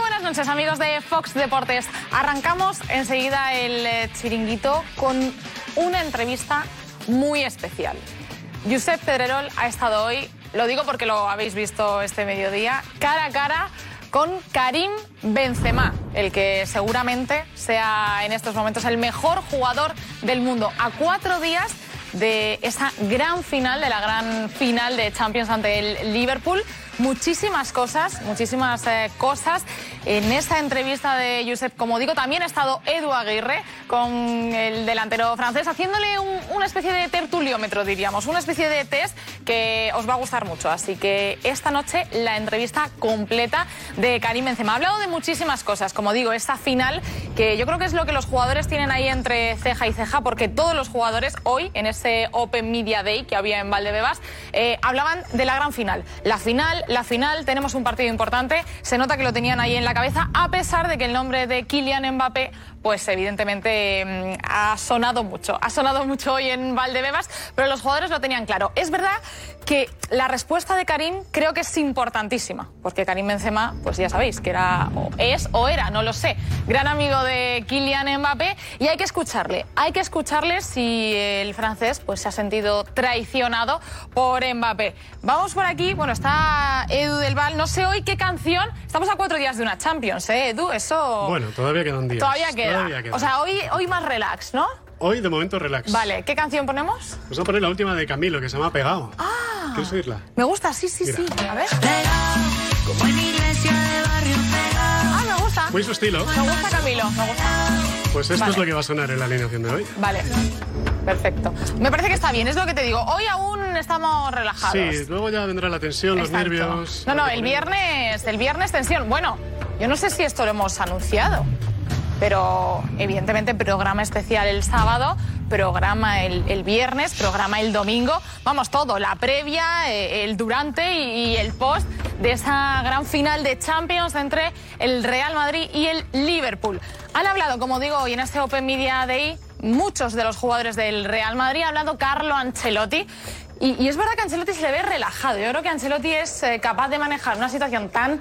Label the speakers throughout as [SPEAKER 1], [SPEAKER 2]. [SPEAKER 1] buenas noches, amigos de Fox Deportes. Arrancamos enseguida el eh, chiringuito con una entrevista muy especial. Josep Pedrerol ha estado hoy, lo digo porque lo habéis visto este mediodía, cara a cara con Karim Benzema, el que seguramente sea en estos momentos el mejor jugador del mundo. A cuatro días de esa gran final, de la gran final de Champions ante el Liverpool. Muchísimas cosas, muchísimas eh, cosas. En esta entrevista de Josep, como digo, también ha estado Edu Aguirre con el delantero francés, haciéndole un- una especie de tertuliómetro, diríamos, una especie de test que os va a gustar mucho. Así que esta noche la entrevista completa de Karim Benzema. Ha hablado de muchísimas cosas, como digo, esta final que yo creo que es lo que los jugadores tienen ahí entre ceja y ceja, porque todos los jugadores hoy, en ese Open Media Day que había en Valdebebas, eh, hablaban de la gran final. La final, la final, tenemos un partido importante, se nota que lo tenían ahí en la cabeza, a pesar de que el nombre de Kylian Mbappé, pues evidentemente mm, ha sonado mucho, ha sonado mucho hoy en Valdebebas, pero los jugadores lo tenían claro. Es verdad que la respuesta de Karim creo que es importantísima, porque Karim Benzema, pues ya sabéis que era o es o era, no lo sé, gran amigo de Kylian Mbappé y hay que escucharle, hay que escucharle si el francés pues se ha sentido traicionado por Mbappé. Vamos por aquí, bueno, está Edu del Val, no sé hoy qué canción, estamos a cuatro días de una Champions, ¿eh, Edu? Eso
[SPEAKER 2] Bueno, todavía quedan días.
[SPEAKER 1] todavía, queda.
[SPEAKER 2] Todavía queda.
[SPEAKER 1] O sea, hoy, hoy más relax, ¿no?
[SPEAKER 2] Hoy de momento relax.
[SPEAKER 1] Vale, ¿qué canción ponemos?
[SPEAKER 2] Vamos a poner la última de Camilo, que se me ha pegado.
[SPEAKER 1] Ah.
[SPEAKER 2] ¿Quieres oírla?
[SPEAKER 1] Me gusta, sí, sí,
[SPEAKER 2] Mira.
[SPEAKER 1] sí. A ver.
[SPEAKER 3] Como en iglesia de barrio pegado.
[SPEAKER 1] Ah, me gusta.
[SPEAKER 2] Muy su estilo.
[SPEAKER 1] Me gusta Camilo, me gusta.
[SPEAKER 2] Pues esto
[SPEAKER 1] Vale.
[SPEAKER 2] es lo que va a sonar en la alineación de hoy.
[SPEAKER 1] Vale. Perfecto. Me parece que está bien, es lo que te digo. Hoy aún estamos relajados.
[SPEAKER 2] Sí, luego ya vendrá la tensión, los
[SPEAKER 1] Exacto.
[SPEAKER 2] nervios.
[SPEAKER 1] No,
[SPEAKER 2] Lo
[SPEAKER 1] no,
[SPEAKER 2] que
[SPEAKER 1] el
[SPEAKER 2] ponemos.
[SPEAKER 1] viernes, el viernes tensión. Bueno, yo no sé si esto lo hemos anunciado, pero evidentemente programa especial el sábado, programa el, el viernes, programa el domingo. Vamos, todo, la previa, eh, el durante y, y el post de esa gran final de Champions entre el Real Madrid y el Liverpool. Han hablado, como digo, hoy en este Open Media Day muchos de los jugadores del Real Madrid, ha hablado Carlo Ancelotti. Y, y es verdad que a Ancelotti se le ve relajado. Yo creo que Ancelotti es eh, capaz de manejar una situación tan,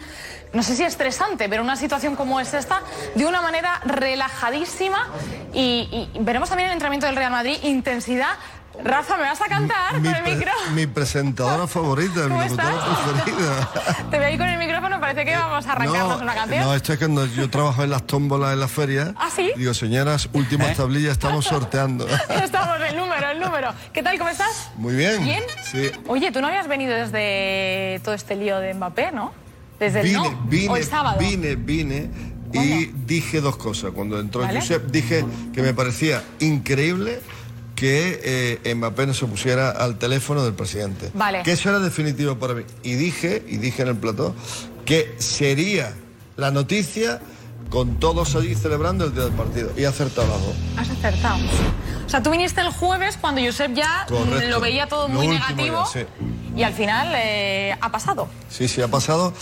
[SPEAKER 1] no sé si estresante, pero una situación como es esta, de una manera relajadísima. Y, y veremos también el entrenamiento del Real Madrid, intensidad. Rafa, ¿me vas a cantar con el
[SPEAKER 4] pre-
[SPEAKER 1] micro?
[SPEAKER 4] mi presentadora favorita, mi
[SPEAKER 1] ¿Cómo
[SPEAKER 4] locutora
[SPEAKER 1] estás?
[SPEAKER 4] preferida.
[SPEAKER 1] Te veo ahí con el micrófono, parece que vamos a arrancarnos una canción.
[SPEAKER 4] Eh, no, esto es cuando yo trabajo en las tómbolas en la feria.
[SPEAKER 1] ¿Ah, sí? ¿Eh?
[SPEAKER 4] Digo, señoras, últimas tablillas estamos sorteando.
[SPEAKER 1] Estamos, el número, el número. ¿Qué tal? ¿Cómo estás?
[SPEAKER 4] Muy bien.
[SPEAKER 1] ¿Bien?
[SPEAKER 4] Sí.
[SPEAKER 1] Oye, tú no habías venido desde todo este lío de Mbappé, ¿no? Desde el
[SPEAKER 4] Vine,
[SPEAKER 1] no, o
[SPEAKER 4] vine,
[SPEAKER 1] el sábado.
[SPEAKER 4] vine, vine y dije dos cosas. Cuando entró
[SPEAKER 1] Vale.
[SPEAKER 4] Josep, dije que me parecía increíble que eh, Mbappé no se pusiera al teléfono del presidente.
[SPEAKER 1] Vale.
[SPEAKER 4] Que eso era definitivo para mí. Y dije, y dije en el plató, que sería la noticia con todos allí celebrando el día del partido. Y he acertado las dos.
[SPEAKER 1] Has acertado. O sea, tú viniste el jueves cuando Josep ya mm,
[SPEAKER 4] Correcto.
[SPEAKER 1] lo veía todo
[SPEAKER 4] Lo
[SPEAKER 1] muy
[SPEAKER 4] último
[SPEAKER 1] negativo.
[SPEAKER 4] ya, sí.
[SPEAKER 1] Y al final eh, ha pasado.
[SPEAKER 4] Sí, sí, ha pasado.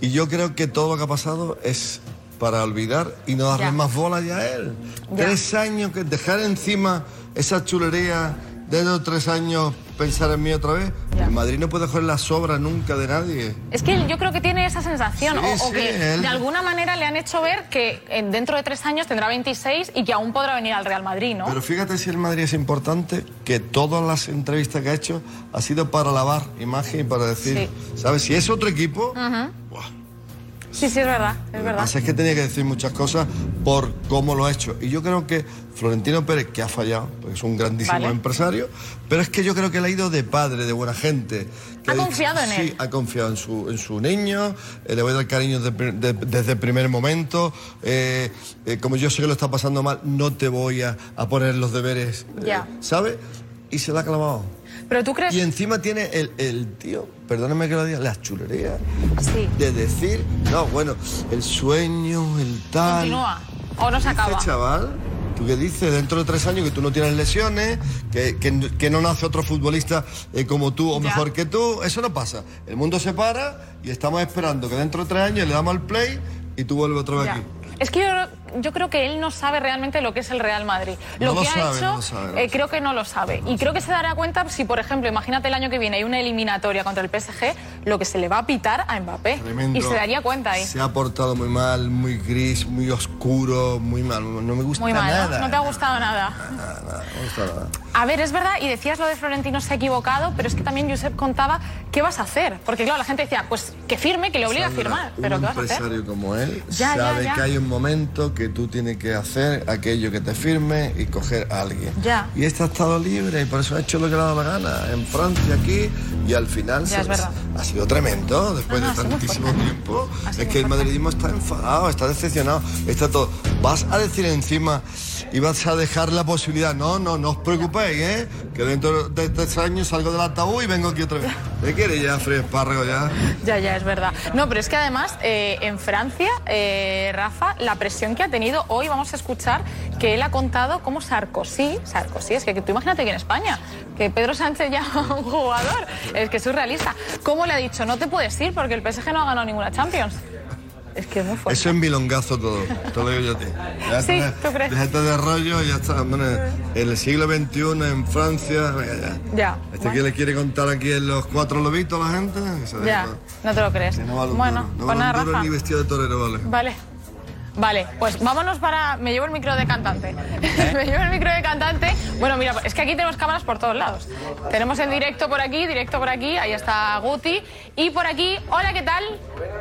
[SPEAKER 4] Y yo creo que todo lo que ha pasado es para olvidar y no darle
[SPEAKER 1] Ya.
[SPEAKER 4] más bola ya a él.
[SPEAKER 1] Ya.
[SPEAKER 4] Tres años que dejar encima esa chulería de dos tres años pensar en mí otra vez.
[SPEAKER 1] Ya.
[SPEAKER 4] El Madrid no puede coger la sobra nunca de nadie.
[SPEAKER 1] Es que él, yo creo que tiene esa sensación,
[SPEAKER 4] Sí,
[SPEAKER 1] o- o,
[SPEAKER 4] sí,
[SPEAKER 1] que
[SPEAKER 4] él-
[SPEAKER 1] de alguna manera le han hecho ver que eh, dentro de tres años tendrá 26 y que aún podrá venir al Real Madrid, ¿no?
[SPEAKER 4] Pero fíjate si el Madrid es importante, que todas las entrevistas que ha hecho ha sido para lavar imagen y para decir, ¿sabes? Si es otro equipo, ¡buah!
[SPEAKER 1] Sí, sí, es verdad, es
[SPEAKER 4] Lo que
[SPEAKER 1] verdad.
[SPEAKER 4] pasa es que tenía que decir muchas cosas por cómo lo ha hecho. Y yo creo que Florentino Pérez, que ha fallado, porque es un grandísimo
[SPEAKER 1] Vale.
[SPEAKER 4] empresario, pero es que yo creo que le ha ido de padre, de buena gente. que
[SPEAKER 1] Ha confiado en
[SPEAKER 4] sí,
[SPEAKER 1] él.
[SPEAKER 4] ha confiado en su, en su niño, eh, le voy a dar cariño de pri- de- desde el primer momento. eh, eh, como yo sé que lo está pasando mal, no te voy a, a poner los deberes, eh,
[SPEAKER 1] Ya.
[SPEAKER 4] ¿sabes? y se la ha clavado.
[SPEAKER 1] Pero tú crees...
[SPEAKER 4] Y encima tiene el, el tío, perdóname que lo diga, las chulerías
[SPEAKER 1] Sí.
[SPEAKER 4] de decir, no, bueno, el sueño, el tal.
[SPEAKER 1] Continúa. O no se acaba.
[SPEAKER 4] Dice, chaval, tú que dices dentro de tres años que tú no tienes lesiones, que, que- que no nace otro futbolista eh, como tú o
[SPEAKER 1] Ya.
[SPEAKER 4] mejor que tú, eso no pasa. El mundo se para y estamos esperando que dentro de tres años le damos al play y tú vuelves otra vez
[SPEAKER 1] Ya.
[SPEAKER 4] aquí.
[SPEAKER 1] Es que yo, yo creo que él no sabe realmente lo que es el Real Madrid. Lo
[SPEAKER 4] No
[SPEAKER 1] que
[SPEAKER 4] lo
[SPEAKER 1] ha
[SPEAKER 4] sabe,
[SPEAKER 1] hecho,
[SPEAKER 4] no lo sabe, no lo
[SPEAKER 1] eh,
[SPEAKER 4] sabe.
[SPEAKER 1] creo que no lo sabe. y creo que se dará cuenta si, por ejemplo, imagínate el año que viene hay una eliminatoria contra el PSG, lo que se le va a pitar a Mbappé.
[SPEAKER 4] Tremendo.
[SPEAKER 1] Y se daría cuenta ahí.
[SPEAKER 4] Se ha portado muy mal, muy gris, muy oscuro, muy mal. No me gusta
[SPEAKER 1] Muy mal, ¿no?
[SPEAKER 4] nada.
[SPEAKER 1] ¿no? te ha gustado nada.
[SPEAKER 4] Nada, nada, no me gusta nada.
[SPEAKER 1] A ver, es verdad, y decías lo de Florentino se ha equivocado, pero es que también Josep contaba qué vas a hacer. Porque claro, la gente decía, pues que firme, que le obliga a
[SPEAKER 4] Sandra,
[SPEAKER 1] firmar.
[SPEAKER 4] Un
[SPEAKER 1] Pero ¿qué vas a hacer?
[SPEAKER 4] empresario como él
[SPEAKER 1] Ya, ya,
[SPEAKER 4] sabe
[SPEAKER 1] ya.
[SPEAKER 4] que hay un momento que tú tienes que hacer aquello que te firme y coger a alguien.
[SPEAKER 1] Ya.
[SPEAKER 4] Y este ha estado libre y por eso ha hecho lo que le ha dado la gana en Francia, aquí y al final
[SPEAKER 1] Ya,
[SPEAKER 4] se-
[SPEAKER 1] es verdad.
[SPEAKER 4] ha sido tremendo después
[SPEAKER 1] No, no, ha
[SPEAKER 4] de
[SPEAKER 1] sido muy
[SPEAKER 4] tantísimo
[SPEAKER 1] fuerte.
[SPEAKER 4] tiempo.
[SPEAKER 1] Ha
[SPEAKER 4] Es
[SPEAKER 1] sido
[SPEAKER 4] que
[SPEAKER 1] muy
[SPEAKER 4] el
[SPEAKER 1] fuerte.
[SPEAKER 4] madridismo está enfadado, está decepcionado, está todo. Vas a decir encima y vas a dejar la posibilidad. No, no, no os preocupéis, ¿eh? Que dentro de tres años salgo del ataúd y vengo aquí otra vez. ¿Qué quieres ya, Fred Espárrago, ya?
[SPEAKER 1] Ya, ya, es verdad. No, pero es que además eh, en Francia, eh, Rafa, la presión que ha tenido hoy, vamos a escuchar que él ha contado cómo Sarkozy, Sarkozy, es que tú imagínate que en España, que Pedro Sánchez ya es un jugador, es que es surrealista, cómo le ha dicho, no te puedes ir porque el PSG no ha ganado ninguna Champions. Es que es muy fuerte.
[SPEAKER 4] Eso es milongazo todo, te lo digo yo a ti. Ya
[SPEAKER 1] Sí, Mm.
[SPEAKER 4] está,
[SPEAKER 1] ¿tú crees?
[SPEAKER 4] Déjate de rollo, ya está. Hombre, en el siglo XXI en Francia, venga ya.
[SPEAKER 1] Ya,
[SPEAKER 4] ¿Este
[SPEAKER 1] bueno.
[SPEAKER 4] que le quiere contar aquí en los cuatro lobitos a la gente? Que se deje
[SPEAKER 1] Ya,
[SPEAKER 4] todo.
[SPEAKER 1] no te lo crees.
[SPEAKER 4] Que no vale un
[SPEAKER 1] bueno,
[SPEAKER 4] duro, no
[SPEAKER 1] pues
[SPEAKER 4] vale
[SPEAKER 1] nada,
[SPEAKER 4] un duro
[SPEAKER 1] Rafa.
[SPEAKER 4] ni vestido de torero, vale.
[SPEAKER 1] Vale. Vale, pues vámonos para. Me llevo el micro de cantante.
[SPEAKER 5] ¿Eh?
[SPEAKER 1] Me llevo el micro de cantante. Bueno, mira, es que aquí tenemos cámaras por todos lados. Tenemos el directo por aquí, directo por aquí. Ahí está Guti. Y por aquí, hola, ¿qué tal?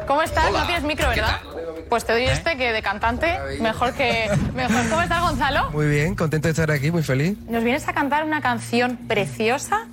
[SPEAKER 1] ¿Cómo estás? no tienes micro, ¿verdad? Pues te doy
[SPEAKER 5] ¿Eh?
[SPEAKER 1] este que de cantante, mejor que. Mejor. ¿Cómo estás, Gonzalo?
[SPEAKER 5] Muy bien, contento de estar aquí, muy feliz.
[SPEAKER 1] Nos vienes a cantar una canción preciosa.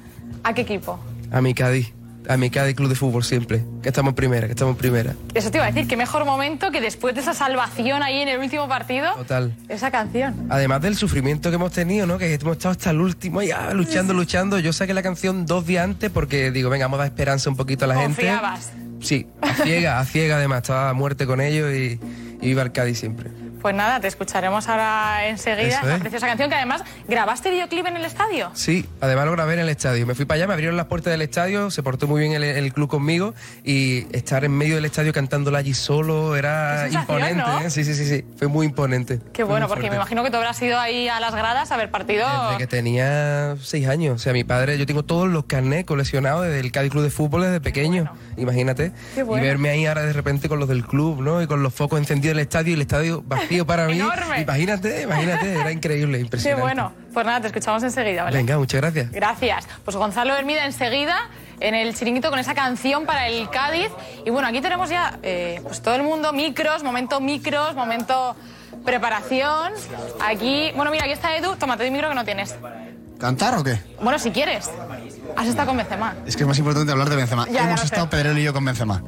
[SPEAKER 1] ¿A qué equipo?
[SPEAKER 5] A mi Cádiz, a mi Cádiz Club de Fútbol siempre. Que estamos en primera, que estamos en primera.
[SPEAKER 1] Eso te iba a decir, qué mejor momento que después de esa salvación ahí en el último partido.
[SPEAKER 5] Total.
[SPEAKER 1] Esa canción.
[SPEAKER 5] Además del sufrimiento que hemos tenido, ¿no? Que hemos estado hasta el último y ah, luchando, luchando. Yo saqué la canción dos días antes porque digo, venga, vamos a dar esperanza un poquito a la
[SPEAKER 1] Confiabas.
[SPEAKER 5] gente. Sí, a ciega, a ciega además. Estaba a muerte con ellos y, y iba al Cádiz siempre.
[SPEAKER 1] Pues nada, te escucharemos ahora enseguida
[SPEAKER 5] Eso
[SPEAKER 1] esa
[SPEAKER 5] es.
[SPEAKER 1] preciosa canción que además grabaste videoclip en el estadio.
[SPEAKER 5] Sí, además lo grabé en el estadio. Me fui para allá, me abrieron las puertas del estadio, se portó muy bien el, el club conmigo y estar en medio del estadio cantándola allí solo era
[SPEAKER 1] Qué sensación,
[SPEAKER 5] imponente.
[SPEAKER 1] ¿no?
[SPEAKER 5] ¿eh? Sí, sí, sí, sí, fue muy imponente.
[SPEAKER 1] Qué
[SPEAKER 5] Fue
[SPEAKER 1] bueno,
[SPEAKER 5] muy
[SPEAKER 1] porque me
[SPEAKER 5] fuerte.
[SPEAKER 1] imagino que tú habrás ido ahí a las gradas a ver partidos.
[SPEAKER 5] Desde que tenía seis años. O sea, mi padre, yo tengo todos los carnets coleccionados desde el Cádiz Club de Fútbol desde pequeño. Imagínate.
[SPEAKER 1] Qué bueno.
[SPEAKER 5] Y verme ahí ahora de repente con los del club, ¿no? Y con los focos encendidos del estadio y el estadio vacío para mí.
[SPEAKER 1] Enorme.
[SPEAKER 5] Imagínate, imagínate, era increíble,
[SPEAKER 1] Qué
[SPEAKER 5] impresionante.
[SPEAKER 1] bueno. Pues nada, te escuchamos enseguida, ¿vale?
[SPEAKER 5] Venga, muchas gracias.
[SPEAKER 1] Gracias. Pues Gonzalo Hermida enseguida en el chiringuito con esa canción para el Cádiz. Y bueno, aquí tenemos ya eh, pues todo el mundo micros, momento micros, momento preparación. Aquí, bueno, mira, aquí está Edu. Tómate el micro que no tienes.
[SPEAKER 6] ¿Cantar o qué?
[SPEAKER 1] Bueno, si quieres. Has estado con Benzema.
[SPEAKER 6] Es que es más importante hablar de Benzema.
[SPEAKER 1] Ya, ya
[SPEAKER 6] Hemos
[SPEAKER 1] lo sé.
[SPEAKER 6] estado Pedrero y yo con Benzema.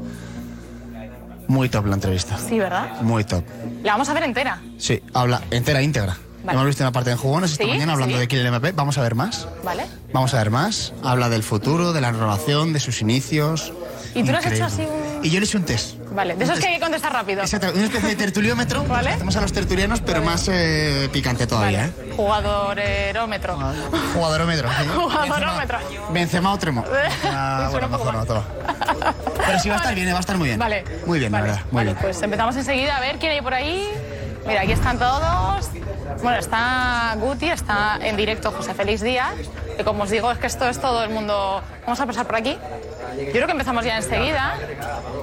[SPEAKER 6] Muy top la entrevista.
[SPEAKER 1] Sí, ¿verdad?
[SPEAKER 6] Muy top.
[SPEAKER 1] La vamos a ver entera.
[SPEAKER 6] Sí, habla entera, íntegra.
[SPEAKER 1] Vale.
[SPEAKER 6] Hemos visto una parte en jugones esta
[SPEAKER 1] Sí,
[SPEAKER 6] mañana hablando
[SPEAKER 1] sí.
[SPEAKER 6] de Kylian Mbappé. Vamos a ver más.
[SPEAKER 1] ¿Vale?
[SPEAKER 6] Vamos a ver más. Habla del futuro, de la renovación, de sus inicios.
[SPEAKER 1] ¿Y tú le has
[SPEAKER 6] Increíble.
[SPEAKER 1] hecho así un-
[SPEAKER 6] Y yo le hice un test.
[SPEAKER 1] Vale, de esos que hay que contestar rápido.
[SPEAKER 6] Exacto, una especie de tertuliómetro.
[SPEAKER 1] Vale.
[SPEAKER 6] Los que Hacemos a los tertulianos, pero más eh, picante todavía,
[SPEAKER 1] Vale.
[SPEAKER 6] ¿eh?
[SPEAKER 1] Jugadorerómetro.
[SPEAKER 6] Jugadorómetro. ¿sí?
[SPEAKER 1] Jugadorómetro.
[SPEAKER 6] Benzema- Benzema o Tremo. Ah,
[SPEAKER 1] Suena
[SPEAKER 6] bueno,
[SPEAKER 1] un poco
[SPEAKER 6] mejor no,
[SPEAKER 1] mal.
[SPEAKER 6] toma. Pero sí va a estar
[SPEAKER 1] Vale.
[SPEAKER 6] bien, eh, va a estar muy bien.
[SPEAKER 1] Vale.
[SPEAKER 6] Muy bien, la
[SPEAKER 1] vale.
[SPEAKER 6] verdad. Muy
[SPEAKER 1] Vale,
[SPEAKER 6] bien.
[SPEAKER 1] pues empezamos enseguida a ver quién hay por ahí. Mira, aquí están todos. Bueno, está Guti, está en directo José Félix Díaz. Que como os digo, es que esto es todo el mundo. Vamos a pasar por aquí. Yo creo que empezamos ya enseguida.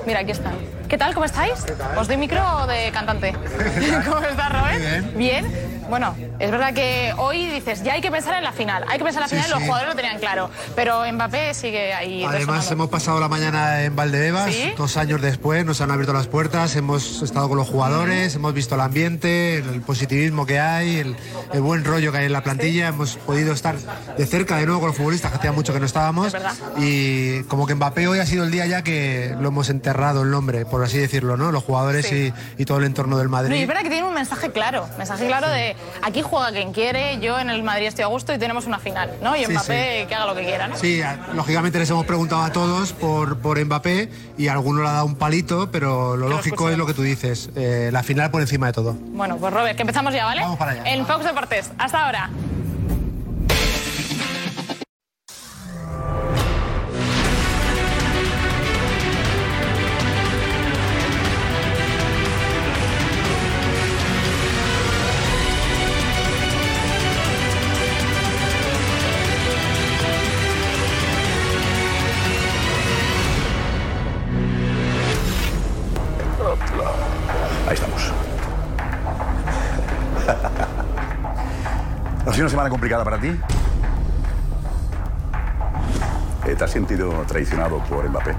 [SPEAKER 1] Mira, aquí están. ¿Qué tal? ¿Cómo estáis? ¿Os doy micro de cantante? ¿Cómo estás, Robert?
[SPEAKER 6] Bien.
[SPEAKER 1] Bueno, es verdad que hoy dices, ya hay que pensar en la final. Hay que pensar en la
[SPEAKER 6] Sí,
[SPEAKER 1] final, los
[SPEAKER 6] sí.
[SPEAKER 1] jugadores lo tenían claro. Pero Mbappé sigue ahí.
[SPEAKER 7] Además,
[SPEAKER 1] resonando.
[SPEAKER 7] hemos pasado la mañana en Valdebebas,
[SPEAKER 1] Sí.
[SPEAKER 7] dos años después, nos han abierto las puertas, hemos estado con los jugadores,
[SPEAKER 1] Mm.
[SPEAKER 7] hemos visto el ambiente, el positivismo que hay, el, el buen rollo que hay en la plantilla, hemos podido estar de cerca de nuevo con los futbolistas, que hacía mucho que no estábamos,
[SPEAKER 1] Es verdad.
[SPEAKER 7] y como que Mbappé hoy ha sido el día ya que lo hemos enterrado el nombre, por así decirlo, ¿no? Los jugadores
[SPEAKER 1] Sí.
[SPEAKER 7] y, y todo el entorno del
[SPEAKER 1] No, y
[SPEAKER 7] Madrid.
[SPEAKER 1] es verdad que tiene un mensaje claro, mensaje claro de oye, aquí juega quien quiere, yo en el Madrid estoy a gusto y tenemos una final, ¿no? Y
[SPEAKER 7] Sí,
[SPEAKER 1] Mbappé que haga lo que quiera, ¿no?
[SPEAKER 7] Sí, a- lógicamente les hemos preguntado a todos por, por Mbappé y a alguno le ha dado un palito, pero lo lógico es lo que tú dices, eh, la final por encima de todo.
[SPEAKER 1] Bueno, pues Robert, que empezamos ya, ¿vale?
[SPEAKER 7] Vamos para allá.
[SPEAKER 1] En Fox Deportes. Hasta ahora.
[SPEAKER 8] Ahí estamos. ¿Ha sido una semana complicada para ti? Eh, ¿Te has sentido traicionado por Mbappé?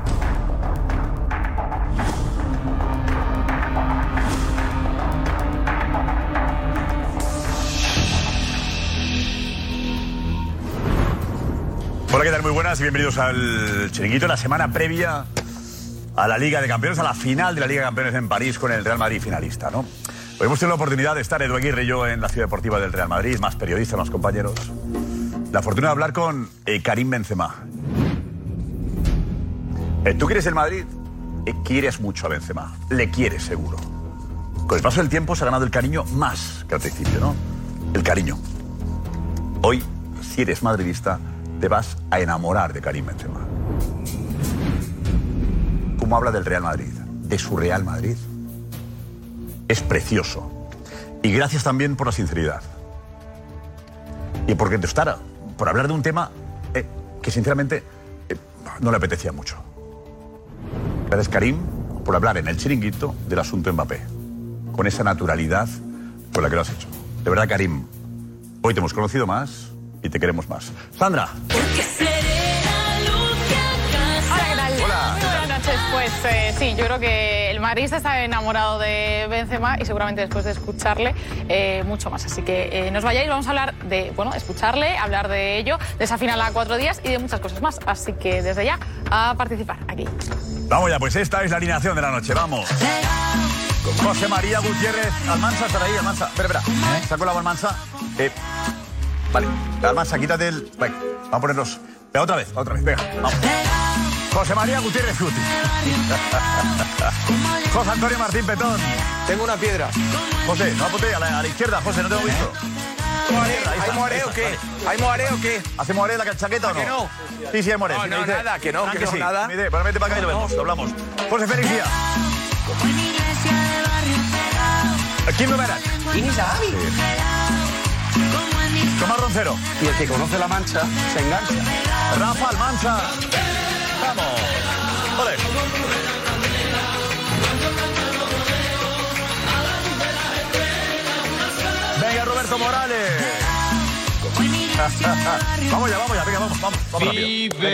[SPEAKER 8] Hola, ¿qué tal? Muy buenas y bienvenidos al Chiringuito. La semana previa a la Liga de Campeones, a la final de la Liga de Campeones en París con el Real Madrid finalista, ¿no? Hoy hemos tenido la oportunidad de estar Edu Aguirre y yo en la ciudad deportiva del Real Madrid, más periodistas, más compañeros. La fortuna de hablar con eh, Karim Benzema. Eh, ¿Tú quieres el Madrid? Eh, quieres mucho a Benzema. Le quieres seguro. Con el paso del tiempo se ha ganado el cariño más que al principio, ¿no? El cariño. Hoy, si eres madridista, te vas a enamorar de Karim Benzema cómo habla del Real Madrid, de su Real Madrid. Es precioso. Y gracias también por la sinceridad. Y porque te estará, por hablar de un tema eh, que sinceramente eh, no le apetecía mucho. Gracias Karim por hablar en el chiringuito del asunto Mbappé, con esa naturalidad con la que lo has hecho. De verdad Karim, hoy te hemos conocido más y te queremos más. Sandra.
[SPEAKER 1] Hola, ¿qué tal? Muy buenas noches. Pues eh, sí, yo creo que el madridista está enamorado de Benzema y seguramente después de escucharle eh, mucho más. Así que eh, no os vayáis, vamos a hablar de, bueno, escucharle, hablar de ello, de esa final a cuatro días y de muchas cosas más. Así que desde ya, a participar aquí.
[SPEAKER 8] Vamos ya, pues esta es la alineación de la noche, vamos. José María Gutiérrez, Almansa, estar ahí, Almansa. Espera, espera. ¿Se ha colado Almansa? Eh, vale, Almansa, quítate el. Venga, vamos a ponerlos. Venga, otra vez, otra vez, venga, vamos. José María Gutiérrez Guti. José Antonio Martín Petón. Tengo una piedra. José, no apunte a la, a la izquierda, José, no tengo visto. ¿Hay moaré o qué? ¿Hay moaré o qué? ¿Hace moaré la chaqueta o no?
[SPEAKER 9] que no?
[SPEAKER 8] Sí, sí, hay moaré.
[SPEAKER 9] No,
[SPEAKER 8] sí,
[SPEAKER 9] no,
[SPEAKER 8] dice-
[SPEAKER 9] nada, que no,
[SPEAKER 8] Ah,
[SPEAKER 9] que no,
[SPEAKER 8] sí.
[SPEAKER 9] nada.
[SPEAKER 8] Me dice, bueno, vete para acá y lo vemos, lo hablamos. José Félix Díaz. Kim Noverat.
[SPEAKER 9] Inizaghi.
[SPEAKER 8] Tomás Roncero.
[SPEAKER 9] Y el que conoce la mancha se engancha.
[SPEAKER 8] Rafa Almanza. Vamos. Ole. Venga, Roberto Morales. vamos ya, vamos ya, venga, vamos, vamos, vamos rápido.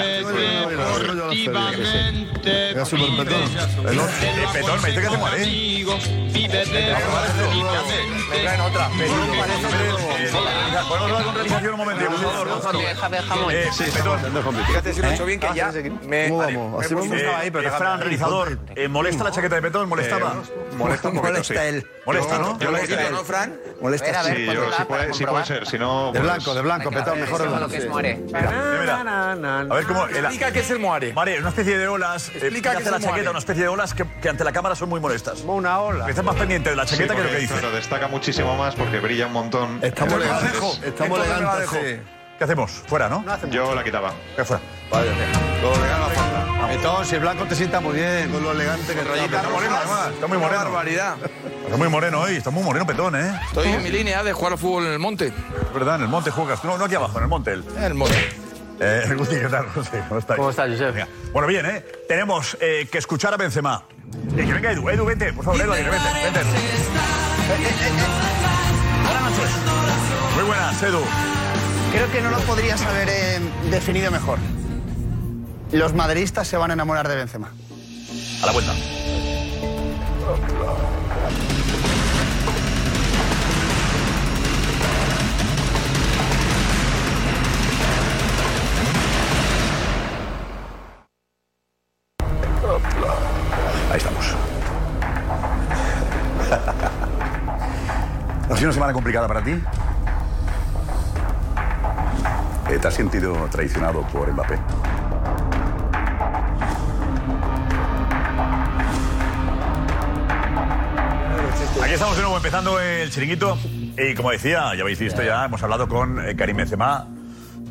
[SPEAKER 10] Era súper petón.
[SPEAKER 8] El otro. Eh, Petón, me dice que hace Moré. Venga, en otra. Petón, parece que- Venga, Ponemos la conversación un momentito, por favor, Gonzalo. Eh, Petón.
[SPEAKER 9] ¿Eh? Fíjate si lo he hecho bien que
[SPEAKER 8] Ah,
[SPEAKER 9] ya me...
[SPEAKER 8] ¿Cómo
[SPEAKER 9] vamos?
[SPEAKER 8] Así me estaba ahí, pero Fran, realizador, eh, ¿molesta la chaqueta de Petón? ¿Molestaba?
[SPEAKER 11] molesta un poquito, sí.
[SPEAKER 8] Molesta, ¿no?
[SPEAKER 11] Yo lo he quitado, ¿no,
[SPEAKER 9] Fran?
[SPEAKER 11] Molesta.
[SPEAKER 8] Molesta, sí.
[SPEAKER 11] sí, yo, sí, puede, sí puede ser, si no...
[SPEAKER 8] De blanco, de blanco, Petón, mejor de blanco. A ver cómo.
[SPEAKER 9] Explica qué es el moare.
[SPEAKER 8] Moare, una especie de olas. eh,
[SPEAKER 9] Explica
[SPEAKER 8] que
[SPEAKER 9] qué
[SPEAKER 8] hace
[SPEAKER 9] es
[SPEAKER 8] la
[SPEAKER 9] el moare.
[SPEAKER 8] chaqueta, una especie de olas que, que ante la cámara son muy molestas. Una ola. Estás más pendiente de la
[SPEAKER 11] Sí,
[SPEAKER 8] chaqueta que lo que
[SPEAKER 11] porque,
[SPEAKER 8] dice.
[SPEAKER 11] Claro, destaca muchísimo más porque brilla un montón.
[SPEAKER 8] Estamos elegantes. Estamos elegantes, ¿Qué hacemos? ¿Fuera, no?
[SPEAKER 11] Yo la quitaba.
[SPEAKER 8] ¿Qué fuera? Ah,
[SPEAKER 9] Petón, si el blanco te sienta muy bien.
[SPEAKER 10] Con lo elegante que
[SPEAKER 9] Rayita
[SPEAKER 8] Está moreno, además. Está muy moreno.
[SPEAKER 9] barbaridad.
[SPEAKER 8] Está muy moreno hoy. Está muy moreno, Petón, ¿eh?
[SPEAKER 9] Estoy en mi línea de jugar al fútbol en el monte.
[SPEAKER 8] Es verdad, en el monte juegas. No, no aquí abajo, en el monte. El...
[SPEAKER 9] En el monte.
[SPEAKER 8] Eh, Guti, ¿qué tal? No sé, ¿Cómo estáis? ¿Cómo estás, Josep? Bueno, bien, ¿eh? Tenemos eh, que escuchar a Benzema. Eh, que venga Edu, Edu, vente, por favor, Edu, Aguirre, vente, vente. Edu. Eh, eh, eh. Buenas noches. Muy buenas, Edu.
[SPEAKER 6] Creo que no lo podrías haber eh, definido mejor. Los madridistas se van a enamorar de Benzema.
[SPEAKER 8] A la vuelta. Ahí estamos. ¿Ha sido una semana complicada para ti? Eh, ¿Te has sentido traicionado por Mbappé? Aquí estamos de nuevo empezando el chiringuito. Y como decía, ya habéis visto ya, hemos hablado con eh, Karim Benzema,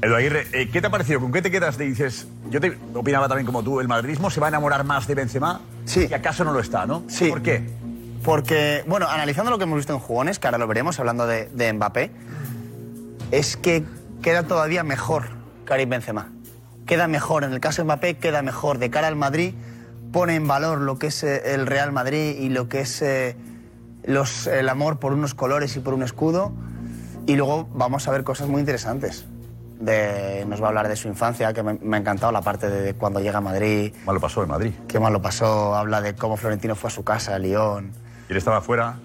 [SPEAKER 8] Edu Aguirre. Eh, ¿Qué te ha parecido? ¿Con qué te quedas? Te dices, yo te opinaba también como tú, ¿el madridismo se va a enamorar más de Benzema? Sí. ¿Y acaso no lo está, no? Sí. ¿Por qué?
[SPEAKER 6] Porque, bueno, analizando lo que hemos visto en jugones, que ahora lo veremos hablando de, de Mbappé, es que queda todavía mejor Karim Benzema. Queda mejor, en el caso de Mbappé, queda mejor. De cara al Madrid, pone en valor lo que es eh, el Real Madrid y lo que es eh, los, el amor por unos colores y por un escudo. Y luego vamos a ver cosas muy interesantes. De- nos va a hablar de su infancia, que me, me ha encantado la parte de cuando llega a Madrid.
[SPEAKER 8] Mal lo pasó en Madrid.
[SPEAKER 6] Qué mal lo pasó. Habla de cómo Florentino fue a su casa, a Lyon.
[SPEAKER 8] Y él estaba afuera.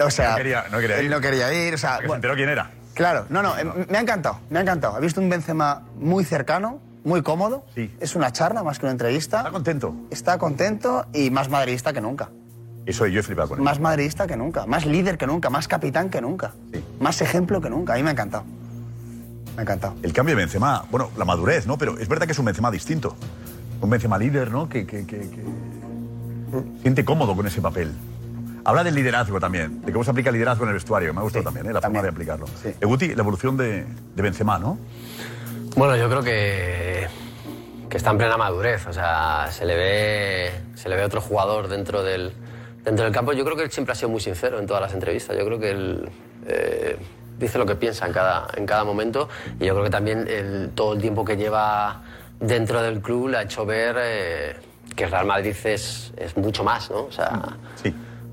[SPEAKER 6] o sea,
[SPEAKER 8] No quería- no quería
[SPEAKER 6] él
[SPEAKER 8] ir.
[SPEAKER 6] no quería ir. O sea,
[SPEAKER 8] Porque se
[SPEAKER 6] bueno.
[SPEAKER 8] enteró quién era.
[SPEAKER 6] Claro, no, no, eh, me ha encantado, me ha encantado. He visto un Benzema muy cercano, muy cómodo. Es una charla más que una entrevista. Está
[SPEAKER 8] contento.
[SPEAKER 6] Está contento y más madridista que nunca.
[SPEAKER 8] Eso yo he flipado con él.
[SPEAKER 6] Más madridista que nunca, más líder que nunca, más capitán que nunca, más ejemplo que nunca. A mí me ha encantado. Me ha encantado.
[SPEAKER 8] El cambio de Benzema, bueno, la madurez, ¿no? Pero es verdad que es un Benzema distinto. Un Benzema líder, ¿no? Que, que- que- que siente cómodo con ese papel. Habla del liderazgo también, de cómo se aplica el liderazgo en el vestuario. Me ha gustado también, ¿eh? la forma de aplicarlo. Eguti, la evolución de, de Benzema, ¿no?
[SPEAKER 12] Bueno, yo creo que, que está en plena madurez. O sea, se le ve, se le ve otro jugador dentro del, dentro del campo. Yo creo que él siempre ha sido muy sincero en todas las entrevistas. Yo creo que él eh, dice lo que piensa en cada, en cada momento. Y yo creo que también el- todo el tiempo que lleva dentro del club le ha hecho ver eh, que el Real Madrid es, es mucho más, ¿no? O sea,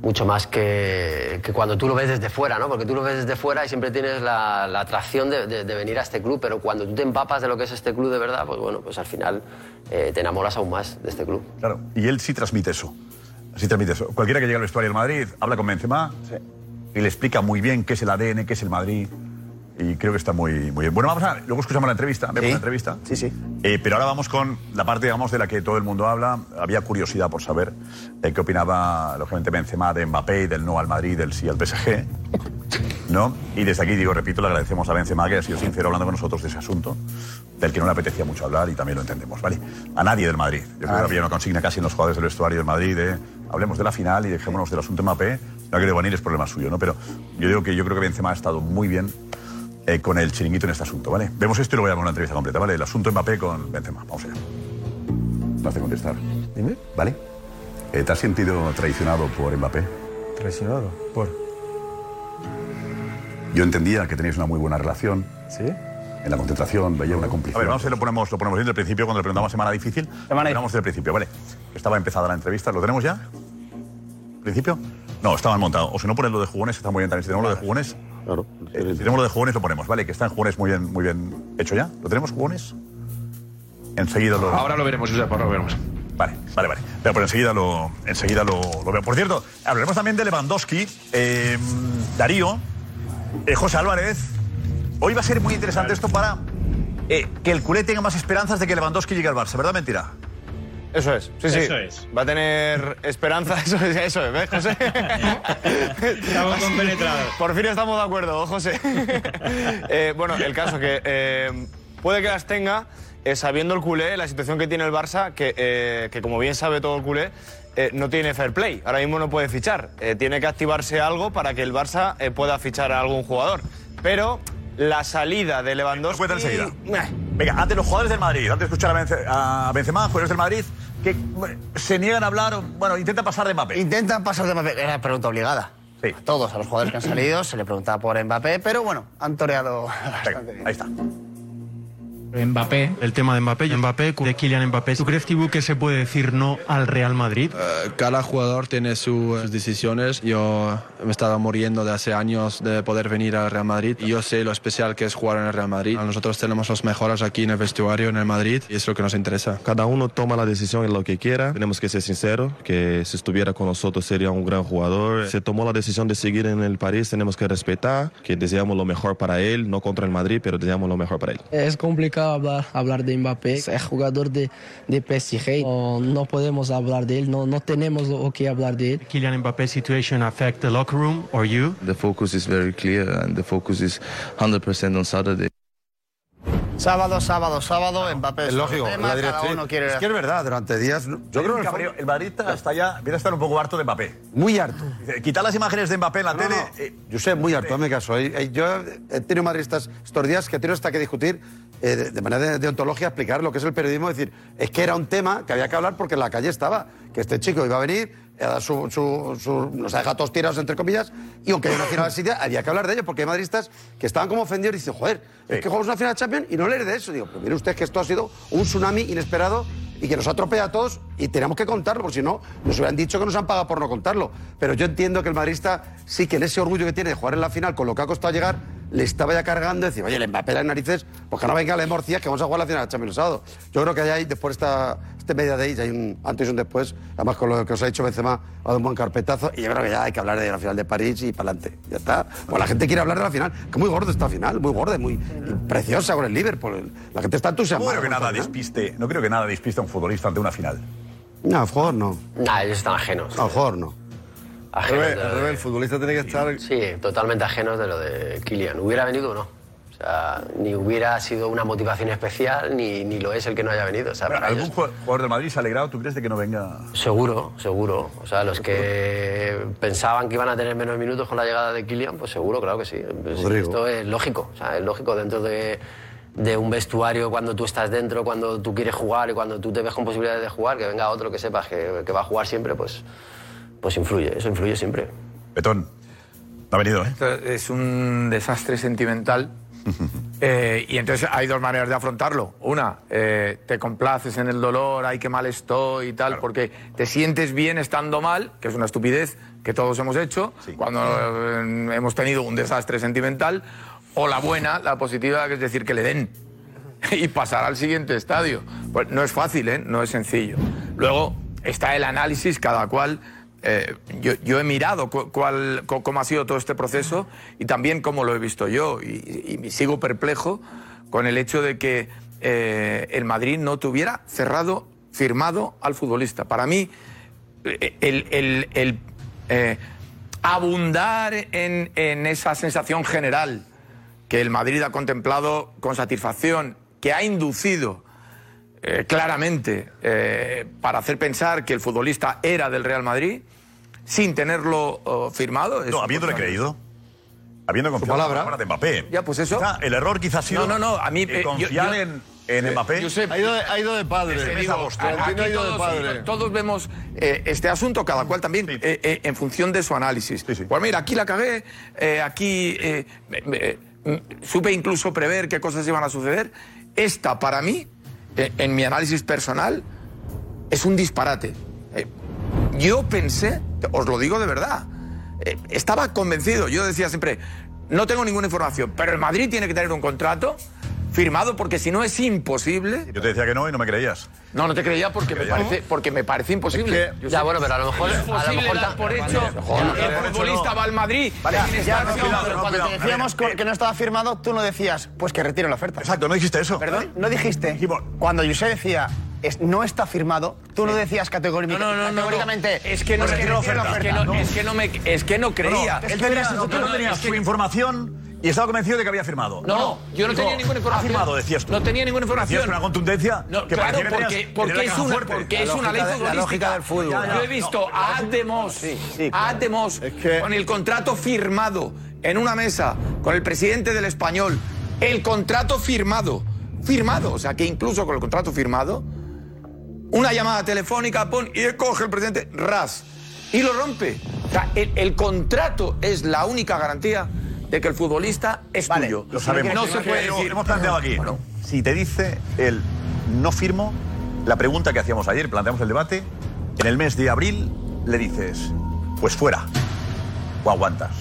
[SPEAKER 12] mucho más que, que cuando tú lo ves desde fuera, ¿no? Porque tú lo ves desde fuera y siempre tienes la, la atracción de, de- de venir a este club, pero cuando tú te empapas de lo que es este club de verdad, pues bueno, pues al final eh, te enamoras aún más de este club.
[SPEAKER 8] Claro. Y él sí transmite eso. Sí transmite eso. Cualquiera que llegue al vestuario del Madrid habla con Benzema y le explica muy bien qué es el ADN, qué es el Madrid. Y creo que está muy, muy bien. Bueno, vamos a. Luego escuchamos la entrevista. Vemos la entrevista. Sí, sí. pero ahora vamos con la parte, digamos, de la que todo el mundo habla. Había curiosidad por saber eh, qué opinaba, lógicamente, Benzema de Mbappé y del no al Madrid, del sí al PSG. ¿No? Y desde aquí, digo, repito, le agradecemos a Benzema que ha sido sincero hablando con nosotros de ese asunto, del que no le apetecía mucho hablar y también lo entendemos, ¿vale? A nadie del Madrid. Yo creo que había una consigna casi en los jugadores del vestuario del Madrid de hablemos de la final y dejémonos del asunto Mbappé. Si no ha querido venir es problema suyo, ¿no? Pero yo digo que yo creo que Benzema ha estado muy bien eh, con el chiringuito en este asunto, ¿vale? Vemos esto y luego voy a una entrevista completa, ¿vale? El asunto Mbappé con Benzema. Vamos allá. No hace contestar. Dime. ¿Vale? Eh, ¿Te has sentido traicionado por Mbappé?
[SPEAKER 13] Traicionado. ¿Por?
[SPEAKER 8] Yo entendía que teníais una muy buena relación.
[SPEAKER 13] ¿Sí?
[SPEAKER 8] En la concentración veía una complicidad. A ver, vamos a ver, lo ponemos, lo ponemos desde el principio, cuando le preguntamos semana difícil. Semana difícil. desde el principio, vale. Estaba empezada la entrevista, ¿lo tenemos ya? ¿Principio? No, estaba montado. O si no, ponen lo de jugones, está muy bien también. Si tenemos lo de jugones. Claro. si tenemos lo de jugones, lo ponemos, ¿vale? Que está en jugones muy bien, muy bien hecho ya. ¿Lo tenemos, jugones? Enseguida lo.
[SPEAKER 9] Ahora lo veremos, Josep, ahora lo veremos.
[SPEAKER 8] Vale, vale, vale. Pero, pero enseguida, lo, enseguida lo, lo veo. Por cierto, hablaremos también de Lewandowski, eh, Darío, eh, José Álvarez. Hoy va a ser muy interesante esto para eh, que el culé tenga más esperanzas de que Lewandowski llegue al Barça, ¿verdad? Mentira.
[SPEAKER 13] Eso es, sí, sí.
[SPEAKER 8] Eso
[SPEAKER 13] es. Va a tener esperanza, eso es, eso es, ¿ves, José? estamos compenetrados. Por fin estamos de acuerdo, José. Eh, bueno, el caso que eh, puede que las tenga, eh, sabiendo el culé, la situación que tiene el Barça, que, eh, que como bien sabe todo el culé, eh, no tiene fair play. Ahora mismo no puede fichar. Eh, tiene que activarse algo para que el Barça eh, pueda fichar a algún jugador. Pero la salida de Lewandowski...
[SPEAKER 8] Cuenta enseguida. Venga, antes los jugadores del Madrid, antes de escuchar a, Bence- a Benzema, jugadores del Madrid, que bueno, se niegan a hablar, o, bueno, intenta pasar de Mbappé.
[SPEAKER 6] Intentan pasar de Mbappé, era la pregunta obligada. A todos, a los jugadores que han salido, se le preguntaba por Mbappé, pero bueno, han toreado bastante bien.
[SPEAKER 8] Ahí está.
[SPEAKER 14] Mbappé. El tema de Mbappé, Mbappé, de Kylian Mbappé. ¿Tú crees, Tibu, que se puede decir no al Real Madrid?
[SPEAKER 15] Eh, cada jugador tiene su- sus decisiones. Yo me estaba muriendo de hace años de poder venir al Real Madrid. Y yo sé lo especial que es jugar en el Real Madrid. Nosotros tenemos los mejores aquí en el vestuario, en el Madrid, y es lo que nos interesa.
[SPEAKER 16] Cada uno toma la decisión en lo que quiera. Tenemos que ser sinceros, que si estuviera con nosotros sería un gran jugador. Se tomó la decisión de seguir en el París, tenemos que respetar, que deseamos lo mejor para él, no contra el Madrid, pero deseamos lo mejor para él.
[SPEAKER 17] Es complicado complicado hablar, hablar de Mbappé. Es el jugador de, de PSG. No, no podemos hablar de él, no, no tenemos lo que hablar de él.
[SPEAKER 14] Kylian Mbappe's situation affect the locker room or you?
[SPEAKER 18] The focus is very clear and the focus is 100% on Saturday.
[SPEAKER 6] Sábado, sábado, sábado, Mbappé.
[SPEAKER 19] Es lógico, la
[SPEAKER 6] Tema, cada
[SPEAKER 19] directriz.
[SPEAKER 6] uno quiere-
[SPEAKER 19] Es que es verdad, durante días. Yo creo que el
[SPEAKER 8] cabreo.
[SPEAKER 19] fue-
[SPEAKER 8] el madridista está ya, viene a estar un poco harto de Mbappé.
[SPEAKER 19] muy harto.
[SPEAKER 8] Dice, Quitar Eh, las imágenes de Mbappé en la
[SPEAKER 19] No,
[SPEAKER 8] tele.
[SPEAKER 19] no,
[SPEAKER 8] eh,
[SPEAKER 19] Yo sé, muy harto, hazme caso. Ahí- ahí Eh, Yo he tenido madridistas estos días que tengo hasta que discutir eh, de de manera de- de ontología, explicar lo que es el periodismo. Es decir, es que era un tema que había que hablar porque en la calle estaba. Que este chico iba a venir, a dar su, su- su- nos ha dejado todos tirados, entre comillas, y aunque hay una final de City, había que hablar de ello porque hay madridistas que estaban como ofendidos y dicen, joder, es que jugamos una final de Champions y no leer de eso. Digo, pero mire usted que esto ha sido un tsunami inesperado y que nos atropella a todos y tenemos que contarlo, porque si no, nos hubieran dicho que nos han pagado por no contarlo. Pero yo entiendo que el madridista sí que en ese orgullo que tiene de jugar en la final, con lo que ha costado llegar, le estaba ya cargando y decir, oye, le Mbappé las narices, pues que no venga la morcillas que vamos a jugar la final del Champions el sábado. Yo creo que ahí hay, después de esta, este media day, ya hay un antes y un después, además con lo que os ha dicho Benzema, ha dado un buen carpetazo, y yo creo que ya hay que hablar de la final de París y para adelante, ya está. Pues la gente quiere hablar de la final, que muy gorda esta final, muy gorda, muy preciosa con el Liverpool, la gente está
[SPEAKER 8] no
[SPEAKER 19] entusiasmada.
[SPEAKER 8] creo que
[SPEAKER 19] con esta
[SPEAKER 8] nada
[SPEAKER 19] final.
[SPEAKER 8] despiste, no creo que nada despiste a un futbolista ante una final.
[SPEAKER 19] No, a lo mejor no.
[SPEAKER 12] Nah, ellos están ajenos.
[SPEAKER 19] A lo mejor no.
[SPEAKER 12] Ajenos
[SPEAKER 19] Rebe-
[SPEAKER 12] de lo de-
[SPEAKER 19] Rebe, el futbolista tiene que estar.
[SPEAKER 12] Sí, totalmente ajenos de lo de Kylian. ¿Hubiera venido o no? O sea, ni hubiera sido una motivación especial, ni, ni lo es el que no haya venido. O sea, para
[SPEAKER 8] ¿Algún
[SPEAKER 12] ellos-
[SPEAKER 8] jue- jugador del Madrid se ha alegrado? ¿Tú crees de que no venga?
[SPEAKER 12] Seguro, seguro. O sea, los que pensaban que iban a tener menos minutos con la llegada de Kylian, pues seguro, claro que sí. Pues
[SPEAKER 8] Rodrigo.
[SPEAKER 12] esto es lógico. O sea, es lógico dentro de, de un vestuario, cuando tú estás dentro, cuando tú quieres jugar y cuando tú te ves con posibilidades de jugar, que venga otro que sepas que, que va a jugar siempre, pues, pues influye. Eso influye siempre.
[SPEAKER 8] Betón, no ha venido, ¿eh?
[SPEAKER 9] Esto es un desastre sentimental. Eh, y entonces hay dos maneras de afrontarlo. Una, eh, te complaces en el dolor, ay, qué mal estoy y tal, porque te sientes bien estando mal, que es una estupidez que todos hemos hecho, cuando eh, hemos tenido un desastre sentimental. O la buena, la positiva, que es decir, que le den y pasar al siguiente estadio. Pues no es fácil, ¿eh? no es sencillo. Luego está el análisis, cada cual. eh, yo, yo he mirado cu- cuál- co- cómo ha sido todo este proceso y también cómo lo he visto yo. Y, y sigo perplejo con el hecho de que eh, el Madrid no tuviera cerrado, firmado al futbolista. Para mí, eh, el, el- el, eh, abundar en- en esa sensación general que el Madrid ha contemplado con satisfacción, que ha inducido eh, claramente eh, para hacer pensar que el futbolista era del Real Madrid, sin tenerlo eh, firmado.
[SPEAKER 8] No, habiéndole creído. Habiendo
[SPEAKER 9] Su
[SPEAKER 8] confiado en la
[SPEAKER 9] palabra.
[SPEAKER 8] palabra de Mbappé.
[SPEAKER 9] Ya, pues eso.
[SPEAKER 8] Quizá el error quizás ha sido
[SPEAKER 9] No, no, no, a mí,
[SPEAKER 8] eh,
[SPEAKER 9] eh, yo-
[SPEAKER 8] confiar
[SPEAKER 9] yo-
[SPEAKER 8] en, en
[SPEAKER 9] eh,
[SPEAKER 8] Mbappé.
[SPEAKER 9] Josep, Ha ido de- ha
[SPEAKER 8] ido de
[SPEAKER 9] Es que digo, a- aquí todos, todos vemos eh, este asunto, cada cual también eh, eh, en función de su análisis. Pues mira, aquí la cagué, eh, aquí eh, me- me- m- supe incluso prever qué cosas iban a suceder. Esta, para mí, eh, en mi análisis personal, es un disparate. Eh, yo pensé, os lo digo de verdad, eh, estaba convencido, yo decía siempre, no tengo ninguna información, pero el Madrid tiene que tener un contrato firmado porque si no es imposible.
[SPEAKER 8] Yo te decía que no y no me creías.
[SPEAKER 9] No, no te creía porque me parece, porque me parece imposible.
[SPEAKER 8] que-
[SPEAKER 9] Yo
[SPEAKER 8] Ya,
[SPEAKER 9] sé-
[SPEAKER 8] bueno, pero a lo mejor-
[SPEAKER 9] Es
[SPEAKER 8] a lo
[SPEAKER 9] posible
[SPEAKER 8] mejor
[SPEAKER 9] dar
[SPEAKER 8] ta-
[SPEAKER 9] por hecho
[SPEAKER 8] Mejor,
[SPEAKER 9] que
[SPEAKER 8] mejor
[SPEAKER 9] el
[SPEAKER 8] hecho
[SPEAKER 9] futbolista
[SPEAKER 8] no.
[SPEAKER 9] va al Madrid.
[SPEAKER 6] Vale,
[SPEAKER 9] tiene
[SPEAKER 6] ya,
[SPEAKER 9] estar- no,
[SPEAKER 6] no, pero
[SPEAKER 9] pero
[SPEAKER 6] cuando
[SPEAKER 9] cuidado,
[SPEAKER 6] te decíamos co- que no estaba firmado, tú no decías, pues que retire la oferta.
[SPEAKER 8] Exacto, no dijiste eso.
[SPEAKER 6] ¿Perdón? No dijiste. Cuando José decía, es- no está firmado, tú no decías categóricamente.
[SPEAKER 9] No, no, no, no, no.
[SPEAKER 6] categóricamente,
[SPEAKER 9] Es que no,
[SPEAKER 6] pues
[SPEAKER 9] es que
[SPEAKER 6] que
[SPEAKER 9] no,
[SPEAKER 6] retire la
[SPEAKER 9] es que
[SPEAKER 6] oferta.
[SPEAKER 9] no, es que no me, es que no creía.
[SPEAKER 8] él tenía, no, tú no tenías su información y estaba convencido de que había firmado.
[SPEAKER 9] No, no, yo no
[SPEAKER 8] Dijo,
[SPEAKER 9] tenía ninguna información.
[SPEAKER 8] Ha firmado, decías tú.
[SPEAKER 9] No tenía ninguna información.
[SPEAKER 8] Decías con una contundencia
[SPEAKER 9] No,
[SPEAKER 8] que
[SPEAKER 9] claro,
[SPEAKER 8] parecía que
[SPEAKER 9] porque,
[SPEAKER 8] tenías-
[SPEAKER 9] porque
[SPEAKER 8] tenías
[SPEAKER 9] es
[SPEAKER 8] la
[SPEAKER 9] una,
[SPEAKER 8] fuerte.
[SPEAKER 9] porque es
[SPEAKER 8] La
[SPEAKER 9] una ley
[SPEAKER 8] lógica de- la
[SPEAKER 9] futbolística.
[SPEAKER 8] lógica del fútbol. Ya, ya.
[SPEAKER 9] Yo he visto a Ademos, a Ademos con el contrato firmado en una mesa con el presidente del español, el contrato firmado, firmado, o sea que incluso con el contrato firmado, una llamada telefónica, pon, y coge el presidente, ras, y lo rompe. O sea, el, el contrato es la única garantía de que el futbolista es tuyo.
[SPEAKER 8] Lo sabemos.
[SPEAKER 9] No se puede
[SPEAKER 8] Pero
[SPEAKER 9] decir.
[SPEAKER 8] Hemos planteado aquí. si te dice el no firmo, la pregunta que hacíamos ayer, planteamos el debate, en el mes de abril le dices, pues fuera, o aguantas.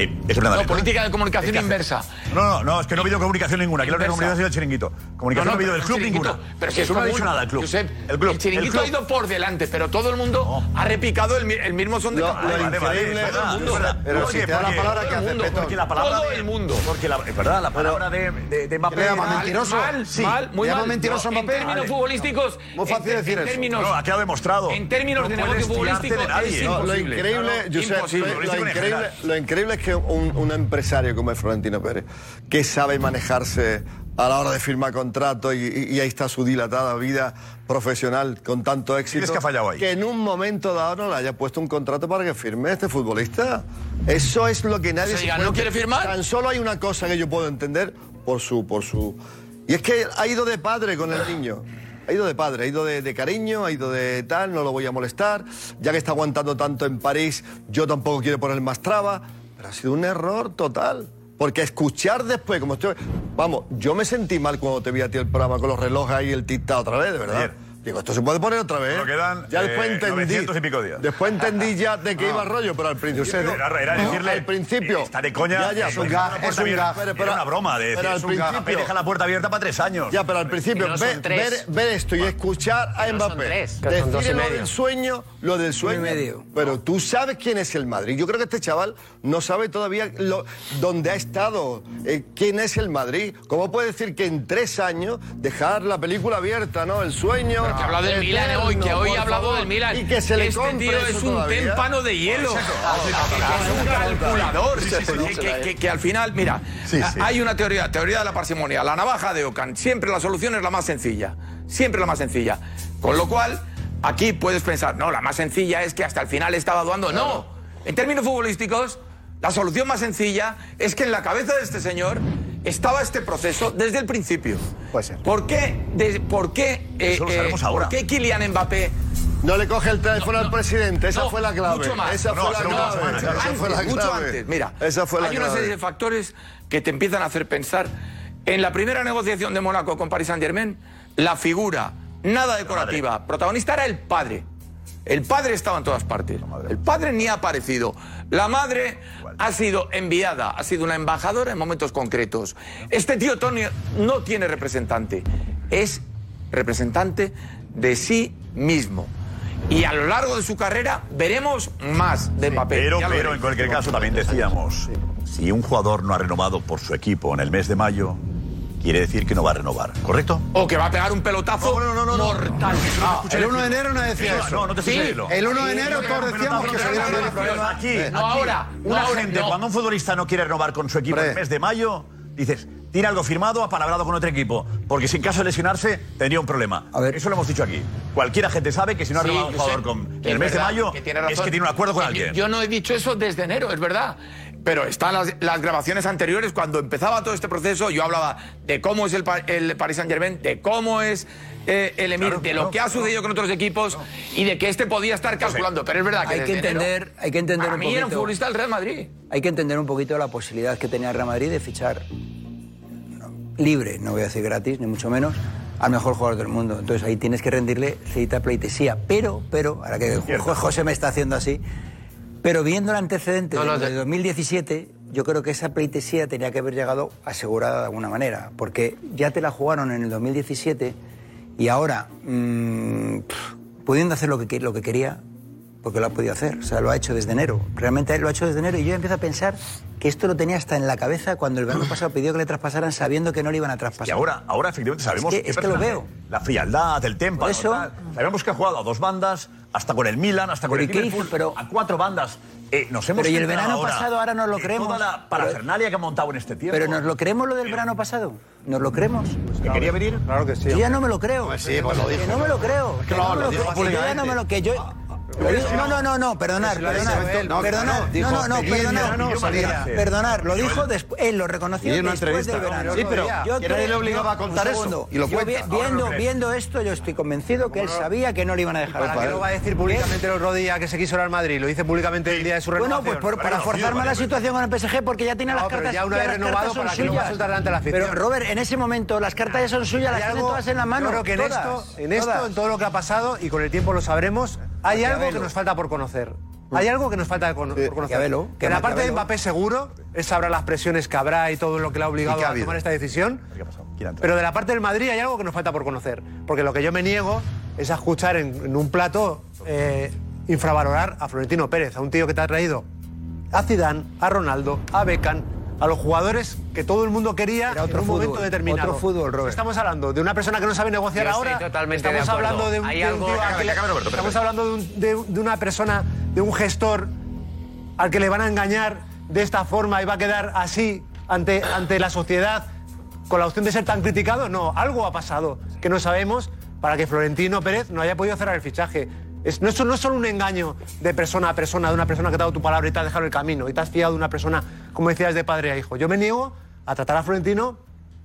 [SPEAKER 8] Eh, Es verdad.
[SPEAKER 9] No, política de comunicación
[SPEAKER 8] Hay que hacer-
[SPEAKER 9] inversa.
[SPEAKER 8] No, no, no, es que no ha habido comunicación ninguna. Aquí lo que ha
[SPEAKER 9] Inversa.
[SPEAKER 8] comunicado ha sido el chiringuito. Comunicación no, ha habido del
[SPEAKER 9] pero
[SPEAKER 8] club
[SPEAKER 9] el
[SPEAKER 8] ninguna.
[SPEAKER 9] chiringuito- Pero si es
[SPEAKER 8] no ha
[SPEAKER 9] común,
[SPEAKER 8] dicho nada el club.
[SPEAKER 9] Josep,
[SPEAKER 8] el club.
[SPEAKER 9] el chiringuito
[SPEAKER 8] club.
[SPEAKER 9] ha ido por delante, pero todo el mundo ha replicado el, mi- el mismo son de
[SPEAKER 8] Lo-
[SPEAKER 9] campaña.
[SPEAKER 8] lo
[SPEAKER 9] Vale, vale,
[SPEAKER 8] increíble-
[SPEAKER 9] vale, todo el mundo.
[SPEAKER 8] es verdad. Pero
[SPEAKER 9] No,
[SPEAKER 8] si
[SPEAKER 9] sí,
[SPEAKER 8] te da la
[SPEAKER 9] porque-
[SPEAKER 8] palabra, ¿qué
[SPEAKER 9] todo el
[SPEAKER 8] haces,
[SPEAKER 9] mundo,
[SPEAKER 8] Beto? Porque la palabra
[SPEAKER 9] Todo
[SPEAKER 8] de-
[SPEAKER 9] el mundo.
[SPEAKER 8] Porque la, es verdad, la palabra de, de, de Mbappé.
[SPEAKER 9] ¿Qué le llama
[SPEAKER 8] mal,
[SPEAKER 9] mentiroso?
[SPEAKER 8] Mal,
[SPEAKER 9] Sí.
[SPEAKER 8] mal, muy
[SPEAKER 9] ¿Le llama
[SPEAKER 8] mal.
[SPEAKER 9] mentiroso a
[SPEAKER 8] en
[SPEAKER 9] Mbappé?
[SPEAKER 8] términos
[SPEAKER 9] Vale.
[SPEAKER 8] futbolísticos.
[SPEAKER 9] Muy
[SPEAKER 8] en-
[SPEAKER 9] fácil
[SPEAKER 8] en,
[SPEAKER 9] decir eso.
[SPEAKER 8] términos-
[SPEAKER 9] No,
[SPEAKER 8] ha quedado demostrado.
[SPEAKER 9] en términos
[SPEAKER 8] No
[SPEAKER 9] de
[SPEAKER 8] puedes
[SPEAKER 9] negocio
[SPEAKER 8] fiarte
[SPEAKER 9] futbolístico
[SPEAKER 8] de nadie.
[SPEAKER 9] es
[SPEAKER 8] No,
[SPEAKER 9] imposible.
[SPEAKER 8] lo
[SPEAKER 4] increíble,
[SPEAKER 9] Claro,
[SPEAKER 4] Josep,
[SPEAKER 9] imposible.
[SPEAKER 4] lo, increíble, lo increíble es que un, un empresario como es Florentino Pérez, que sabe manejarse a la hora de firmar contrato y, y- y ahí está su dilatada vida profesional con tanto éxito.
[SPEAKER 8] es que ha fallado ahí?
[SPEAKER 4] que en un momento dado no le haya puesto un contrato para que firme este futbolista. Eso es lo que nadie
[SPEAKER 9] O sea, diga,
[SPEAKER 4] puede
[SPEAKER 9] ¿no quiere
[SPEAKER 4] enter-
[SPEAKER 9] firmar?
[SPEAKER 4] Tan solo hay una cosa que yo puedo entender por su, por su. Y es que ha ido de padre con el niño. Ha ido de padre, ha ido de, de cariño, ha ido de tal, no lo voy a molestar. Ya que está aguantando tanto en París, yo tampoco quiero poner más trabas. Pero ha sido un error total. Porque escuchar después, como estoy. Vamos, yo me sentí mal cuando te vi a ti el programa con los relojes ahí, el tic-tac otra vez, de verdad. Digo, esto se puede poner otra vez.
[SPEAKER 8] Bueno, quedan,
[SPEAKER 4] ya después
[SPEAKER 8] eh,
[SPEAKER 4] entendí.
[SPEAKER 8] 900 y pico días. Ah.
[SPEAKER 4] Después entendí ya de qué iba el rollo, pero al principio.
[SPEAKER 8] Era, era decirle.
[SPEAKER 4] al principio.
[SPEAKER 8] Está de
[SPEAKER 4] Ya,
[SPEAKER 8] coña.
[SPEAKER 4] ya,
[SPEAKER 8] es
[SPEAKER 4] pero-
[SPEAKER 8] un gag.
[SPEAKER 4] es un gag. Pero- pero-
[SPEAKER 8] Era una broma. De decir,
[SPEAKER 4] pero al
[SPEAKER 8] es un gag.
[SPEAKER 4] principio-
[SPEAKER 8] Deja la puerta abierta para tres años.
[SPEAKER 4] Ya, pero al principio,
[SPEAKER 8] Que no
[SPEAKER 4] ve-
[SPEAKER 8] son
[SPEAKER 4] ver,
[SPEAKER 8] tres.
[SPEAKER 4] ver esto y escuchar a
[SPEAKER 8] Que no
[SPEAKER 4] Mbappé.
[SPEAKER 8] son tres, que son
[SPEAKER 4] decir
[SPEAKER 8] dos y
[SPEAKER 4] lo
[SPEAKER 8] medio.
[SPEAKER 4] del sueño, lo del sueño.
[SPEAKER 8] medio.
[SPEAKER 4] Pero tú sabes quién es el Madrid. Yo creo que este chaval no sabe todavía lo- dónde ha estado, eh, quién es el Madrid. ¿Cómo puede decir que en tres años dejar la película abierta, ¿no? El sueño.
[SPEAKER 9] Que ha hablado del
[SPEAKER 4] eterno,
[SPEAKER 9] Milan hoy, que hoy
[SPEAKER 4] por
[SPEAKER 9] ha hablado
[SPEAKER 4] favor.
[SPEAKER 9] del Milan.
[SPEAKER 4] Y que se le
[SPEAKER 9] este
[SPEAKER 4] compre
[SPEAKER 9] tío
[SPEAKER 4] eso
[SPEAKER 9] es un
[SPEAKER 4] todavía. ah,
[SPEAKER 9] témpano de hielo. Es un calculador. Que- que- que- Que al final, mira,
[SPEAKER 8] Sí,
[SPEAKER 9] a-
[SPEAKER 8] sí.
[SPEAKER 9] hay una teoría, teoría de la parsimonia. La navaja de Ocan. Siempre la solución es la más sencilla. Siempre la más sencilla. Con lo cual, aquí puedes pensar, no, la más sencilla es que hasta el final estaba dudando. No. En términos futbolísticos, la solución más sencilla es que en la cabeza de este señor estaba este proceso desde el principio. Puede ser. ¿Por qué? de- ¿Por qué? eh,
[SPEAKER 4] Eso lo
[SPEAKER 9] eh,
[SPEAKER 4] sabemos ahora.
[SPEAKER 9] ¿Por qué Kylian Mbappé
[SPEAKER 4] No le coge el teléfono al presidente, esa
[SPEAKER 9] no,
[SPEAKER 4] fue la clave.
[SPEAKER 9] Mucho más.
[SPEAKER 4] Esa
[SPEAKER 9] No,
[SPEAKER 4] fue la
[SPEAKER 9] hace una
[SPEAKER 4] clave.
[SPEAKER 9] semana, claro.
[SPEAKER 4] Esa fue la
[SPEAKER 9] Antes, Mucho
[SPEAKER 4] clave.
[SPEAKER 9] antes. Mira,
[SPEAKER 4] esa fue la
[SPEAKER 9] hay una
[SPEAKER 4] clave.
[SPEAKER 9] serie de factores que te empiezan a hacer pensar. En la primera negociación de Mónaco con Paris Saint Germain, la figura, nada decorativa, protagonista era el padre. El padre estaba en todas partes. El padre ni ha aparecido. La madre ha sido enviada, ha sido una embajadora en momentos concretos. Este tío Tony no tiene representante. Es representante de sí mismo. Y a lo largo de su carrera veremos más de papel.
[SPEAKER 8] Pero, pero en cualquier caso también decíamos, si un jugador no ha renovado por su equipo en el mes de mayo, quiere decir que no va a renovar, ¿correcto?
[SPEAKER 9] O que va a pegar un pelotazo mortal.
[SPEAKER 8] Ah, el 1 de enero no decía eso. No, no te escuché decirlo.
[SPEAKER 9] El 1 de enero
[SPEAKER 8] todos
[SPEAKER 9] decíamos que
[SPEAKER 8] Pero no, no, no,
[SPEAKER 9] problema.
[SPEAKER 8] Aquí,
[SPEAKER 9] Eh, no,
[SPEAKER 8] aquí,
[SPEAKER 9] ahora,
[SPEAKER 8] una
[SPEAKER 9] no,
[SPEAKER 8] gente,
[SPEAKER 9] no.
[SPEAKER 8] cuando un futbolista no quiere renovar con su equipo en el mes de mayo, dices, tiene algo firmado, apalabrado con otro equipo, porque si en caso de lesionarse, tendría un problema. Eso lo hemos dicho aquí. Cualquier agente sabe que si no ha
[SPEAKER 9] Sí,
[SPEAKER 8] renovado un
[SPEAKER 9] yo sé
[SPEAKER 8] jugador con, en
[SPEAKER 9] que
[SPEAKER 8] el
[SPEAKER 9] es
[SPEAKER 8] mes de
[SPEAKER 9] verdad,
[SPEAKER 8] mayo,
[SPEAKER 9] que tiene
[SPEAKER 8] es
[SPEAKER 9] razón.
[SPEAKER 8] que tiene un acuerdo con
[SPEAKER 9] Y
[SPEAKER 8] alguien.
[SPEAKER 9] Yo no he dicho eso desde enero, es verdad. Pero están las, las grabaciones anteriores, cuando empezaba todo este proceso, yo hablaba de cómo es el, Pa- el Paris Saint Germain, de cómo es eh, el Emir, de lo que ha sucedido con otros equipos y de que este podía estar calculando. Pero es verdad que
[SPEAKER 20] hay que
[SPEAKER 9] desde enero,
[SPEAKER 20] entender, hay que entender
[SPEAKER 9] para
[SPEAKER 20] un
[SPEAKER 9] mí era un
[SPEAKER 20] poquito-
[SPEAKER 9] futbolista del Real Madrid.
[SPEAKER 20] Hay que entender un poquito la posibilidad que tenía el Real Madrid de fichar no, libre, no voy a decir gratis, ni mucho menos, al mejor jugador del mundo. Entonces ahí tienes que rendirle cierta pleitesía. Pero, pero, ahora que Jo- José me está haciendo así, pero viendo el antecedente
[SPEAKER 21] No,
[SPEAKER 20] de
[SPEAKER 21] no,
[SPEAKER 20] lo
[SPEAKER 21] te-
[SPEAKER 20] de 2017, yo creo que esa pleitesía tenía que haber llegado asegurada de alguna manera, porque ya te la jugaron en el 2017 y ahora, mm, pf, pudiendo hacer lo que, que- lo que quería, porque lo ha podido hacer, o sea, lo ha hecho desde enero. Realmente él lo ha hecho desde enero y yo empiezo a pensar que esto lo tenía hasta en la cabeza cuando el verano pasado pidió que le traspasaran sabiendo que no le iban a traspasar.
[SPEAKER 8] Y ahora, ahora efectivamente sabemos
[SPEAKER 20] Es que-
[SPEAKER 8] qué
[SPEAKER 20] es que lo
[SPEAKER 8] personaje.
[SPEAKER 20] veo.
[SPEAKER 8] La frialdad, el tempo. Sabemos que ha jugado a dos bandas, hasta con el Milan, hasta con
[SPEAKER 20] Pero
[SPEAKER 8] el
[SPEAKER 20] ¿y qué
[SPEAKER 8] Liverpool, a cuatro bandas. Eh, nos hemos
[SPEAKER 20] Pero y el
[SPEAKER 8] enterado
[SPEAKER 20] verano pasado ahora nos lo
[SPEAKER 8] de
[SPEAKER 20] creemos.
[SPEAKER 8] Toda la parafernalia que ha montado en este tiempo.
[SPEAKER 20] Pero nos lo creemos lo del verano pasado, nos lo creemos.
[SPEAKER 8] ¿Que quería venir? Claro que sí. pues
[SPEAKER 20] Yo ya no me lo creo. Que no me lo creo.
[SPEAKER 8] que
[SPEAKER 20] Que
[SPEAKER 8] lo
[SPEAKER 20] no me
[SPEAKER 8] hablo,
[SPEAKER 20] lo
[SPEAKER 8] dijo Ah,
[SPEAKER 20] creo. Que yo ya no me lo que yo.
[SPEAKER 8] pero
[SPEAKER 20] Oye,
[SPEAKER 8] si
[SPEAKER 20] No, no, no, no,
[SPEAKER 8] pero
[SPEAKER 20] perdonar,
[SPEAKER 8] si lo ha dicho
[SPEAKER 20] perdonar,
[SPEAKER 8] él, no,
[SPEAKER 20] perdonar,
[SPEAKER 8] claro,
[SPEAKER 20] no, no,
[SPEAKER 8] dijo,
[SPEAKER 20] no,
[SPEAKER 8] venía el
[SPEAKER 20] perdonar,
[SPEAKER 8] verano, salía.
[SPEAKER 20] perdonar, lo
[SPEAKER 8] Yo-
[SPEAKER 20] dijo después, él lo reconoció
[SPEAKER 8] Y en una
[SPEAKER 20] después
[SPEAKER 8] entrevista.
[SPEAKER 20] del verano.
[SPEAKER 8] Sí, pero
[SPEAKER 20] Yo
[SPEAKER 8] que nadie
[SPEAKER 20] creo-
[SPEAKER 8] le obligaba a
[SPEAKER 20] yo- un
[SPEAKER 8] contar eso,
[SPEAKER 20] segundo,
[SPEAKER 8] y lo
[SPEAKER 20] yo
[SPEAKER 8] cuenta.
[SPEAKER 20] vi-
[SPEAKER 8] Ahora lo
[SPEAKER 20] Viendo,
[SPEAKER 8] crees.
[SPEAKER 20] viendo esto, yo estoy convencido que él sabía que no le iban a dejar.
[SPEAKER 7] ¿Para pues, qué lo va a decir públicamente el otro día que se quiso ir al Madrid? Lo dice públicamente el día de su
[SPEAKER 20] Bueno,
[SPEAKER 7] renovación.
[SPEAKER 20] pues por- para forzar más la situación con el PSG porque ya tiene
[SPEAKER 7] No,
[SPEAKER 20] las
[SPEAKER 7] pero
[SPEAKER 20] cartas.
[SPEAKER 7] ya una vez
[SPEAKER 20] las
[SPEAKER 7] renovado,
[SPEAKER 20] cartas son
[SPEAKER 7] ¿para qué lo va a
[SPEAKER 20] suyas.
[SPEAKER 7] soltar delante de la afición?
[SPEAKER 20] Pero Robert, en ese momento las cartas ya son suyas, las
[SPEAKER 7] Hay
[SPEAKER 20] tiene
[SPEAKER 7] algo-
[SPEAKER 20] todas en la mano.
[SPEAKER 7] yo creo que en
[SPEAKER 20] todas,
[SPEAKER 7] esto, en
[SPEAKER 20] todas.
[SPEAKER 7] esto, en todo lo que ha pasado, y con el tiempo lo sabremos, hay algo que
[SPEAKER 20] Maquiavelo. Eh,
[SPEAKER 7] nos falta por conocer. Hay algo que nos falta con- por conocer.
[SPEAKER 20] Maquiavelo, que
[SPEAKER 7] en la parte de
[SPEAKER 20] Maquiavelo-
[SPEAKER 7] Mbappé seguro, él sabrá las presiones que habrá y todo lo que le ha
[SPEAKER 20] ¿Y
[SPEAKER 7] obligado
[SPEAKER 20] qué ha
[SPEAKER 7] a
[SPEAKER 20] habido?
[SPEAKER 7] tomar esta decisión.
[SPEAKER 8] ¿Quién ha
[SPEAKER 7] Pero de la parte del Madrid hay algo que nos falta por conocer. Porque lo que yo me niego es a escuchar en, en un plato eh, infravalorar a Florentino Pérez, a un tío que te ha traído a Zidane, a Ronaldo, a Beckham, a los jugadores que todo el mundo quería en un
[SPEAKER 20] fútbol,
[SPEAKER 7] momento determinado.
[SPEAKER 20] otro fútbol, Robert.
[SPEAKER 7] Estamos hablando de una persona que no sabe negociar
[SPEAKER 20] Yo estoy
[SPEAKER 7] ahora.
[SPEAKER 20] totalmente
[SPEAKER 7] estamos
[SPEAKER 20] de acuerdo.
[SPEAKER 7] hablando de un,
[SPEAKER 20] Hay
[SPEAKER 7] de un
[SPEAKER 20] algo-
[SPEAKER 7] tío al
[SPEAKER 20] Acaba,
[SPEAKER 7] que le-
[SPEAKER 20] acaba, Roberto,
[SPEAKER 7] Estamos
[SPEAKER 20] perfecto.
[SPEAKER 7] hablando de, un- de- de una persona, de un gestor al que le van a engañar de esta forma y va a quedar así ante, ante la sociedad con la opción de ser tan criticado? No, algo ha pasado que no sabemos para que Florentino Pérez no haya podido cerrar el fichaje. Es, no, es, no es solo un engaño de persona a persona, de una persona que te ha dado tu palabra y te ha dejado el camino y te has fiado de una persona, como decías, de padre a hijo. Yo me niego a tratar a Florentino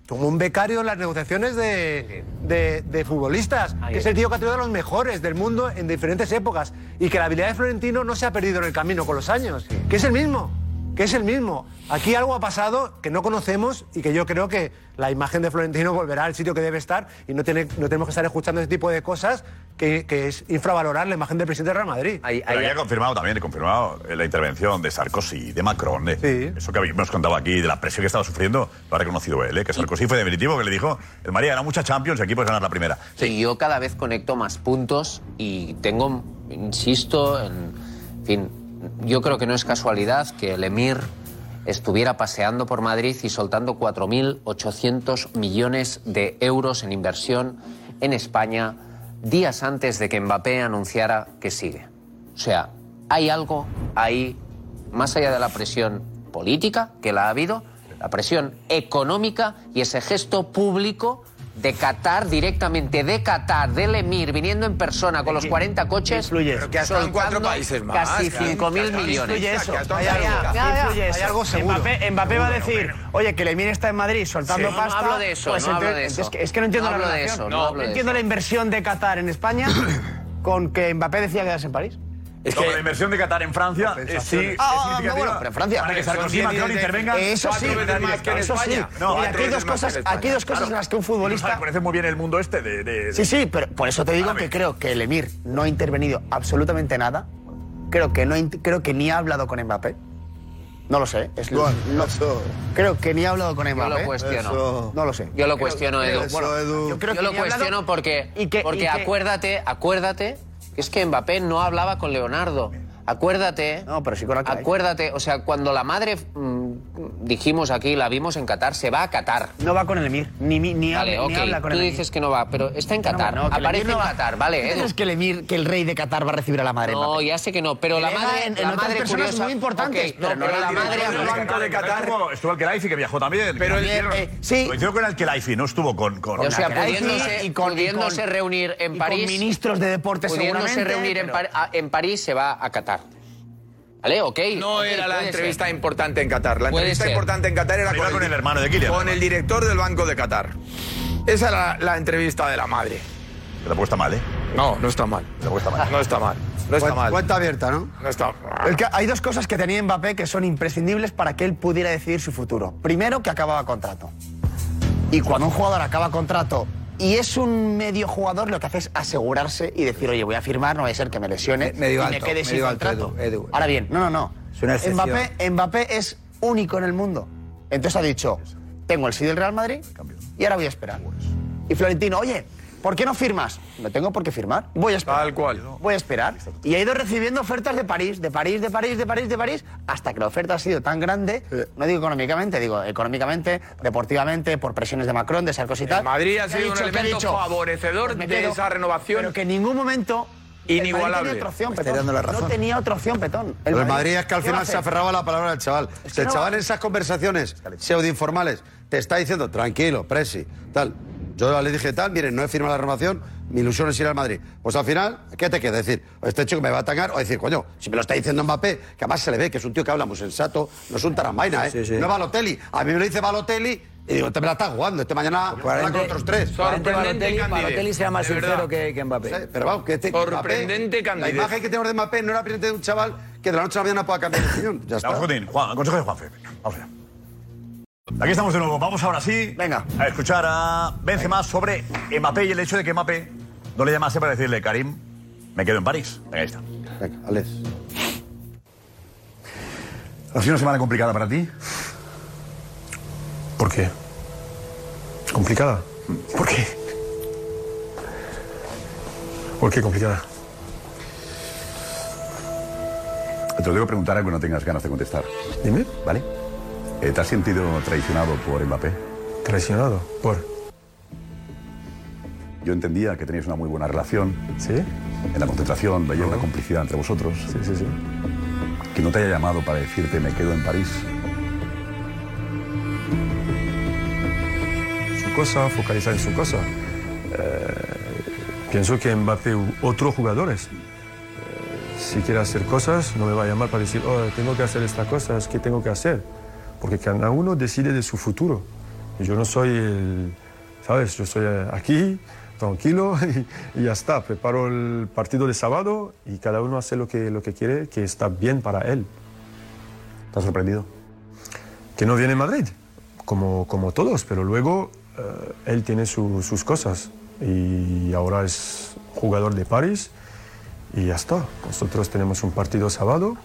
[SPEAKER 7] como un becario en las negociaciones de, de- de futbolistas, que es el tío que ha tenido a los mejores del mundo en diferentes épocas y que la habilidad de Florentino no se ha perdido en el camino con los años, que es el mismo, que es el mismo. Aquí algo ha pasado que no conocemos y que yo creo que la imagen de Florentino volverá al sitio que debe estar y no, tiene, no tenemos que estar escuchando ese tipo de cosas que, que es infravalorar la imagen del presidente del Real Madrid.
[SPEAKER 8] Pero había confirmado también, confirmado eh, la intervención de Sarkozy, de Macron. eh. Eso que habíamos contado aquí, de la presión que estaba sufriendo, lo ha reconocido él, eh, que Sarkozy fue definitivo, que le dijo, el María gana mucha Champions y aquí puedes ganar la primera.
[SPEAKER 22] Y yo cada vez conecto más puntos y tengo, insisto, en en fin, yo creo que no es casualidad que el Emir estuviera paseando por Madrid y soltando 4.800 millones de euros en inversión en España días antes de que Mbappé anunciara que sigue. O sea, hay algo ahí, más allá de la presión política, que la ha habido, la presión económica y ese gesto público de Qatar, directamente de Qatar, del Emir, viniendo en persona con los 40 coches.
[SPEAKER 6] Pero que ha estado en cuatro
[SPEAKER 22] soltando
[SPEAKER 6] países más,
[SPEAKER 22] Casi
[SPEAKER 6] que ha- que ha
[SPEAKER 22] 5.000
[SPEAKER 6] estado-
[SPEAKER 22] millones.
[SPEAKER 6] Influye eso,
[SPEAKER 22] Hay algo.
[SPEAKER 6] Influye eso. Mbappé, Mbappé va a decir, oye, que Lemir está en Madrid soltando
[SPEAKER 22] Sí. No, no
[SPEAKER 6] pasta.
[SPEAKER 22] hablo de eso,
[SPEAKER 6] pues
[SPEAKER 22] no hablo
[SPEAKER 6] entonces-
[SPEAKER 22] de eso.
[SPEAKER 6] Es que, es que no
[SPEAKER 22] No
[SPEAKER 6] entiendo la
[SPEAKER 22] hablo de
[SPEAKER 6] relación.
[SPEAKER 22] eso, no hablo de
[SPEAKER 6] entiendo
[SPEAKER 22] eso.
[SPEAKER 6] la inversión de Qatar en España con que Mbappé decía quedarse en París.
[SPEAKER 8] Es que la inversión de Qatar en Francia eh, sí es
[SPEAKER 6] Ah, ah, ah,
[SPEAKER 8] significativa
[SPEAKER 6] bueno, pero en Francia.
[SPEAKER 8] Para que
[SPEAKER 6] Son
[SPEAKER 8] Sarkozy y
[SPEAKER 6] 10
[SPEAKER 8] Macron
[SPEAKER 6] millones de-
[SPEAKER 8] intervengan
[SPEAKER 6] Eso
[SPEAKER 8] cuatro
[SPEAKER 6] sí,
[SPEAKER 8] veces más que en
[SPEAKER 6] eso sí.
[SPEAKER 8] España.
[SPEAKER 6] Mira, aquí hay
[SPEAKER 8] cuatro veces
[SPEAKER 6] dos
[SPEAKER 8] más que en
[SPEAKER 6] cosas-
[SPEAKER 8] España.
[SPEAKER 6] aquí hay dos cosas en
[SPEAKER 8] Claro.
[SPEAKER 6] las que un
[SPEAKER 8] Y no
[SPEAKER 6] futbolista-
[SPEAKER 8] sabe, Conoce muy bien el mundo este de... de- de-
[SPEAKER 6] Sí, sí, pero por eso te digo que creo que el Emir no ha intervenido absolutamente nada. Creo que, no, ha int- creo que ni ha hablado con Mbappé. No lo sé. Es lo- no- creo que ni ha hablado con Mbappé.
[SPEAKER 22] lo cuestiono. Eso.
[SPEAKER 6] No lo sé.
[SPEAKER 22] Yo lo
[SPEAKER 6] Creo-
[SPEAKER 22] cuestiono,
[SPEAKER 6] creo-
[SPEAKER 22] Edu.
[SPEAKER 6] bueno, Yo, creo
[SPEAKER 22] Yo
[SPEAKER 6] que
[SPEAKER 22] lo
[SPEAKER 6] ni ha hablado-
[SPEAKER 22] cuestiono porque,
[SPEAKER 6] y que-
[SPEAKER 22] porque
[SPEAKER 6] y que-
[SPEAKER 22] acuérdate, acuérdate, que es que Mbappé no hablaba con Leonardo. Acuérdate. No,
[SPEAKER 6] pero sí con la cara.
[SPEAKER 22] Acuérdate, o sea, cuando la madre mm, dijimos aquí, la vimos en Qatar, se va a Qatar.
[SPEAKER 6] No va con el Emir, ni, mi- ni,
[SPEAKER 22] Vale,
[SPEAKER 6] habla, ni
[SPEAKER 22] ok,
[SPEAKER 6] habla con
[SPEAKER 22] tú
[SPEAKER 6] el Emir.
[SPEAKER 22] dices que no va, pero está en Qatar.
[SPEAKER 6] No, que el
[SPEAKER 22] Aparece
[SPEAKER 6] Emir no
[SPEAKER 22] en
[SPEAKER 6] va-
[SPEAKER 22] Qatar, vale,
[SPEAKER 6] ¿Tú
[SPEAKER 22] Edu.
[SPEAKER 6] crees que el Emir, que el rey de Qatar va a recibir a la madre?
[SPEAKER 22] No, ya sé que no, pero la
[SPEAKER 6] Delega
[SPEAKER 22] madre.
[SPEAKER 6] en- en
[SPEAKER 22] la
[SPEAKER 6] otras
[SPEAKER 22] madre
[SPEAKER 6] personas
[SPEAKER 22] curiosa-
[SPEAKER 6] muy importantes,
[SPEAKER 22] Ok,
[SPEAKER 6] pero
[SPEAKER 22] no,
[SPEAKER 6] no
[SPEAKER 22] pero
[SPEAKER 6] en
[SPEAKER 22] la
[SPEAKER 6] el
[SPEAKER 22] madre.
[SPEAKER 6] director
[SPEAKER 8] El banco de Qatar estuvo- estuvo el Kelaifi que viajó también.
[SPEAKER 22] Pero el-
[SPEAKER 8] Lo
[SPEAKER 22] eh,
[SPEAKER 6] sí.
[SPEAKER 8] Lo hicieron con el Kelaifi, no estuvo con... con
[SPEAKER 22] O sea,
[SPEAKER 8] con Al-Khelaifi.
[SPEAKER 22] pudiéndose, pudiéndose reunir en
[SPEAKER 6] y con
[SPEAKER 22] París.
[SPEAKER 6] ministros de deporte
[SPEAKER 22] Pudiéndose
[SPEAKER 6] seguramente,
[SPEAKER 22] reunir en,
[SPEAKER 6] pero-
[SPEAKER 22] Par- a- en París, se va a Qatar. ¿Vale? Ok.
[SPEAKER 9] No
[SPEAKER 22] ok,
[SPEAKER 9] era la
[SPEAKER 22] puede
[SPEAKER 9] entrevista
[SPEAKER 22] ser.
[SPEAKER 9] importante en Qatar. La
[SPEAKER 22] Puede
[SPEAKER 9] entrevista
[SPEAKER 22] ser.
[SPEAKER 9] importante en Qatar era
[SPEAKER 22] Pero iba con el hermano de Kylian,
[SPEAKER 9] Con
[SPEAKER 22] además.
[SPEAKER 9] el director del Banco de Qatar. Esa era la, la entrevista de la madre.
[SPEAKER 8] La puesta mal, ¿eh?
[SPEAKER 9] No, no está mal.
[SPEAKER 8] La puesta
[SPEAKER 9] mal. No está mal. No está
[SPEAKER 19] Cuenta-
[SPEAKER 9] mal.
[SPEAKER 19] Cuenta abierta, ¿no?
[SPEAKER 9] No está
[SPEAKER 6] Es que hay dos cosas que tenía Mbappé que son imprescindibles para que él pudiera decidir su futuro. Primero, que acababa contrato. Y cuando un jugador acaba contrato y es un medio jugador, lo que hace es asegurarse y decir, oye, voy a firmar, no vaya a ser que me lesione
[SPEAKER 20] Medio
[SPEAKER 6] y
[SPEAKER 20] alto,
[SPEAKER 6] me quede sin
[SPEAKER 20] medio alto,
[SPEAKER 6] contrato.
[SPEAKER 20] Edu, Edu.
[SPEAKER 6] Ahora bien, Este no, no, no.
[SPEAKER 20] Es una excepción.
[SPEAKER 6] Mbappé, Mbappé es único en el mundo. Entonces ha dicho, tengo el sí del Real Madrid y ahora voy a esperar. Y Florentino, oye, ¿por qué no firmas? No tengo por qué firmar. Voy a esperar. Tal
[SPEAKER 9] cual.
[SPEAKER 6] Voy a esperar. Y ha ido recibiendo ofertas de París, de París, de París, de París, de París, hasta que la oferta ha sido tan grande, no digo económicamente, digo económicamente, deportivamente, por presiones de Macron, de Sarkozy y tal.
[SPEAKER 9] Madrid ha
[SPEAKER 6] que
[SPEAKER 9] sido un
[SPEAKER 6] dicho- que
[SPEAKER 9] elemento
[SPEAKER 6] dicho,
[SPEAKER 9] favorecedor
[SPEAKER 6] pues me
[SPEAKER 9] de
[SPEAKER 6] quedo,
[SPEAKER 9] esa renovación.
[SPEAKER 6] Pero que en ningún momento... el Madrid
[SPEAKER 9] Inigualable.
[SPEAKER 6] tenía otra opción,
[SPEAKER 9] Me está
[SPEAKER 6] Petón.
[SPEAKER 9] dando la razón.
[SPEAKER 6] No tenía otra opción, Petón.
[SPEAKER 19] El Madrid, es que al
[SPEAKER 6] ¿qué va a
[SPEAKER 19] final se
[SPEAKER 6] hacer?
[SPEAKER 19] aferraba a la palabra del chaval. Si el
[SPEAKER 6] no-
[SPEAKER 19] chaval en esas conversaciones pseudo-informales te está diciendo, tranquilo, Presi, tal. Yo le dije tal, miren, no he firmado la renovación, mi ilusión es ir al Madrid. Pues al final, ¿qué te queda? Decir, o este chico me va a atacar o decir, coño, si me lo está diciendo Mbappé, que además se le ve que es un tío que habla muy sensato, no es un tarambaina, ¿eh?
[SPEAKER 20] Sí, sí.
[SPEAKER 19] No es Balotelli. A mí me lo dice Balotelli y digo, te me la estás jugando, este mañana habla con otros tres.
[SPEAKER 20] Balotelli, Balotelli sea más
[SPEAKER 19] de verdad.
[SPEAKER 20] sincero que, que Mbappé.
[SPEAKER 19] Sí, Pero vamos, que este
[SPEAKER 20] Sorprendente
[SPEAKER 19] Mbappé, La
[SPEAKER 20] candidez.
[SPEAKER 19] imagen que tenemos de Mbappé no era presente de un chaval que de la noche a la mañana pueda cambiar de opinión. Ya está.
[SPEAKER 8] Vamos, Jotín. Juan, consejo de Juanfe. Venga, Vamos allá. Aquí estamos de nuevo. Vamos ahora sí Venga. a escuchar a Benzema sobre Mbappé y el hecho de que Mbappé no le llamase para decirle, Karim, me quedo en París. Venga, ahí está.
[SPEAKER 19] Venga, Alex.
[SPEAKER 8] ¿Ha sido una semana complicada para ti?
[SPEAKER 10] ¿Por qué? ¿Es complicada?
[SPEAKER 8] Mm.
[SPEAKER 10] ¿Por qué? ¿Por qué complicada?
[SPEAKER 8] Te lo debo preguntar algo que no tengas ganas de contestar. Dime. ¿Vale? Eh, ¿Te has sentido traicionado por Mbappé?
[SPEAKER 10] ¿Traicionado? ¿Por?
[SPEAKER 8] Yo entendía que teníais una muy buena relación. ¿Sí? En la concentración veía una complicidad entre vosotros. Sí, sí, sí. Que no te haya llamado para decirte me quedo en París.
[SPEAKER 10] su cosa, focalizar en su cosa. Eh, pienso que Mbappé u otros jugadores, eh, si quiere hacer cosas, no me va a llamar para decir, oh, tengo que hacer estas cosas, ¿qué tengo que hacer? Porque cada uno decide de su futuro. Y Yo no soy el, ¿sabes? Yo soy eh, aquí, tranquilo, y, y ya está. Preparo el partido de sábado y cada uno hace lo que, lo que quiere, que está bien para él. ¿Estás sorprendido? Que no viene a Madrid como, como todos, pero luego eh, él tiene su- sus cosas y ahora es jugador de París y ya está. Nosotros tenemos un partido sábado,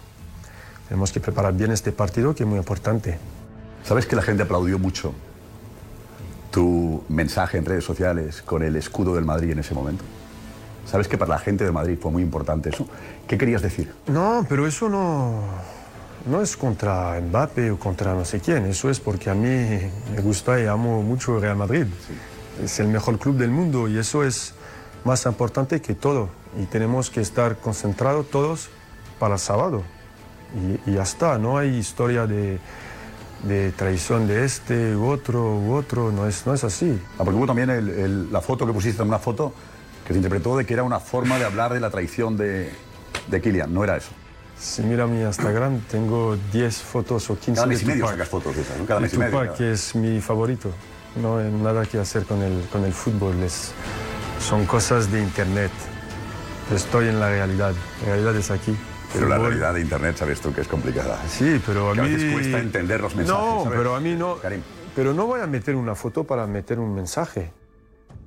[SPEAKER 10] tenemos que preparar bien este partido que es muy importante.
[SPEAKER 8] ¿Sabes que la gente aplaudió mucho tu mensaje en redes sociales con el escudo del Madrid en ese momento? ¿Sabes que para la gente de Madrid fue muy importante eso? ¿Qué querías decir?
[SPEAKER 10] No, pero eso no, no es contra Mbappé o contra no sé quién. Eso es porque a mí me gusta y amo mucho el Real Madrid. Es el mejor club del mundo y eso es más importante que todo. Y tenemos que estar concentrados todos para el sábado. Y, y ya está, no hay historia de, de traición de este u otro u otro, no es, no es así.
[SPEAKER 8] Ah, porque hubo también el- el- la foto que pusiste, una foto que se interpretó de que era una forma de hablar de la traición de, de Kylian. No era eso.
[SPEAKER 10] Si mira mi Instagram, tengo 10 fotos o 15
[SPEAKER 8] Cada mes
[SPEAKER 10] de
[SPEAKER 8] y medio
[SPEAKER 10] Tupac.
[SPEAKER 8] sacas fotos de esas, ¿no? Cada
[SPEAKER 10] Y
[SPEAKER 8] mes y medio.
[SPEAKER 10] Tupac,
[SPEAKER 8] cada-
[SPEAKER 10] que es mi favorito. No hay nada que hacer con el, con el fútbol. es- son cosas de internet. Estoy en la realidad. La realidad es aquí.
[SPEAKER 8] Pero la
[SPEAKER 10] Fútbol-
[SPEAKER 8] realidad de Internet, sabes tú, que es complicada.
[SPEAKER 10] Sí, pero a
[SPEAKER 8] Que a
[SPEAKER 10] mí...
[SPEAKER 8] veces cuesta entender los mensajes,
[SPEAKER 10] No,
[SPEAKER 8] ¿sabes?
[SPEAKER 10] pero a mí no... Pero no voy a meter una foto para meter un mensaje.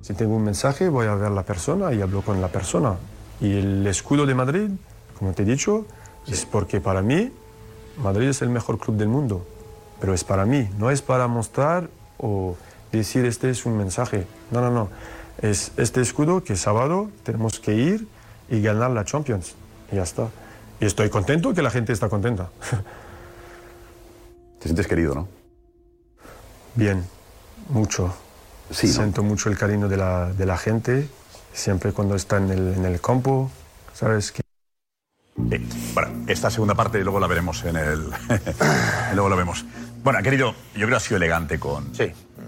[SPEAKER 10] Si tengo un mensaje, voy a ver la persona y hablo con la persona. Y el escudo de Madrid, como te he dicho, es porque para mí Madrid es el mejor club del mundo. Pero es para mí, no es para mostrar o decir este es un mensaje. No, no, no. Es este escudo que sábado tenemos que ir y ganar la Champions. Y ya está. Y estoy contento que la gente está contenta.
[SPEAKER 8] Te sientes querido, ¿no?
[SPEAKER 10] Bien, mucho. Siento mucho el cariño de la, de la gente, siempre cuando está en el, en el campo, ¿sabes? Que
[SPEAKER 8] Eh, bueno, esta segunda parte luego la veremos en el. luego la vemos. Bueno, ha querido, yo creo que ha sido elegante con,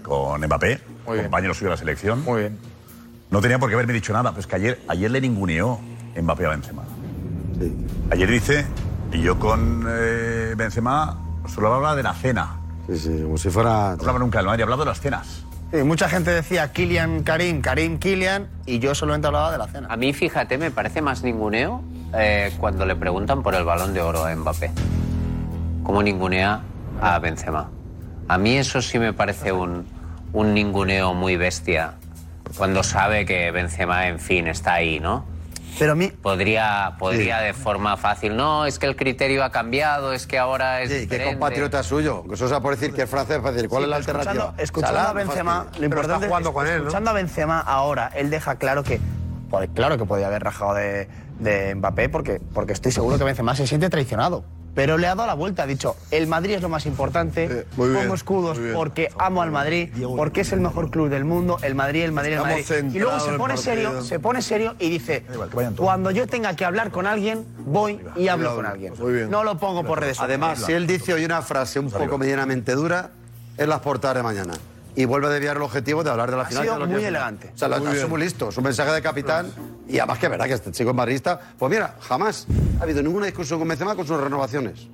[SPEAKER 8] con Mbappé, compañero suyo de la selección. Muy bien. No tenía por qué haberme dicho nada, pero es que ayer, ayer le ninguneó Mbappé a Benzema. Ayer dice, y yo con eh, Benzema solo hablaba de la cena.
[SPEAKER 19] Sí, sí, como si fuera.
[SPEAKER 8] No hablaba nunca del Madrid, hablaba de las cenas.
[SPEAKER 6] Sí, mucha gente decía Kylian Karim, Karim Kylian, y yo solamente hablaba de la cena.
[SPEAKER 22] A mí, fíjate, me parece más ninguneo eh, cuando le preguntan por el balón de oro a Mbappé. Como ningunea a Benzema. A mí eso sí me parece un, un ninguneo muy bestia. Cuando sabe que Benzema, en fin, está ahí, ¿no?
[SPEAKER 6] Pero a mí...
[SPEAKER 22] Podría, podría de forma fácil, no, es que el criterio ha cambiado, es que ahora es
[SPEAKER 19] ¿Qué
[SPEAKER 22] diferente".
[SPEAKER 19] compatriota es suyo? Eso sea por decir que es francés, para decir, ¿cuál es
[SPEAKER 6] Sí,
[SPEAKER 19] la
[SPEAKER 6] pero
[SPEAKER 19] alternativa?
[SPEAKER 6] Escuchando, escuchando
[SPEAKER 19] Salah,
[SPEAKER 6] a Benzema,
[SPEAKER 19] fácil.
[SPEAKER 6] lo
[SPEAKER 19] Pero
[SPEAKER 6] importante
[SPEAKER 19] está jugando
[SPEAKER 6] es-
[SPEAKER 19] con él, ¿no?
[SPEAKER 6] escuchando a Benzema ahora, él deja claro que joder, claro que podía haber rajado de, de Mbappé porque, porque estoy seguro que Benzema se siente traicionado. Pero le ha dado la vuelta, ha dicho, el Madrid es lo más importante,
[SPEAKER 19] Eh, muy bien,
[SPEAKER 6] pongo escudos
[SPEAKER 19] muy bien.
[SPEAKER 6] porque amo al Madrid, porque es el mejor club del mundo, el Madrid, el Madrid, el
[SPEAKER 19] Estamos
[SPEAKER 6] Madrid. Y luego
[SPEAKER 19] centrados en
[SPEAKER 6] se
[SPEAKER 19] el
[SPEAKER 6] pone serio,
[SPEAKER 19] partido.
[SPEAKER 6] se pone serio y dice, cuando yo tenga que hablar con alguien, voy y hablo con alguien. No lo pongo por redes sociales.
[SPEAKER 19] Además, si él dice hoy una frase un poco medianamente dura, es las portadas de mañana. Y vuelve a desviar el objetivo de hablar de la
[SPEAKER 6] Ha
[SPEAKER 19] final.
[SPEAKER 6] sido
[SPEAKER 19] de lo que
[SPEAKER 6] muy
[SPEAKER 19] es.
[SPEAKER 6] elegante.
[SPEAKER 19] O sea, lo
[SPEAKER 6] Muy
[SPEAKER 19] ha sido
[SPEAKER 6] bien.
[SPEAKER 19] muy listo. Es un mensaje de capitán. Y además que verá que este chico es madridista. Pues mira, jamás ha habido ninguna discusión con Benzema con sus renovaciones.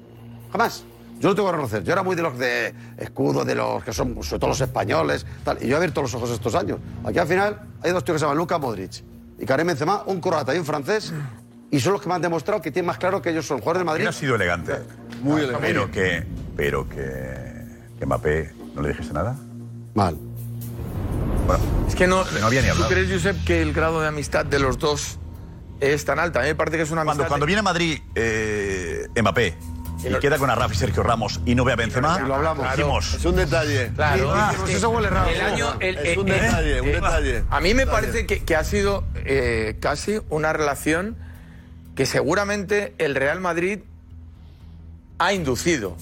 [SPEAKER 19] Jamás. Yo lo tengo que reconocer. Yo era muy de los de escudo, de los que son sobre todo los españoles. Tal. Y yo he abierto los ojos estos años. Aquí al final hay dos tíos que se llaman Luca Modric y Karim Benzema, un croata y un francés. Y son los que me han demostrado que tienen más claro que ellos son jugadores de Madrid.
[SPEAKER 8] Él ha sido elegante.
[SPEAKER 19] eh, Muy elegante.
[SPEAKER 8] Pero que, pero que, que Mbappé, ¿no le dijiste nada?
[SPEAKER 19] Mal.
[SPEAKER 9] Es que no,
[SPEAKER 8] No había ni hablado.
[SPEAKER 9] ¿Tú crees, Josep, que el grado de amistad de los dos es tan alta? A mí me parece que es una amistad.
[SPEAKER 8] Cuando, cuando viene a Madrid eh, Mbappé y queda con Arraf y Sergio Ramos y no ve a Benzema,
[SPEAKER 10] Y lo hablamos.
[SPEAKER 8] decimos,
[SPEAKER 10] Es un detalle.
[SPEAKER 9] Claro.
[SPEAKER 10] Y- y dijimos, eso huele raro.
[SPEAKER 9] El año- el-
[SPEAKER 10] es un
[SPEAKER 9] eh,
[SPEAKER 10] detalle, un
[SPEAKER 9] eh,
[SPEAKER 10] detalle.
[SPEAKER 9] A mí me
[SPEAKER 10] Un
[SPEAKER 9] parece que, que ha sido eh, casi una relación que seguramente el Real Madrid ha inducido.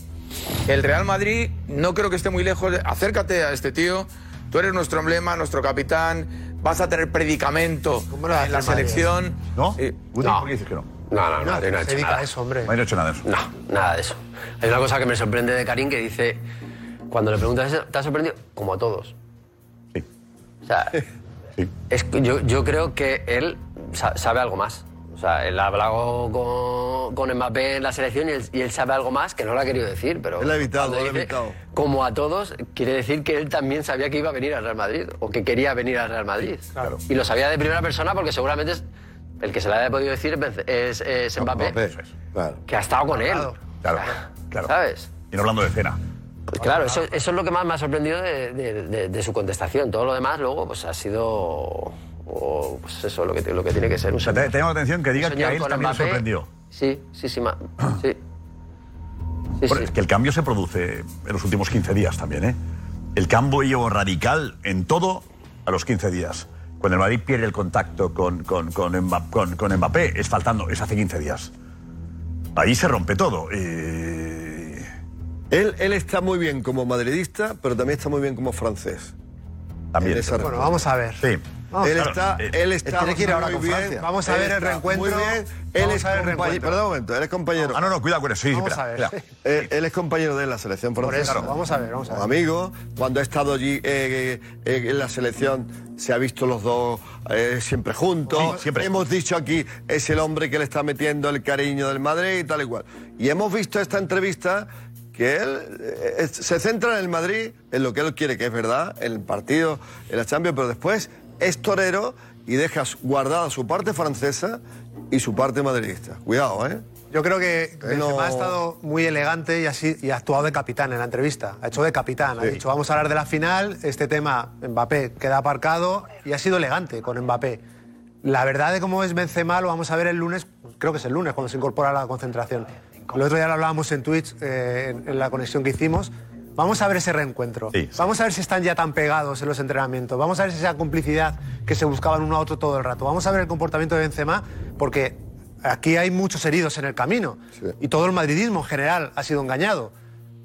[SPEAKER 9] El Real Madrid no creo que esté muy lejos. de- Acércate a este tío. Tú eres nuestro emblema, nuestro capitán. Vas a tener predicamento en la
[SPEAKER 12] hacer Madrid?
[SPEAKER 9] selección. Eh,
[SPEAKER 8] ¿No?
[SPEAKER 12] No.
[SPEAKER 8] dices que no?
[SPEAKER 12] No, no, no,
[SPEAKER 9] No,
[SPEAKER 12] Madrid no ha
[SPEAKER 9] se
[SPEAKER 12] hecho
[SPEAKER 9] dedica
[SPEAKER 4] Ah,
[SPEAKER 12] nada.
[SPEAKER 9] a eso, hombre.
[SPEAKER 8] hecho nada de eso.
[SPEAKER 12] No, nada de eso. Hay una cosa que me sorprende de Karim que dice, cuando le preguntas eso, ¿te ha sorprendido? Como a todos. Sí. O sea, es que yo, yo creo que él sa- sabe algo más. O sea, él ha hablado con, con Mbappé en la selección y él, y él sabe algo más que no lo ha querido decir, pero...
[SPEAKER 10] Él ha evitado,
[SPEAKER 12] cuando
[SPEAKER 10] él ha
[SPEAKER 12] dice,
[SPEAKER 10] evitado.
[SPEAKER 12] Como a todos, quiere decir que él también sabía que iba a venir al Real Madrid o que quería venir al Real Madrid.
[SPEAKER 10] Claro.
[SPEAKER 12] Y lo sabía de primera persona porque seguramente es- el que se lo haya podido decir es, Benz- es- es Mbappé que ha estado con él.
[SPEAKER 8] Claro, claro.
[SPEAKER 12] ¿Sabes?
[SPEAKER 8] Y no hablando de cena.
[SPEAKER 12] Pues claro, eso, eso es lo que más me ha sorprendido de, de- de- de su contestación. Todo lo demás luego pues ha sido o, pues eso lo que, te- lo que tiene que ser. Un
[SPEAKER 8] Te, te llama la atención que
[SPEAKER 12] un
[SPEAKER 8] diga que
[SPEAKER 12] señor
[SPEAKER 8] a él
[SPEAKER 12] con
[SPEAKER 8] también le
[SPEAKER 12] Mbappé.
[SPEAKER 8] sorprendió.
[SPEAKER 12] Sí, sí, sí, ma- sí.
[SPEAKER 8] Bueno, Es que el cambio se produce en los últimos 15 días también, ¿eh? El cambio radical en todo a los 15 días. Cuando el Madrid pierde el contacto con, con, con, Mba- con- con Mbappé, es faltando, es hace 15 días. Ahí se rompe todo. Eh,
[SPEAKER 10] Él, él está muy bien como madridista, pero también está muy bien como francés.
[SPEAKER 8] También.
[SPEAKER 10] En esa
[SPEAKER 8] Bueno,
[SPEAKER 10] relación.
[SPEAKER 8] vamos a ver. Sí. Vamos,
[SPEAKER 10] él,
[SPEAKER 8] claro,
[SPEAKER 10] está,
[SPEAKER 8] eh,
[SPEAKER 10] él está.
[SPEAKER 8] tiene que ir ahora
[SPEAKER 10] muy
[SPEAKER 8] con
[SPEAKER 10] bien.
[SPEAKER 8] Francia.
[SPEAKER 10] Vamos a
[SPEAKER 8] Él
[SPEAKER 10] ver el
[SPEAKER 8] está
[SPEAKER 10] reencuentro.
[SPEAKER 8] muy bien.
[SPEAKER 10] Él
[SPEAKER 8] Vamos
[SPEAKER 10] es
[SPEAKER 8] a ver el
[SPEAKER 10] compañero.
[SPEAKER 8] reencuentro.
[SPEAKER 10] Perdón un momento, él es compañero.
[SPEAKER 8] Ah, no, no, cuidado con eso. Sí, sí,
[SPEAKER 10] Vamos
[SPEAKER 8] espera,
[SPEAKER 10] a ver.
[SPEAKER 8] espera.
[SPEAKER 10] Él, él es compañero de la selección
[SPEAKER 8] Por
[SPEAKER 10] francesa.
[SPEAKER 8] eso,
[SPEAKER 10] vamos a ver, vamos a ver. Amigo, cuando ha estado allí eh, eh, en la selección, se ha visto los dos eh, siempre juntos. Hemos dicho aquí, es el hombre que le está metiendo el cariño del Madrid y tal y cual. Y hemos visto esta entrevista que él eh, es- se centra en el Madrid, en lo que él quiere, que es verdad, en el partido, en la Champions, pero después es torero y deja su- guardada su parte francesa y su parte madridista. Cuidado, ¿eh?
[SPEAKER 7] Yo creo que Benzema
[SPEAKER 10] no-
[SPEAKER 7] ha estado muy elegante y, así, y ha actuado de capitán en la entrevista. Ha hecho de capitán. Ha
[SPEAKER 10] Sí.
[SPEAKER 7] dicho, vamos a hablar de la final, este tema Mbappé queda aparcado y ha sido elegante con Mbappé. La verdad de cómo es Benzema lo vamos a ver el lunes, creo que es el lunes cuando se incorpora a la concentración. El otro día lo hablábamos en Twitch, eh, en, en la conexión que hicimos. Vamos a ver ese reencuentro. Vamos a ver si están ya tan pegados en los entrenamientos. Vamos a ver si esa complicidad que se buscaban uno a otro todo el rato. Vamos a ver el comportamiento de Benzema porque aquí hay muchos heridos en el camino. Y todo el madridismo en general ha sido engañado.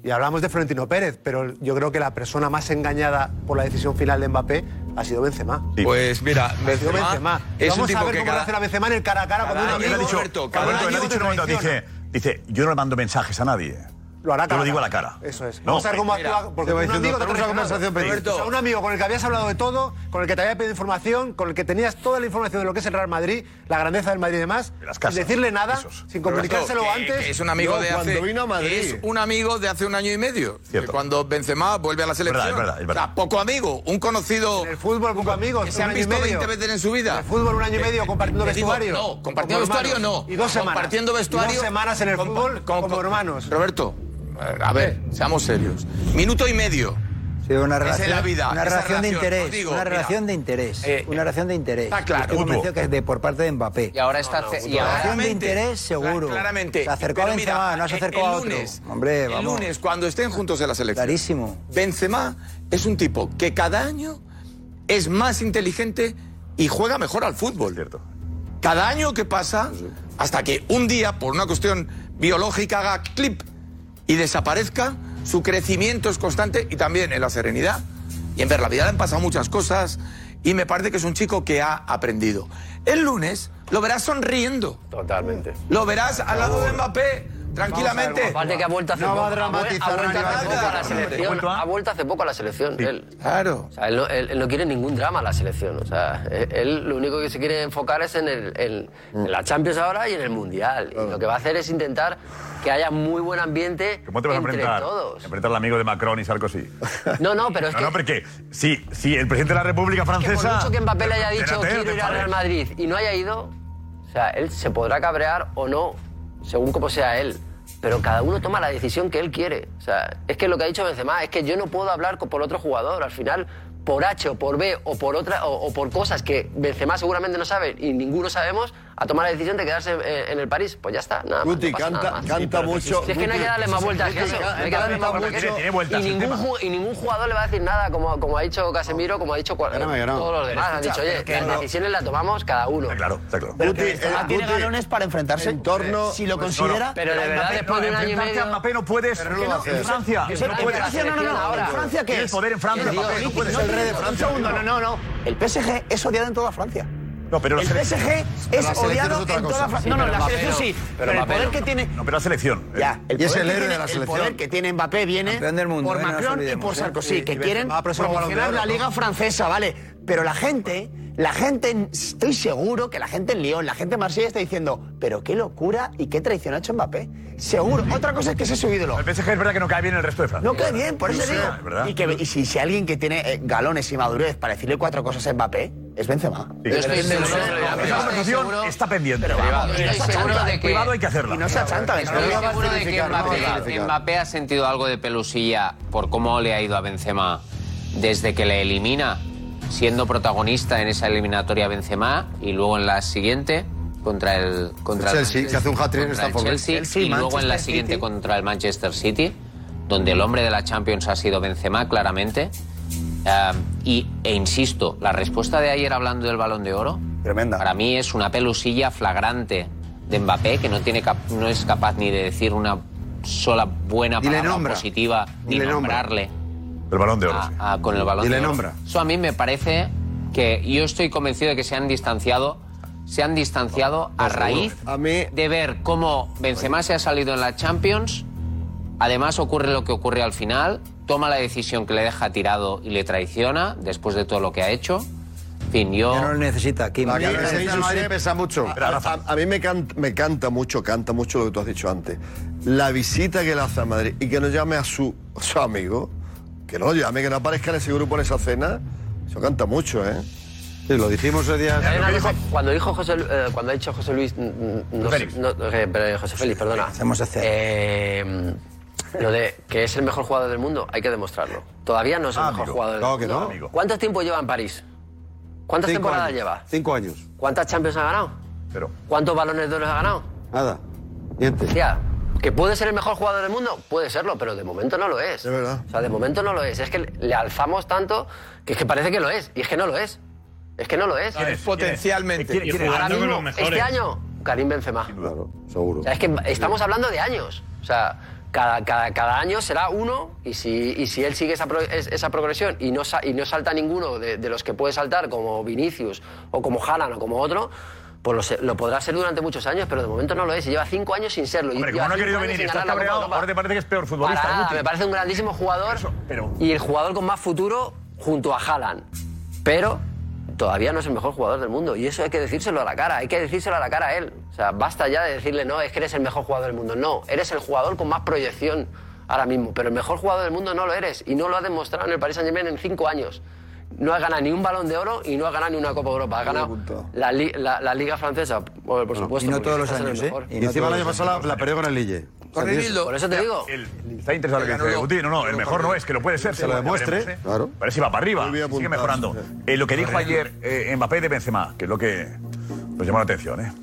[SPEAKER 7] Y hablamos de Florentino Pérez, pero yo creo que la persona más engañada por la decisión final de Mbappé ha sido Benzema.
[SPEAKER 4] Pues mira,
[SPEAKER 7] Ha sido
[SPEAKER 4] Benzema
[SPEAKER 7] Benzema. Y
[SPEAKER 4] es un
[SPEAKER 7] vamos a
[SPEAKER 4] tipo
[SPEAKER 7] ver
[SPEAKER 4] que
[SPEAKER 7] cómo
[SPEAKER 4] cada-
[SPEAKER 7] hace la Benzema en el cara a cara con un
[SPEAKER 8] Él
[SPEAKER 7] amigo.
[SPEAKER 8] ha dicho, Alberto, él ha dicho en un momento, dice, dice, yo no le mando mensajes a nadie.
[SPEAKER 7] Lo hará
[SPEAKER 8] Yo
[SPEAKER 7] cara
[SPEAKER 8] lo
[SPEAKER 7] a
[SPEAKER 8] digo a la
[SPEAKER 7] cara.
[SPEAKER 8] cara.
[SPEAKER 7] Eso es.
[SPEAKER 8] No,
[SPEAKER 7] Vamos a ver cómo
[SPEAKER 8] mira,
[SPEAKER 7] actúa. Porque
[SPEAKER 8] te
[SPEAKER 7] un
[SPEAKER 8] voy
[SPEAKER 7] amigo te ha
[SPEAKER 8] diciendo, tenemos una
[SPEAKER 7] traicionado.
[SPEAKER 8] conversación pendiente.
[SPEAKER 7] O sea, un amigo con el que habías hablado de todo, con el que te había pedido información, con el que tenías toda la información de lo que es el Real Madrid, la grandeza del Madrid y demás, sin decirle nada, sin comunicárselo
[SPEAKER 9] Roberto, que-
[SPEAKER 7] antes.
[SPEAKER 9] que es un amigo
[SPEAKER 7] No,
[SPEAKER 9] de
[SPEAKER 7] cuando
[SPEAKER 9] hace.
[SPEAKER 7] vino a Madrid.
[SPEAKER 9] Es un amigo de hace un año y medio. que Cuando Benzema vuelve a la selección.
[SPEAKER 8] verdad, es verdad, es verdad.
[SPEAKER 9] O sea, poco amigo, un conocido. En el
[SPEAKER 7] fútbol, poco amigo.
[SPEAKER 9] Que se han
[SPEAKER 7] un año y
[SPEAKER 9] visto
[SPEAKER 7] medio.
[SPEAKER 9] 20 veces en su vida. En el
[SPEAKER 7] fútbol, un año y medio, compartiendo
[SPEAKER 9] Te digo,
[SPEAKER 7] vestuario.
[SPEAKER 9] No, compartiendo
[SPEAKER 7] Como
[SPEAKER 9] vestuario
[SPEAKER 7] hermanos.
[SPEAKER 9] no.
[SPEAKER 7] Y dos semanas.
[SPEAKER 9] Compartiendo
[SPEAKER 7] Y dos
[SPEAKER 9] vestuario.
[SPEAKER 7] semanas en el
[SPEAKER 9] fútbol
[SPEAKER 7] como hermanos.
[SPEAKER 9] Roberto, eh, a ver, seamos serios. Minuto y medio.
[SPEAKER 20] Sí,
[SPEAKER 9] Esa
[SPEAKER 20] una
[SPEAKER 9] es
[SPEAKER 20] relación,
[SPEAKER 9] la vida,
[SPEAKER 20] una
[SPEAKER 9] esa
[SPEAKER 20] relación de
[SPEAKER 9] relación,
[SPEAKER 20] interés,
[SPEAKER 9] os digo,
[SPEAKER 20] una
[SPEAKER 9] mira.
[SPEAKER 20] relación de interés, una relación de interés.
[SPEAKER 9] está claro.
[SPEAKER 20] Estoy
[SPEAKER 9] Mutuo.
[SPEAKER 20] convencido que es de por parte de Mbappé.
[SPEAKER 22] Y ahora está- y
[SPEAKER 20] Una
[SPEAKER 22] ahora-
[SPEAKER 20] relación de
[SPEAKER 22] Claramente,
[SPEAKER 20] interés seguro.
[SPEAKER 9] claramente.
[SPEAKER 20] Se acercó
[SPEAKER 9] Pero
[SPEAKER 20] a
[SPEAKER 9] mira,
[SPEAKER 20] Benzema, no se
[SPEAKER 9] el-
[SPEAKER 20] acercó
[SPEAKER 9] el
[SPEAKER 20] a otro.
[SPEAKER 9] lunes,
[SPEAKER 20] Hombre,
[SPEAKER 9] El
[SPEAKER 20] vamos.
[SPEAKER 9] lunes, cuando estén juntos en la selección.
[SPEAKER 20] Clarísimo.
[SPEAKER 9] Benzema es un tipo que cada año es más inteligente y juega mejor al fútbol. Cada año que pasa, hasta que un día, por una cuestión biológica, haga clip y desaparezca, su crecimiento es constante y también en la serenidad. Y en ver la vida le han pasado muchas cosas y me parece que es un chico que ha aprendido. El lunes lo verás sonriendo.
[SPEAKER 12] Totalmente.
[SPEAKER 9] Lo verás al lado de Mbappé, tranquilamente.
[SPEAKER 12] Aparte que ha vuelto hace poco. ha vuelto hace poco a la
[SPEAKER 9] ¿Ha
[SPEAKER 12] selección.
[SPEAKER 9] vuelto a-
[SPEAKER 12] Ha vuelto hace poco a la selección. Él.
[SPEAKER 9] Claro.
[SPEAKER 12] O sea, él, no, él- él no quiere ningún drama a la selección. O sea, él, él lo único que se quiere enfocar es en, el, en- en la Champions ahora y en el Mundial. Y lo que va a hacer es intentar que haya muy buen ambiente
[SPEAKER 8] ¿Cómo te vas a
[SPEAKER 12] entre
[SPEAKER 8] enfrentar?
[SPEAKER 12] todos.
[SPEAKER 8] Enfrentar al amigo de Macron y Sarkozy.
[SPEAKER 12] No, no, pero es
[SPEAKER 8] No,
[SPEAKER 12] que
[SPEAKER 8] no, porque si, si el presidente de la República
[SPEAKER 12] que por
[SPEAKER 8] Francesa...
[SPEAKER 12] mucho que Mbappé le haya dicho
[SPEAKER 8] Espérate,
[SPEAKER 12] quiero
[SPEAKER 8] te
[SPEAKER 12] ir al Real
[SPEAKER 8] enfades.
[SPEAKER 12] Madrid y no haya ido, o sea, él se podrá cabrear o no, según como sea él. Pero cada uno toma la decisión que él quiere. O sea, es que lo que ha dicho Benzema es que yo no puedo hablar con- por otro jugador. Al final, por H o por B o por otra o, o por cosas que Benzema seguramente no sabe y ninguno sabemos, a tomar la decisión de quedarse eh, en el París. Pues ya está, nada más,
[SPEAKER 10] Guti,
[SPEAKER 12] no pasa nada
[SPEAKER 10] canta-
[SPEAKER 12] más.
[SPEAKER 10] canta Sí, pero que mucho,
[SPEAKER 12] Si es que no hay
[SPEAKER 10] Guti,
[SPEAKER 12] que darle más vueltas que eso.
[SPEAKER 10] Guti,
[SPEAKER 12] no hay que darle
[SPEAKER 10] canta
[SPEAKER 12] más vueltas que
[SPEAKER 10] mucho.
[SPEAKER 12] eso.
[SPEAKER 10] Tiene vueltas
[SPEAKER 12] Y
[SPEAKER 10] el
[SPEAKER 12] ningún,
[SPEAKER 10] tema.
[SPEAKER 12] ju- y ningún jugador le va a decir nada, como, como ha dicho Casemiro, como ha dicho cual-
[SPEAKER 10] Espérame, que no.
[SPEAKER 12] todos los demás.
[SPEAKER 10] Pero
[SPEAKER 12] Han dicho,
[SPEAKER 10] escucha,
[SPEAKER 12] oye,
[SPEAKER 10] pero que
[SPEAKER 12] las
[SPEAKER 10] no.
[SPEAKER 12] decisiones las tomamos cada uno.
[SPEAKER 8] claro, está claro.
[SPEAKER 6] Pero
[SPEAKER 12] Guti,
[SPEAKER 6] que
[SPEAKER 12] eh,
[SPEAKER 6] está- tiene
[SPEAKER 12] Guti,
[SPEAKER 6] galones para enfrentarse. Eh,
[SPEAKER 12] en torno-
[SPEAKER 6] si lo
[SPEAKER 12] Pues,
[SPEAKER 6] considera.
[SPEAKER 12] no, no. Pero de verdad, después de un año y
[SPEAKER 8] enfrentarte
[SPEAKER 12] medio-
[SPEAKER 8] a Mbappé no puedes.
[SPEAKER 12] Pero no lo
[SPEAKER 8] ¿Qué
[SPEAKER 12] va a hacer.
[SPEAKER 8] En Francia.
[SPEAKER 12] Josep,
[SPEAKER 8] no
[SPEAKER 12] ¿en
[SPEAKER 8] puedes.
[SPEAKER 12] Francia no, no, no,
[SPEAKER 8] Ahora.
[SPEAKER 12] ¿en Francia qué
[SPEAKER 8] Tienes
[SPEAKER 12] es?
[SPEAKER 8] poder en Francia,
[SPEAKER 12] ¿Qué digo?
[SPEAKER 8] Mbappé. No
[SPEAKER 12] Dices,
[SPEAKER 8] puedes.
[SPEAKER 12] no,
[SPEAKER 8] ser rey de
[SPEAKER 12] no,
[SPEAKER 8] Francia.
[SPEAKER 12] un segundo, no, no, no.
[SPEAKER 6] El PSG es odiado en toda Francia.
[SPEAKER 8] No, pero la
[SPEAKER 6] el
[SPEAKER 8] selección-
[SPEAKER 6] PSG
[SPEAKER 8] Pero
[SPEAKER 6] es
[SPEAKER 8] la selección
[SPEAKER 6] odiado
[SPEAKER 8] es otra
[SPEAKER 6] en
[SPEAKER 8] cosa.
[SPEAKER 6] toda
[SPEAKER 8] Sí,
[SPEAKER 6] Francia. No, no,
[SPEAKER 8] pero
[SPEAKER 6] la
[SPEAKER 8] Mbappé
[SPEAKER 6] selección
[SPEAKER 8] no.
[SPEAKER 6] sí.
[SPEAKER 8] Pero
[SPEAKER 6] Pero el
[SPEAKER 8] Mbappé
[SPEAKER 6] poder
[SPEAKER 8] no.
[SPEAKER 6] que tiene.
[SPEAKER 8] No, pero la selección.
[SPEAKER 6] Ya, el
[SPEAKER 8] Y es
[SPEAKER 6] poder
[SPEAKER 8] el
[SPEAKER 6] que
[SPEAKER 8] héroe
[SPEAKER 6] tiene-
[SPEAKER 8] de la
[SPEAKER 6] El poder
[SPEAKER 8] selección.
[SPEAKER 6] que tiene Mbappé viene
[SPEAKER 8] Campeón del mundo,
[SPEAKER 6] por
[SPEAKER 8] eh, no nos
[SPEAKER 6] Macron y
[SPEAKER 8] olvidemos,
[SPEAKER 6] por
[SPEAKER 8] eh.
[SPEAKER 6] Sarkozy,
[SPEAKER 8] Sí, y
[SPEAKER 6] que
[SPEAKER 8] Benzema,
[SPEAKER 6] quieren
[SPEAKER 8] próximo Balón de
[SPEAKER 6] promocionar
[SPEAKER 8] Oro,
[SPEAKER 6] la
[SPEAKER 8] ¿no?
[SPEAKER 6] liga francesa, ¿vale? Pero la gente, la gente, estoy seguro que la gente en Lyon, la gente en Marsella está diciendo, pero qué locura y qué traición ha hecho Mbappé. Seguro. Otra cosa es que se ha subido
[SPEAKER 8] El PSG es verdad que no cae bien en el resto de Francia.
[SPEAKER 6] no cae bien, por eso
[SPEAKER 8] Sí, es
[SPEAKER 6] digo.
[SPEAKER 8] verdad.
[SPEAKER 6] Y, que, y si, si alguien que tiene eh, galones y madurez para decirle cuatro cosas a Mbappé, es Benzema.
[SPEAKER 8] Yo estoy seguro- Esa conversación está pendiente.
[SPEAKER 6] Pero vamos,
[SPEAKER 8] Privado.
[SPEAKER 6] no
[SPEAKER 8] Está
[SPEAKER 6] se
[SPEAKER 8] privado,
[SPEAKER 6] achanta,
[SPEAKER 8] privado hay que hacerla.
[SPEAKER 6] Y no se achanta,
[SPEAKER 8] Claro,
[SPEAKER 6] Benzema.
[SPEAKER 8] claro.
[SPEAKER 6] No va a
[SPEAKER 8] Seguro de que
[SPEAKER 6] justificar, no va a
[SPEAKER 22] Mbappé,
[SPEAKER 6] justificar.
[SPEAKER 22] Mbappé ha sentido algo de pelusilla por cómo le ha ido a Benzema desde que le elimina, siendo protagonista en esa eliminatoria Benzema y luego en la siguiente contra el contra
[SPEAKER 10] El Chelsea, que hace un hat-trick en
[SPEAKER 22] contra el
[SPEAKER 10] Stamford Bridge.
[SPEAKER 22] Chelsea,
[SPEAKER 10] Chelsea,
[SPEAKER 22] y luego en la
[SPEAKER 10] Manchester
[SPEAKER 22] siguiente
[SPEAKER 10] City.
[SPEAKER 22] contra el Manchester City, donde el hombre de la Champions ha sido Benzema claramente. Ah, y, e insisto, la respuesta de ayer hablando del balón de oro, para mí es una pelusilla flagrante de Mbappé, que no, tiene cap- no es capaz ni de decir una sola buena
[SPEAKER 8] Ni le
[SPEAKER 22] palabra
[SPEAKER 8] nombra.
[SPEAKER 22] positiva, ni,
[SPEAKER 8] Ni le nombra.
[SPEAKER 22] nombrarle
[SPEAKER 8] El balón de oro.
[SPEAKER 22] a-
[SPEAKER 8] sí.
[SPEAKER 22] a- con el balón
[SPEAKER 8] Y le
[SPEAKER 22] de oro.
[SPEAKER 8] nombra.
[SPEAKER 22] Eso a mí me parece que yo estoy convencido de que se han distanciado. Se han distanciado a
[SPEAKER 10] seguro.
[SPEAKER 22] raíz de ver cómo Benzema se ha salido en la Champions. Además ocurre lo que ocurre al final. Toma la decisión que le deja tirado y le traiciona después de todo lo que ha hecho. En fin, yo...
[SPEAKER 20] no lo necesita, Kim.
[SPEAKER 10] La
[SPEAKER 20] Ya
[SPEAKER 10] cara
[SPEAKER 20] lo
[SPEAKER 10] de
[SPEAKER 20] necesita.
[SPEAKER 10] Jesús sí pesa mucho. A, a- a mí me canta, me canta mucho, canta mucho lo que tú has dicho antes. La visita que le hace a Madrid y que no llame a su, a su amigo, que no llame, que no aparezca en ese grupo en esa cena, eso canta mucho, ¿eh? Sí, lo dijimos ese día.
[SPEAKER 12] Hay una cosa, cuando dijo José, Lu- eh, cuando ha dicho José Luis, mm, mm, no sé- no, eh, pero José Félix, perdona. Eh, lo de que es el mejor jugador del mundo, hay que demostrarlo. Todavía no es el
[SPEAKER 19] Ah,
[SPEAKER 12] mejor
[SPEAKER 19] amigo.
[SPEAKER 12] jugador del
[SPEAKER 19] Claro que
[SPEAKER 12] mundo.
[SPEAKER 19] no, amigo.
[SPEAKER 12] ¿Cuánto tiempo lleva en París? ¿Cuántas
[SPEAKER 19] Cinco
[SPEAKER 12] temporadas
[SPEAKER 19] años.
[SPEAKER 12] lleva?
[SPEAKER 19] Cinco años.
[SPEAKER 12] ¿Cuántas Champions ha ganado?
[SPEAKER 8] Pero.
[SPEAKER 12] ¿Cuántos balones de oro ha ganado?
[SPEAKER 19] Nada. Diente.
[SPEAKER 12] Hostia, que puede ser el mejor jugador del mundo, puede serlo, pero de momento no lo es. De verdad. O sea, de momento no lo es. Es que le alzamos tanto que es que parece que lo es, y es que no lo es. Es que no lo es.
[SPEAKER 4] ¿Quién es? Potencialmente. ¿Quién es? ¿Quién es?
[SPEAKER 12] Ahora
[SPEAKER 4] Jugando con
[SPEAKER 12] mismo,
[SPEAKER 4] los mejores.
[SPEAKER 12] este año, Karim Benzema.
[SPEAKER 10] Claro, seguro.
[SPEAKER 12] O sea, es que estamos hablando de años. O sea, cada, cada, cada año será uno y si, y si él sigue esa, pro- es- esa progresión y no, sa- y no salta ninguno de, de los que puede saltar, como Vinicius o como Haaland o como otro, pues lo, se- lo podrá ser durante muchos años, pero de momento no lo es. Y lleva cinco años sin serlo. y
[SPEAKER 8] Hombre,
[SPEAKER 12] lleva
[SPEAKER 8] como no ha
[SPEAKER 12] cinco
[SPEAKER 8] querido
[SPEAKER 12] años
[SPEAKER 8] venir
[SPEAKER 12] sin
[SPEAKER 8] y estás
[SPEAKER 12] ganar la Copa
[SPEAKER 8] cabreado,
[SPEAKER 12] Europa.
[SPEAKER 8] ahora te parece que es peor
[SPEAKER 12] Para
[SPEAKER 8] futbolista.
[SPEAKER 12] nada,
[SPEAKER 8] Guti.
[SPEAKER 12] me parece un grandísimo jugador y el jugador con más futuro junto a Haaland. Pero todavía no es el mejor jugador del mundo y eso hay que decírselo a la cara, hay que decírselo a la cara a él. O sea, basta ya de decirle, no, es que eres el mejor jugador del mundo. No, eres el jugador con más proyección ahora mismo, pero el mejor jugador del mundo no lo eres y no lo ha demostrado en el Paris Saint-Germain en cinco años. No ha ganado ni un balón de oro y no ha ganado ni una Copa Europa. Ha ganado la, li- la- la Liga Francesa, por por supuesto.
[SPEAKER 19] Y no
[SPEAKER 12] porque
[SPEAKER 19] todos los
[SPEAKER 12] quizás es el
[SPEAKER 19] años, ¿eh?
[SPEAKER 12] mejor.
[SPEAKER 19] Y encima el año pasado la, la perdió con el Lille.
[SPEAKER 12] Con el Bildo. Por eso te digo.
[SPEAKER 8] Está interesado lo que dice Guti. No, no, el mejor no es, que lo puede ser.
[SPEAKER 19] Que lo
[SPEAKER 8] ya veremos,
[SPEAKER 19] demuestre,
[SPEAKER 8] ¿eh?
[SPEAKER 19] claro.
[SPEAKER 8] Parece que va para arriba,
[SPEAKER 19] Volví a
[SPEAKER 8] sigue
[SPEAKER 19] apuntar,
[SPEAKER 8] mejorando.
[SPEAKER 19] sí.
[SPEAKER 8] Eh, lo que dijo
[SPEAKER 19] Correcto.
[SPEAKER 8] ayer eh, Mbappé de Benzema, que es lo que nos llamó la atención, ¿eh?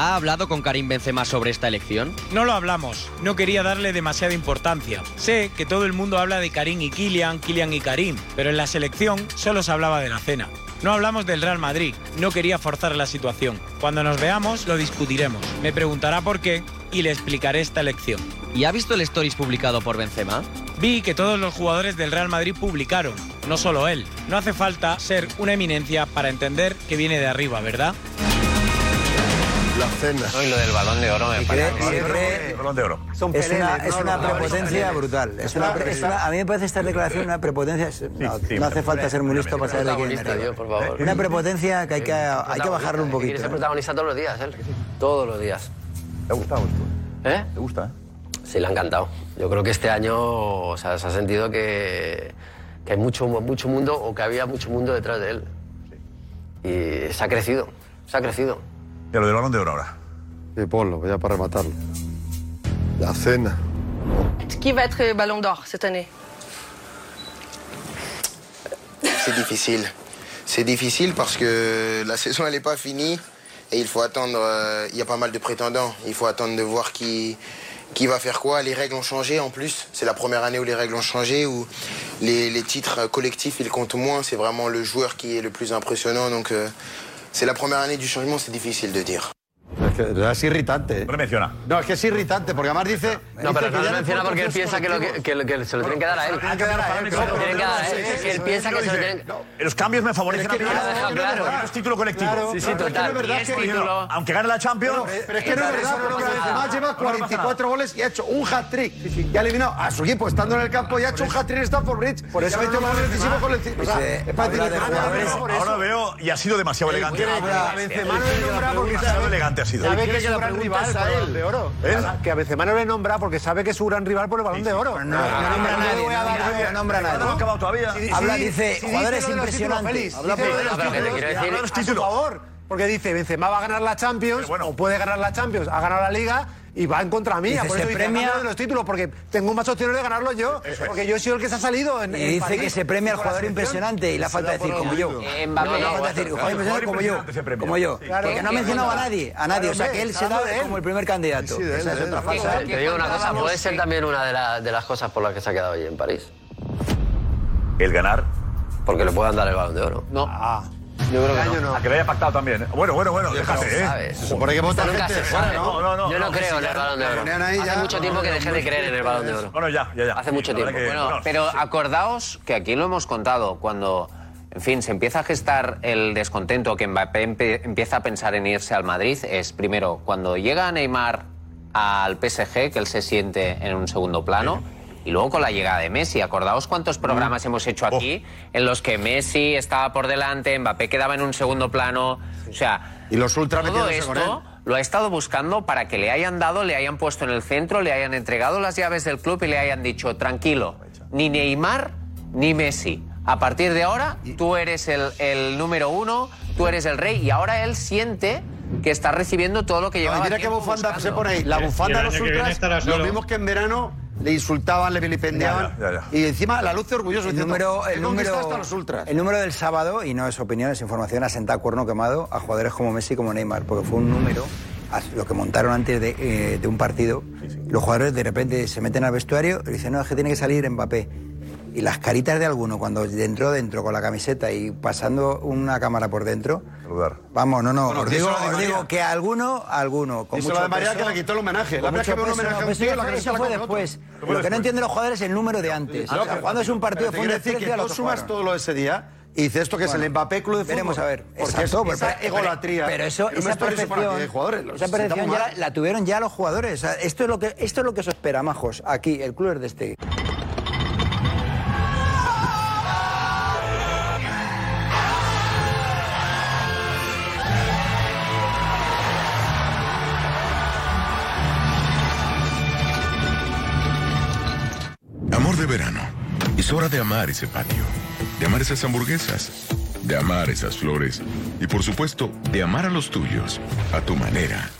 [SPEAKER 23] ¿Ha hablado con Karim Benzema sobre esta elección?
[SPEAKER 24] No lo hablamos, no quería darle demasiada importancia. Sé que todo el mundo habla de Karim y Kylian, Kylian y Karim, pero en la selección solo se hablaba de la cena. No hablamos del Real Madrid, no quería forzar la situación. Cuando nos veamos lo discutiremos. Me preguntará por qué y le explicaré esta elección.
[SPEAKER 23] ¿Y ha visto el stories publicado por Benzema?
[SPEAKER 24] Vi que todos los jugadores del Real Madrid publicaron, no solo él. No hace falta ser una eminencia para entender que viene de arriba, ¿verdad?
[SPEAKER 10] La cena.
[SPEAKER 22] y lo del balón de oro me
[SPEAKER 20] parece-
[SPEAKER 8] Balón de oro.
[SPEAKER 20] es una, es una prepotencia brutal. Es una pre- es una- a mí me parece esta declaración una prepotencia. es- No,
[SPEAKER 8] sí,
[SPEAKER 20] no hace falta ser muy listo para
[SPEAKER 12] Ser
[SPEAKER 20] saber de quién es.
[SPEAKER 12] protagonista, yo, por favor.
[SPEAKER 20] Una prepotencia que hay que, hay que
[SPEAKER 12] Protagonista,
[SPEAKER 20] bajarlo un
[SPEAKER 12] es que Quiere
[SPEAKER 20] poquito.
[SPEAKER 12] ser
[SPEAKER 20] ¿eh?
[SPEAKER 12] protagonista todos los días, él. Todos los días.
[SPEAKER 8] ¿Te ha gustado
[SPEAKER 12] esto? ¿Eh?
[SPEAKER 8] ¿Te gusta?
[SPEAKER 12] Sí, le ha encantado. Yo creo que este año o sea, se ha sentido que, que hay mucho, mucho mundo o que había mucho mundo detrás de él. Y se ha crecido, se ha crecido.
[SPEAKER 8] De lo del balón de oro ahora.
[SPEAKER 10] Sí, ponlo, ya para rematarlo. La cena.
[SPEAKER 25] Qui va être euh, Ballon d'Or cette année
[SPEAKER 26] C'est difficile.
[SPEAKER 1] C'est difficile parce que la saison elle n'est pas finie et il faut attendre. euh, Il y a pas mal de prétendants. Il faut attendre de voir qui qui va faire quoi. Les règles ont changé en plus. C'est la première année où les règles ont changé où les, les titres collectifs ils comptent moins. C'est vraiment le joueur qui est le plus impressionnant. Donc euh, c'est la première année du changement. C'est difficile de dire.
[SPEAKER 19] Es que, de verdad, es irritante. No le menciona. No, es que es irritante, porque además dice.
[SPEAKER 12] No, pero no lo menciona porque él piensa que, lo que- que lo- que se lo tienen que dar a él.
[SPEAKER 19] Tienen que
[SPEAKER 8] ¿eh?
[SPEAKER 19] dar a él,
[SPEAKER 12] Se lo tienen que dar a él.
[SPEAKER 19] sí, sí,
[SPEAKER 12] Que él
[SPEAKER 19] sí,
[SPEAKER 12] piensa
[SPEAKER 19] sí,
[SPEAKER 12] que
[SPEAKER 19] sí,
[SPEAKER 12] se lo
[SPEAKER 19] sí.
[SPEAKER 12] tienen.
[SPEAKER 8] Los cambios me favorecen a mí.
[SPEAKER 12] Claro,
[SPEAKER 8] Yo quiero
[SPEAKER 12] claro.
[SPEAKER 8] ganar, Es título colectivo.
[SPEAKER 19] Claro,
[SPEAKER 8] sí, sí,
[SPEAKER 19] claro,
[SPEAKER 8] total.
[SPEAKER 19] pero es verdad
[SPEAKER 8] Y es
[SPEAKER 19] que-
[SPEAKER 8] título. Aunque gane la Champions.
[SPEAKER 19] Pero, pero es que no es verdad, porque además lleva 44 goles y ha hecho un hat-trick. Y ha eliminado a su equipo estando en el campo y ha hecho un hat-trick en Stamford Bridge. Por eso ha hecho más decisivo con el equipo. O sea, es para decir, ah, no, no, no, por eso.
[SPEAKER 8] Ahora veo y ha sido demasiado elegante. Demasiado elegante ha sido.
[SPEAKER 5] ¿eh?
[SPEAKER 8] ¿Eh?
[SPEAKER 5] Sabe que es su gran rival por el balón de oro.
[SPEAKER 9] ¿Eh?
[SPEAKER 5] Que a Benzema no le nombra porque sabe que es su gran rival pues, por el balón de oro. No,
[SPEAKER 20] Pues nombra a nadie, no nombra a nadie. No acabado todavía. Habla, dice, jugadores impresionantes. Habla
[SPEAKER 5] Habla de
[SPEAKER 20] por-
[SPEAKER 5] los
[SPEAKER 20] Ah, pero que te quiero
[SPEAKER 5] títulos,
[SPEAKER 20] decir-
[SPEAKER 5] habla de los títulos. A su favor, porque dice, Benzema va a ganar la Champions, o puede ganar la Champions, ha ganado la Liga y va en contra mía.
[SPEAKER 20] Dice,
[SPEAKER 5] por
[SPEAKER 20] se
[SPEAKER 5] eso dice,
[SPEAKER 20] premia-
[SPEAKER 5] ha ganado de los títulos, porque tengo más opciones de ganarlo yo, porque yo he sido el que se ha salido en
[SPEAKER 20] Y
[SPEAKER 5] en
[SPEAKER 20] dice
[SPEAKER 5] París.
[SPEAKER 20] que se premia
[SPEAKER 5] Y
[SPEAKER 20] al
[SPEAKER 5] con la
[SPEAKER 20] jugador
[SPEAKER 5] selección.
[SPEAKER 20] impresionante y la falta de decir como yo. No,
[SPEAKER 5] Mbappé.
[SPEAKER 20] la falta de decir jugador impresionante como yo. Como yo.
[SPEAKER 5] Claro.
[SPEAKER 20] Porque no ha mencionado a nadie, a nadie. O sea
[SPEAKER 5] Claro,
[SPEAKER 20] que él se da
[SPEAKER 5] hablando de él.
[SPEAKER 20] como el primer candidato. Esa es otra falsa.
[SPEAKER 12] Te digo una cosa, puede ser también una de, la- de las cosas por las que se ha quedado hoy en París.
[SPEAKER 8] El ganar.
[SPEAKER 12] Porque le puedan dar el balón de oro. No.
[SPEAKER 8] Yo creo
[SPEAKER 5] Este
[SPEAKER 8] que no. A que lo haya pactado también. ¿eh? Bueno, bueno, bueno, déjate, ¿eh?
[SPEAKER 12] Se supone que vota
[SPEAKER 8] Nunca
[SPEAKER 12] gente
[SPEAKER 8] se
[SPEAKER 12] de
[SPEAKER 8] sabe.
[SPEAKER 12] fuera, ¿no?
[SPEAKER 8] No, no, no.
[SPEAKER 12] Yo no creo en
[SPEAKER 8] sí,
[SPEAKER 12] el
[SPEAKER 8] ya,
[SPEAKER 12] Balón de
[SPEAKER 8] la
[SPEAKER 12] Oro.
[SPEAKER 8] reunión ahí
[SPEAKER 12] Hace
[SPEAKER 8] ya-
[SPEAKER 12] mucho tiempo que dejé de creer en el Balón de Oro.
[SPEAKER 8] Bueno, ya, ya, ya.
[SPEAKER 12] Hace mucho
[SPEAKER 8] la verdad
[SPEAKER 12] tiempo.
[SPEAKER 8] que-
[SPEAKER 22] Bueno,
[SPEAKER 8] bueno,
[SPEAKER 22] pero acordaos que aquí lo hemos contado cuando, en fin, se empieza a gestar el descontento, que Mbappé empe- empieza a pensar en irse al Madrid, es primero cuando llega Neymar al PSG, que él se siente en un segundo plano. Y luego con la llegada de Messi, acordaos
[SPEAKER 8] Mm.
[SPEAKER 22] cuántos programas hemos hecho aquí en los que Messi estaba por delante, Mbappé quedaba en un segundo plano, o sea,
[SPEAKER 19] Y los ultras
[SPEAKER 22] todo
[SPEAKER 19] metiéndose con
[SPEAKER 22] esto lo ha estado buscando para que le hayan dado, le hayan puesto en el centro, le hayan entregado las llaves del club y le hayan dicho, tranquilo, ni Neymar ni Messi. A partir de ahora, tú eres el, el número uno, tú eres el rey y ahora él siente que está recibiendo todo lo que llevaba
[SPEAKER 19] Ay, mira qué
[SPEAKER 22] tiempo
[SPEAKER 19] bufanda
[SPEAKER 22] buscando.
[SPEAKER 19] se pone ahí. La bufanda de los ultras, los mismos que en verano le insultaban, le vilipendiaban.
[SPEAKER 20] Ya, ya,
[SPEAKER 19] Y encima la luz de orgulloso
[SPEAKER 20] El
[SPEAKER 19] diciendo,
[SPEAKER 20] número,
[SPEAKER 19] "He
[SPEAKER 20] el,
[SPEAKER 19] conquistado
[SPEAKER 20] número,
[SPEAKER 19] hasta los ultras.
[SPEAKER 20] el número del sábado, y no es opinión, es información, ha sentado cuerno quemado a jugadores como Messi como Neymar, porque fue un número, a- lo que montaron antes de, eh, de un partido, los jugadores de repente se meten al vestuario y dicen, no, es que tiene que salir Mbappé. Y las caritas de alguno cuando entró dentro con la camiseta y pasando una cámara por dentro, vamos, no, no,
[SPEAKER 19] Bueno,
[SPEAKER 20] os,
[SPEAKER 19] díselo
[SPEAKER 20] digo,
[SPEAKER 19] a Di
[SPEAKER 20] os
[SPEAKER 19] María.
[SPEAKER 20] digo que a alguno, a alguno, con
[SPEAKER 19] Y se
[SPEAKER 20] mucho
[SPEAKER 19] lo de María
[SPEAKER 20] peso,
[SPEAKER 19] que le quitó el homenaje. La
[SPEAKER 20] con
[SPEAKER 19] verdad es que
[SPEAKER 20] mucho
[SPEAKER 19] un
[SPEAKER 20] peso,
[SPEAKER 19] homenaje a
[SPEAKER 20] no,
[SPEAKER 19] un tío,
[SPEAKER 20] pero
[SPEAKER 19] la
[SPEAKER 20] eso-
[SPEAKER 19] agresión
[SPEAKER 20] eso
[SPEAKER 19] la
[SPEAKER 20] fue
[SPEAKER 19] comió otro.
[SPEAKER 20] después. Lo que no entienden los jugadores es el número de antes.
[SPEAKER 19] Ah,
[SPEAKER 20] O sea, cuando es un partido, fue un
[SPEAKER 19] quiere decir que
[SPEAKER 20] desprecio a los
[SPEAKER 19] tú sumas
[SPEAKER 20] otros
[SPEAKER 19] todo lo de ese día y dices esto que es el
[SPEAKER 20] Bueno,
[SPEAKER 19] Mbappé Club de Fútbol.
[SPEAKER 20] Veremos a ver.
[SPEAKER 19] Porque es
[SPEAKER 20] Exacto, pero-
[SPEAKER 19] esa
[SPEAKER 20] pero-
[SPEAKER 19] egolatría.
[SPEAKER 20] Pero
[SPEAKER 19] es
[SPEAKER 20] eso,
[SPEAKER 19] una
[SPEAKER 20] esa
[SPEAKER 19] historia superactiva
[SPEAKER 20] perfección,
[SPEAKER 19] de jugadores. los
[SPEAKER 20] esa perfección
[SPEAKER 19] necesitamos
[SPEAKER 20] ya
[SPEAKER 19] más.
[SPEAKER 20] la, la tuvieron ya los jugadores. O sea, esto es lo que esto es lo que se espera, majos. Aquí el club es de este.
[SPEAKER 27] Amor de verano. Es hora de amar ese patio, de amar esas hamburguesas, de amar esas flores y por supuesto de amar a los tuyos, a tu manera.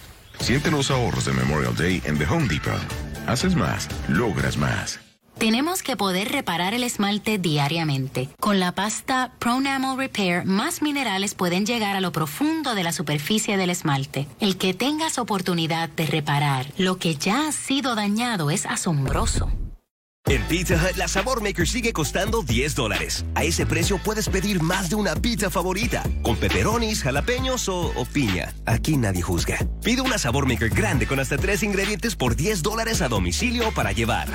[SPEAKER 27] Siente los ahorros de Memorial Day en The Home Depot. Haces más, logras más.
[SPEAKER 11] Tenemos que poder reparar el esmalte diariamente. Con la pasta Pronamel Repair, más minerales pueden llegar a lo profundo de la superficie del esmalte. El que tengas oportunidad de reparar lo que ya ha sido dañado es asombroso.
[SPEAKER 26] En Pizza Hut, la Sabor Maker sigue costando 10 dólares. A ese precio puedes pedir más de una pizza favorita, con peperonis, jalapeños o, o piña. Aquí nadie juzga. Pide una Sabor Maker grande con hasta 3 ingredientes por 10 dólares a domicilio para llevar.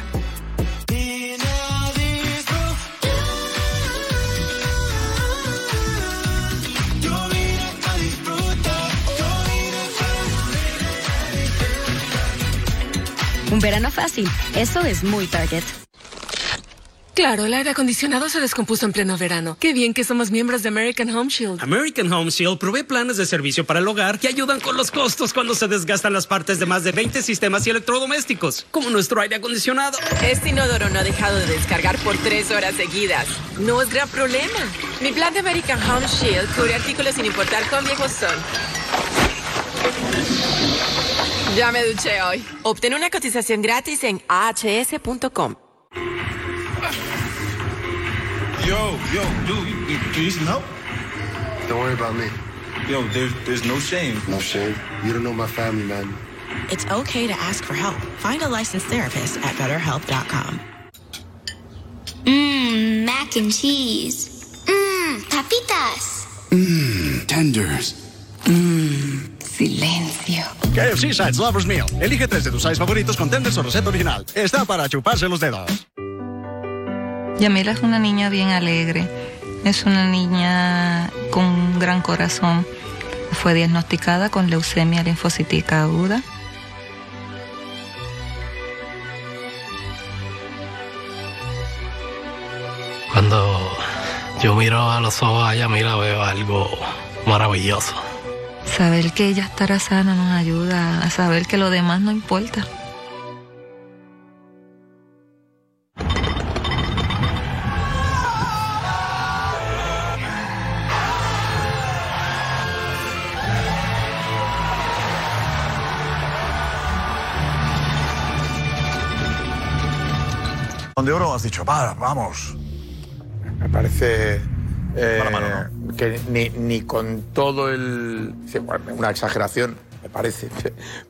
[SPEAKER 28] Un verano fácil. Eso es muy Target.
[SPEAKER 29] Claro, el aire acondicionado se descompuso en pleno verano. Qué bien que somos miembros de American Home Shield.
[SPEAKER 30] American Home Shield provee planes de servicio para el hogar que ayudan con los costos cuando se desgastan las partes de más de 20 sistemas y electrodomésticos, como nuestro aire acondicionado.
[SPEAKER 29] Este inodoro no ha dejado de descargar por tres horas seguidas. No es gran problema. Mi plan de American Home Shield cubre artículos sin importar cuán viejos son. Ya me duché hoy. Obtén una cotización gratis en ahs.com.
[SPEAKER 31] Yo, yo, dude, do, do you know?
[SPEAKER 32] Don't worry about me.
[SPEAKER 7] Yo, there's, there's no shame.
[SPEAKER 32] No shame. You don't know my family, man.
[SPEAKER 13] It's okay to ask for help. Find a licensed therapist at betterhelp.com.
[SPEAKER 14] Mmm, mac and cheese. Mmm, papitas.
[SPEAKER 15] Mmm, tenders.
[SPEAKER 16] Mm.
[SPEAKER 14] Mmm, silencio.
[SPEAKER 16] KFC Sides Lovers Meal. Elige tres de tus sides favoritos con tenders o receta original. Está para chuparse los dedos.
[SPEAKER 17] Yamila es una niña bien alegre, es una niña con un gran corazón. Fue diagnosticada con leucemia linfocítica aguda.
[SPEAKER 18] Cuando yo miro a los ojos a Yamila veo algo maravilloso.
[SPEAKER 17] Saber que ella estará sana nos ayuda a saber que lo demás no importa.
[SPEAKER 8] Balón de oro, has dicho, para, vamos.
[SPEAKER 9] Me parece. eh,
[SPEAKER 8] Mala mano,
[SPEAKER 9] Que ni, ni con todo el. sí, bueno, Una exageración, me parece.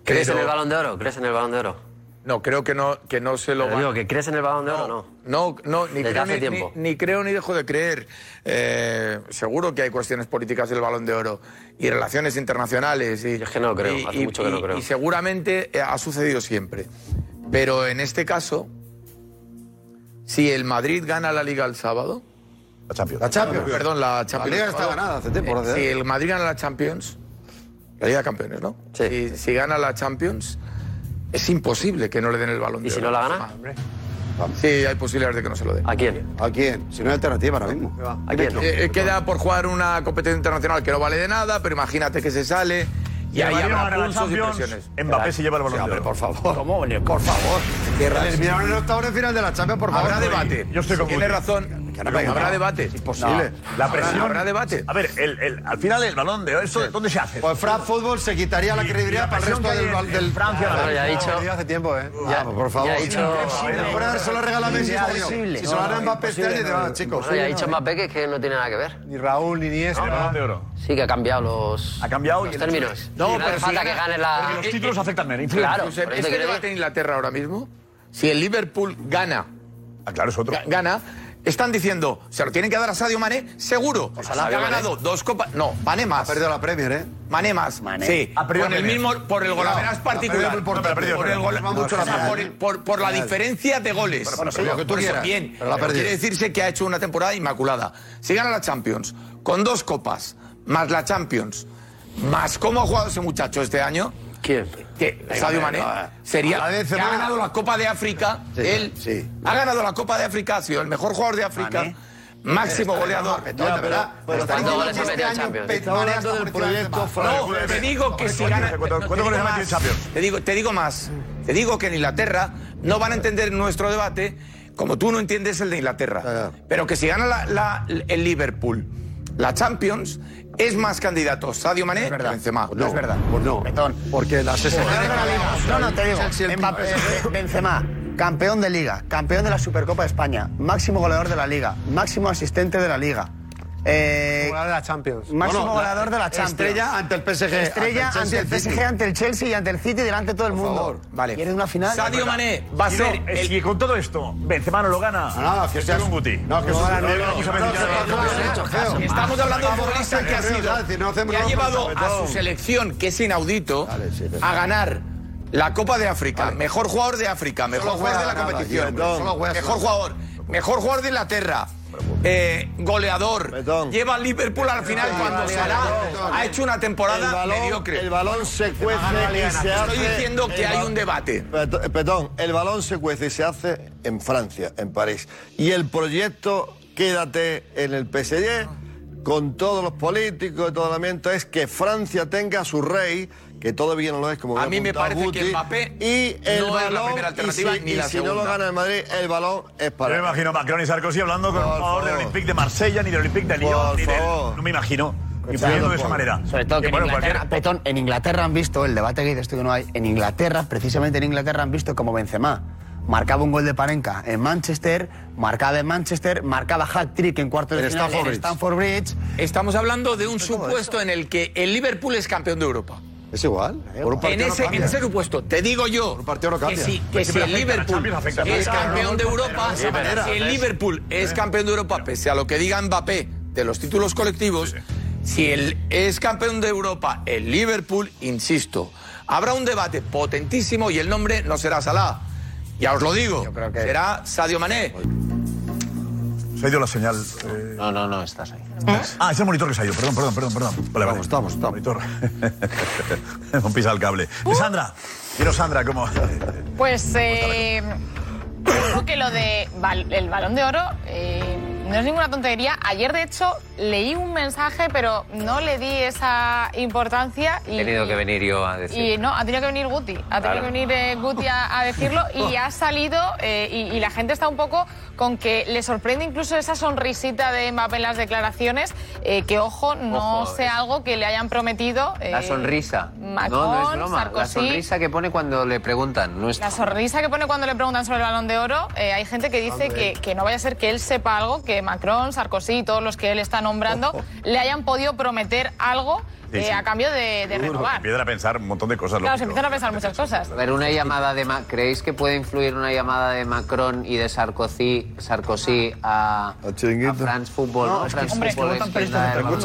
[SPEAKER 12] ¿Crees
[SPEAKER 9] Pero-
[SPEAKER 12] en el balón de oro? ¿Crees en el balón de oro?
[SPEAKER 9] No, creo que no, que no se lo
[SPEAKER 12] Pero
[SPEAKER 9] va-
[SPEAKER 12] digo, ¿que crees en el balón de oro o no?
[SPEAKER 9] No, no, ni
[SPEAKER 12] Desde
[SPEAKER 9] creo,
[SPEAKER 12] hace
[SPEAKER 9] ni,
[SPEAKER 12] tiempo.
[SPEAKER 9] ni- ni creo ni dejo de creer. Eh, seguro que hay cuestiones políticas del Balón de Oro y relaciones internacionales. Y, es que no
[SPEAKER 12] creo, hace mucho que no creo.
[SPEAKER 9] Y seguramente eh, ha sucedido siempre. Pero en este caso, si el Madrid gana la Liga el sábado...
[SPEAKER 8] La Champions.
[SPEAKER 9] La Champions, perdón, la Champions.
[SPEAKER 19] Liga está
[SPEAKER 9] Perdón.
[SPEAKER 19] ganada hace tiempo,
[SPEAKER 9] Eh,
[SPEAKER 19] gracias a
[SPEAKER 9] Si
[SPEAKER 19] Dios.
[SPEAKER 9] el Madrid gana la Champions, la Liga de Campeones, ¿no? Si, si gana la Champions, es imposible que no le den el balón.
[SPEAKER 12] ¿Y si no la gana?
[SPEAKER 9] Sí, hay posibilidades de que no se lo den.
[SPEAKER 12] ¿A quién?
[SPEAKER 9] ¿A quién? Si no hay alternativa ahora mismo.
[SPEAKER 12] ¿A quién?
[SPEAKER 9] eh, queda por jugar una competencia internacional que no vale de nada, pero imagínate que se sale y, ahí habrá pulsos y presiones.
[SPEAKER 8] Mbappé se lleva el balón de oro. por favor. Por favor.
[SPEAKER 19] Eliminaron en octavos de final de la Champions, por favor.
[SPEAKER 8] Habrá debate. Yo estoy con
[SPEAKER 19] Tiene
[SPEAKER 8] Guti.
[SPEAKER 9] razón.
[SPEAKER 8] Que no pega
[SPEAKER 9] Habrá
[SPEAKER 8] nada.
[SPEAKER 9] debate.
[SPEAKER 8] Es imposible.
[SPEAKER 9] No.
[SPEAKER 8] La
[SPEAKER 9] Habrá-
[SPEAKER 8] presión.
[SPEAKER 9] habrá debate.
[SPEAKER 8] A ver, el, el- al final el balón de oro, ¿eso dónde se hace?
[SPEAKER 19] Pues Fran Fútbol se quitaría la
[SPEAKER 8] Y- y
[SPEAKER 19] credibilidad
[SPEAKER 8] la
[SPEAKER 19] para el
[SPEAKER 8] presión que
[SPEAKER 19] resto
[SPEAKER 8] hay
[SPEAKER 19] del,
[SPEAKER 8] en-
[SPEAKER 19] bal-
[SPEAKER 8] en
[SPEAKER 19] del
[SPEAKER 8] Francia, la Claro, ya ha verdad. dicho-
[SPEAKER 19] Vamos, hace tiempo, ¿eh?
[SPEAKER 8] Ya-
[SPEAKER 19] Vamos, por favor.
[SPEAKER 12] ya ha dicho-
[SPEAKER 19] Ahora se lo regala Messi este año.
[SPEAKER 12] Imposible.
[SPEAKER 19] Si se lo
[SPEAKER 12] No,
[SPEAKER 19] gana Mbappé este año,
[SPEAKER 12] imposible,
[SPEAKER 19] te
[SPEAKER 12] no,
[SPEAKER 19] va,
[SPEAKER 12] no.
[SPEAKER 19] chicos.
[SPEAKER 12] Bueno, ya ha dicho Mbappé que, es que no tiene nada que ver.
[SPEAKER 19] Ni Raúl ni Iniesta.
[SPEAKER 8] de oro.
[SPEAKER 12] Sí, que ha cambiado los, ha
[SPEAKER 8] cambiado
[SPEAKER 12] los términos. Y no hace falta que gane la... Eh,
[SPEAKER 9] Porque
[SPEAKER 8] afectan menos.
[SPEAKER 9] Claro,
[SPEAKER 12] Claro,
[SPEAKER 9] Josep,
[SPEAKER 12] por eso te
[SPEAKER 9] este
[SPEAKER 12] quiero
[SPEAKER 9] debate en Inglaterra ahora mismo, si el Liverpool gana,
[SPEAKER 8] Ah, claro, es otro.
[SPEAKER 9] gana, están diciendo, se lo tienen que dar a Sadio Mané, seguro.
[SPEAKER 8] Pues
[SPEAKER 9] O sea,
[SPEAKER 19] Sadio
[SPEAKER 9] ha
[SPEAKER 19] Mané.
[SPEAKER 9] ganado dos copas. No, Mané más.
[SPEAKER 19] Ha perdido la Premier, ¿eh?
[SPEAKER 9] Mané más. Sí.
[SPEAKER 19] Ha perdido
[SPEAKER 9] Con el
[SPEAKER 19] Premier.
[SPEAKER 9] mismo, por el
[SPEAKER 19] Cuidado,
[SPEAKER 9] golaveras
[SPEAKER 19] ha
[SPEAKER 9] particular.
[SPEAKER 19] perdido muy importante.
[SPEAKER 9] No, pero ha perdido, por el
[SPEAKER 19] Pero
[SPEAKER 9] gol-
[SPEAKER 19] va mucho
[SPEAKER 9] o sea,
[SPEAKER 19] la
[SPEAKER 9] por,
[SPEAKER 19] pena.
[SPEAKER 9] por- por la diferencia de goles.
[SPEAKER 19] Bueno, bueno, pero lo que tú
[SPEAKER 9] Por eso,
[SPEAKER 19] quieras.
[SPEAKER 9] Bien.
[SPEAKER 19] Pero la ha
[SPEAKER 9] Pero
[SPEAKER 19] perdido.
[SPEAKER 9] quiere decirse que ha hecho una temporada inmaculada. Si gana la Champions, con dos copas, más la Champions, más cómo ha jugado ese muchacho este año.
[SPEAKER 12] ¿Quién?
[SPEAKER 9] Que Sadio Mané sería.
[SPEAKER 19] A la de
[SPEAKER 9] que ha
[SPEAKER 19] Zidane.
[SPEAKER 9] ganado la Copa de África.
[SPEAKER 19] Sí,
[SPEAKER 9] él
[SPEAKER 19] sí.
[SPEAKER 9] ha ganado la Copa de África, ha sido el mejor jugador de África. Máximo goleador.
[SPEAKER 19] Ya, pero- pero
[SPEAKER 9] Estamos
[SPEAKER 19] Fran,
[SPEAKER 9] hablando
[SPEAKER 19] este año Pe-
[SPEAKER 9] Pe-
[SPEAKER 19] Mané hasta por encima del tema.
[SPEAKER 9] no, te digo que si gana.
[SPEAKER 8] ¿Cuántos
[SPEAKER 9] te digo
[SPEAKER 8] goles ha metido en
[SPEAKER 9] más,
[SPEAKER 8] Champions?
[SPEAKER 9] Te digo, te digo más. Te digo que en Inglaterra no van a entender nuestro debate como tú no entiendes el de Inglaterra. Pero que si gana la- la- el Liverpool, la Champions, es más candidato Sadio Mané que Benzema. No, es verdad.
[SPEAKER 19] no. Porque las
[SPEAKER 6] No, no, te digo. Mbappé,
[SPEAKER 9] Eh,
[SPEAKER 6] Benzema, campeón de Liga, campeón de la Supercopa de España, máximo goleador de la Liga, máximo asistente de la Liga. Eh,
[SPEAKER 5] Jugador de la Champions.
[SPEAKER 6] Máximo
[SPEAKER 5] No, no,
[SPEAKER 6] goleador de la
[SPEAKER 5] estrella
[SPEAKER 6] Champions.
[SPEAKER 9] ante el PSG,
[SPEAKER 6] Estrella
[SPEAKER 9] ante el
[SPEAKER 6] ante
[SPEAKER 9] Chelsea,
[SPEAKER 6] el
[SPEAKER 9] el City.
[SPEAKER 6] PSG, ante el Chelsea y ante el City delante de todo el mundo.
[SPEAKER 9] Vale.
[SPEAKER 6] Y eres una final.
[SPEAKER 9] Sadio Mané va a
[SPEAKER 8] Si
[SPEAKER 9] ser
[SPEAKER 8] no, es que con todo esto, Benzema no lo gana.
[SPEAKER 19] No, que
[SPEAKER 8] Estoy
[SPEAKER 19] seas-
[SPEAKER 8] con Guti.
[SPEAKER 19] No, que
[SPEAKER 8] No,
[SPEAKER 19] seas-
[SPEAKER 8] ahora no,
[SPEAKER 19] no,
[SPEAKER 8] no, no,
[SPEAKER 19] no,
[SPEAKER 8] no,
[SPEAKER 19] no, no,
[SPEAKER 8] no,
[SPEAKER 19] no,
[SPEAKER 8] no,
[SPEAKER 19] no,
[SPEAKER 8] no,
[SPEAKER 19] no,
[SPEAKER 8] no, no,
[SPEAKER 19] no,
[SPEAKER 9] Estamos hablando de un
[SPEAKER 19] Vamos,
[SPEAKER 9] futbolista que ha
[SPEAKER 19] Gabriel, es decir, no
[SPEAKER 9] sido,
[SPEAKER 19] hacemos
[SPEAKER 9] que ha
[SPEAKER 19] bromas,
[SPEAKER 9] llevado
[SPEAKER 19] sobre
[SPEAKER 9] a
[SPEAKER 19] todo.
[SPEAKER 9] su selección, que es inaudito,
[SPEAKER 19] pero-
[SPEAKER 9] a ganar la Copa de África, mejor jugador de África, mejor
[SPEAKER 19] Solo
[SPEAKER 9] jugador de la
[SPEAKER 19] juega ganada,
[SPEAKER 9] competición,
[SPEAKER 19] tío, hombre, solo juega
[SPEAKER 9] mejor
[SPEAKER 19] ganada.
[SPEAKER 9] jugador, mejor jugador de Inglaterra.
[SPEAKER 19] pues,
[SPEAKER 9] eh, goleador, lleva al Liverpool al final
[SPEAKER 19] Betón,
[SPEAKER 9] cuando
[SPEAKER 19] Betón,
[SPEAKER 9] Salah
[SPEAKER 19] Betón.
[SPEAKER 9] ha hecho una temporada
[SPEAKER 19] El balón-
[SPEAKER 9] mediocre.
[SPEAKER 19] el balón se cuece y se
[SPEAKER 9] Estoy
[SPEAKER 19] hace-
[SPEAKER 9] diciendo que
[SPEAKER 19] el
[SPEAKER 9] hay
[SPEAKER 19] ba-
[SPEAKER 9] un debate.
[SPEAKER 19] Perdón, perdón, el balón se cuece y se hace en Francia, en París. Y el proyecto Quédate en el PSG, con todos los políticos y todo el ambiente, es que Francia tenga a su rey, que todavía no lo es, como
[SPEAKER 9] A
[SPEAKER 19] bien
[SPEAKER 9] mí me
[SPEAKER 19] apuntaba
[SPEAKER 9] parece
[SPEAKER 19] Guti,
[SPEAKER 9] que Mbappé
[SPEAKER 19] y el
[SPEAKER 9] no es la primera
[SPEAKER 19] balón, y
[SPEAKER 9] alternativa
[SPEAKER 19] si-
[SPEAKER 9] ni
[SPEAKER 19] y
[SPEAKER 9] la
[SPEAKER 19] si no lo
[SPEAKER 9] segunda.
[SPEAKER 19] gana el Madrid, el balón es
[SPEAKER 8] Yo
[SPEAKER 19] para
[SPEAKER 8] me imagino a Macron y Sarkozy hablando con un
[SPEAKER 19] Por
[SPEAKER 8] jugador del
[SPEAKER 19] favor.
[SPEAKER 8] Olympique de Marsella, ni del Olympique de Lyon,
[SPEAKER 19] Por
[SPEAKER 8] ni del.
[SPEAKER 19] favor.
[SPEAKER 8] No me imagino.
[SPEAKER 6] Claro,
[SPEAKER 8] Influyendo de esa
[SPEAKER 6] por-
[SPEAKER 8] manera.
[SPEAKER 6] Sobre todo que
[SPEAKER 8] Y
[SPEAKER 6] en
[SPEAKER 8] bueno,
[SPEAKER 6] Inglaterra,
[SPEAKER 8] cualquier-
[SPEAKER 6] Petón, este en Inglaterra han visto el debate que dices tú que no hay. En Inglaterra, precisamente en Inglaterra, han visto como Benzema marcaba un gol de Panenka en Manchester, marcaba en Manchester, marcaba hat-trick en cuartos de final en Stamford Bridge.
[SPEAKER 9] Estamos hablando de un supuesto en el que el Liverpool es campeón de Europa.
[SPEAKER 19] Es igual.
[SPEAKER 9] Por un partido
[SPEAKER 19] En
[SPEAKER 9] en,
[SPEAKER 19] ese-
[SPEAKER 9] ese,
[SPEAKER 19] en ese
[SPEAKER 9] supuesto, te digo yo que si,
[SPEAKER 6] Pues
[SPEAKER 19] que si
[SPEAKER 9] el Liverpool es campeón de Europa, el Liverpool es campeón de Europa, pese a lo que diga Mbappé de los títulos colectivos, si el es campeón de Europa, el Liverpool, insisto, habrá un debate potentísimo y el nombre no será Salah. Ya os lo digo, será Sadio Mané.
[SPEAKER 8] Se ha ido la señal. No, no, no, estás ahí. Ah, es el monitor que se ha ido. Perdón, perdón, perdón, perdón. Vale, vale. Estamos, estamos, Monitor. no pisa el cable. De Sandra. Quiero Sandra, ¿cómo?
[SPEAKER 1] Pues eh, creo que lo de bal- el balón de oro eh, no es ninguna tontería. Ayer, de hecho, leí un mensaje, pero no le di esa importancia.
[SPEAKER 22] He
[SPEAKER 1] Y,
[SPEAKER 22] tenido que venir yo a decir.
[SPEAKER 1] y no, ha tenido que venir Guti. Ha tenido
[SPEAKER 22] Claro.
[SPEAKER 1] que venir eh, Guti a, a decirlo y ha salido eh, y, y la gente está un poco con que le sorprende incluso esa sonrisita de Mbappé en las declaraciones, eh, que ojo, no
[SPEAKER 22] Ojo,
[SPEAKER 1] sea algo que le hayan prometido.
[SPEAKER 22] La
[SPEAKER 1] eh,
[SPEAKER 22] sonrisa.
[SPEAKER 1] Macron,
[SPEAKER 22] no, no es broma. La
[SPEAKER 1] Sarkozy.
[SPEAKER 22] sonrisa que pone cuando le preguntan. No es
[SPEAKER 1] La sonrisa que pone cuando le preguntan sobre el balón de oro, eh, hay gente que dice que, que no vaya a ser que él sepa algo, que Macron, Sarkozy y todos los que él está nombrando le hayan podido prometer algo
[SPEAKER 8] Sí,
[SPEAKER 1] eh,
[SPEAKER 8] sí.
[SPEAKER 1] a cambio de, de renovar.
[SPEAKER 8] Empiezan a pensar un montón de cosas.
[SPEAKER 1] Claro, se empiezan a pensar muchas cosas.
[SPEAKER 22] A ver, una llamada de Ma- ¿Creéis que puede influir una llamada de Macron y de Sarkozy, Sarkozy a, a France Football? No, France Football es quien da el balón.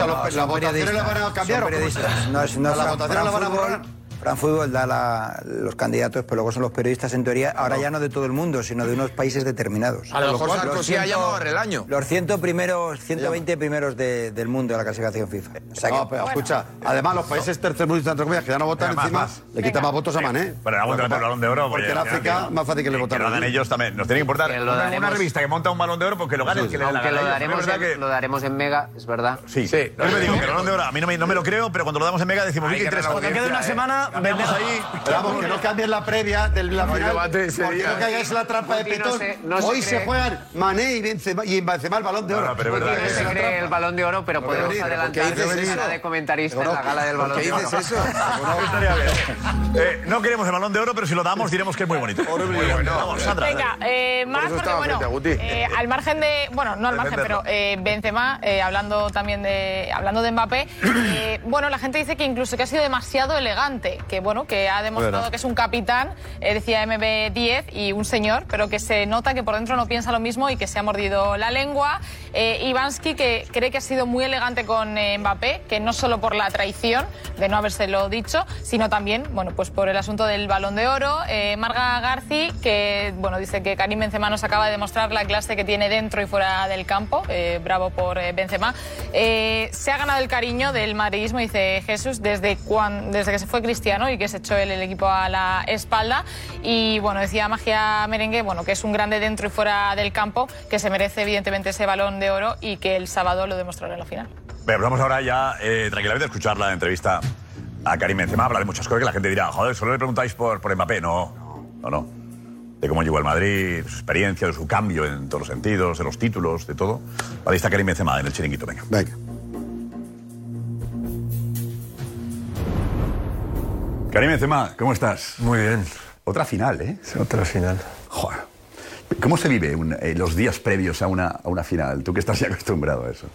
[SPEAKER 20] No, es- no,
[SPEAKER 19] ¿A las
[SPEAKER 20] Fran-
[SPEAKER 19] votaciones las
[SPEAKER 20] Fran
[SPEAKER 19] van a borrar?
[SPEAKER 20] Fútbol- Fran Fútbol da la- los candidatos, pero luego son los periodistas en teoría, ahora ya no de todo el mundo, sino de unos países determinados.
[SPEAKER 9] A lo mejor
[SPEAKER 20] Los
[SPEAKER 9] Sarkozy ha
[SPEAKER 20] 100
[SPEAKER 9] llamado a Relaño.
[SPEAKER 20] Los 100 primeros, 120 primeros de- del mundo de la clasificación FIFA. O sea que-
[SPEAKER 19] No, pero escucha, además los países tercermundistas, entre comillas, que ya no votan
[SPEAKER 20] Venga, más,
[SPEAKER 19] encima,
[SPEAKER 20] más.
[SPEAKER 19] le quita más votos a Mané.
[SPEAKER 8] Pero aguanta el balón de oro.
[SPEAKER 19] Porque
[SPEAKER 8] oye,
[SPEAKER 19] en
[SPEAKER 8] al final
[SPEAKER 19] África
[SPEAKER 8] que-
[SPEAKER 19] más fácil que le votaron.
[SPEAKER 8] Que lo dan ellos también. Nos tienen que importar.
[SPEAKER 19] Que lo
[SPEAKER 8] Una, una
[SPEAKER 19] daremos-
[SPEAKER 8] revista que monta un balón de oro porque lo gane el que le dé la
[SPEAKER 22] Aunque
[SPEAKER 8] gana
[SPEAKER 22] lo
[SPEAKER 8] a ellos. Es
[SPEAKER 22] daremos
[SPEAKER 8] verdad
[SPEAKER 22] en, lo daremos en Mega, es verdad.
[SPEAKER 8] Sí, Yo siempre digo que el balón de oro a mí no me, no me lo creo, pero cuando lo damos en Mega decimos,
[SPEAKER 19] Hay
[SPEAKER 8] "Uy, qué
[SPEAKER 19] que
[SPEAKER 8] interesante".
[SPEAKER 19] ganar la audiencia, eh.
[SPEAKER 8] semana, vendemos eh. ahí.
[SPEAKER 19] Esperamos que no cambien la previa del la
[SPEAKER 8] No hay
[SPEAKER 19] final,
[SPEAKER 8] debate ese
[SPEAKER 19] porque
[SPEAKER 8] día.
[SPEAKER 19] no caigáis en la trampa de
[SPEAKER 22] Guti no
[SPEAKER 19] Petón.
[SPEAKER 22] se- no se
[SPEAKER 19] Hoy se
[SPEAKER 22] cree.
[SPEAKER 19] juegan Mané y Benzema, y Benzema el balón de oro.
[SPEAKER 22] Guti no se cree el balón de oro, pero
[SPEAKER 19] No
[SPEAKER 22] podemos
[SPEAKER 19] debería, ¿por qué
[SPEAKER 22] adelantar
[SPEAKER 19] dices
[SPEAKER 22] la escena
[SPEAKER 19] eso?
[SPEAKER 22] de comentarista en
[SPEAKER 8] Pero
[SPEAKER 22] la
[SPEAKER 8] no,
[SPEAKER 22] gala del
[SPEAKER 8] ¿por
[SPEAKER 22] balón
[SPEAKER 8] qué
[SPEAKER 22] de oro.
[SPEAKER 8] dices eso? Me gustaría ver. Eh, no queremos el balón de oro, pero si lo damos diremos que es muy bonito. Muy bueno. Vamos, Sandra.
[SPEAKER 1] Venga, eh, más
[SPEAKER 8] eso
[SPEAKER 1] porque
[SPEAKER 8] estaba
[SPEAKER 1] bueno,
[SPEAKER 8] frente a Guti.
[SPEAKER 1] eh, al margen de, bueno, no al margen,
[SPEAKER 8] Defenderlo.
[SPEAKER 1] pero eh, Benzema, eh, hablando también de, hablando de Mbappé, eh, bueno, la gente dice que incluso que ha sido demasiado elegante, que bueno, que ha demostrado
[SPEAKER 28] Bueno.
[SPEAKER 1] que es un capitán, eh, decía MB10 y un señor, pero que se nota que por dentro no piensa lo mismo y que se ha mordido la lengua. Eh, Ivansky, que cree que ha sido muy elegante con eh, Mbappé, que no solo por la traición de no habérselo dicho, sino también, bueno, pues por el asunto del Balón de Oro. Eh, Marga Garci, que bueno, dice que Karim Benzema nos acaba de demostrar la clase que tiene dentro y fuera del campo. Eh, bravo por eh, Benzema. Eh, se ha ganado el cariño del madridismo, dice Jesús, desde, cuan- desde que se fue Cristiano y que se echó el, el equipo a la espalda. Y bueno, decía Magia Merengue, bueno, que es un grande dentro y fuera del campo, que se merece evidentemente ese Balón de Oro y que el sábado lo demostrará en la final.
[SPEAKER 8] Venga, pues vamos ahora ya eh, tranquilamente a escuchar la entrevista a Karim Benzema. Habla de muchas cosas que la gente dirá, joder, solo le preguntáis por, por Mbappé. No, no, no. De cómo llegó al Madrid, de su experiencia, de su cambio en todos los sentidos, de los títulos, de todo. Ahí está Karim Benzema en el chiringuito, venga.
[SPEAKER 19] Venga.
[SPEAKER 8] Karim Benzema, ¿cómo estás? Muy bien. Otra final, ¿eh? Otra final. Joder. ¿Cómo se vive un- eh, los días previos a una, a una final? Tú que estás ya acostumbrado a eso.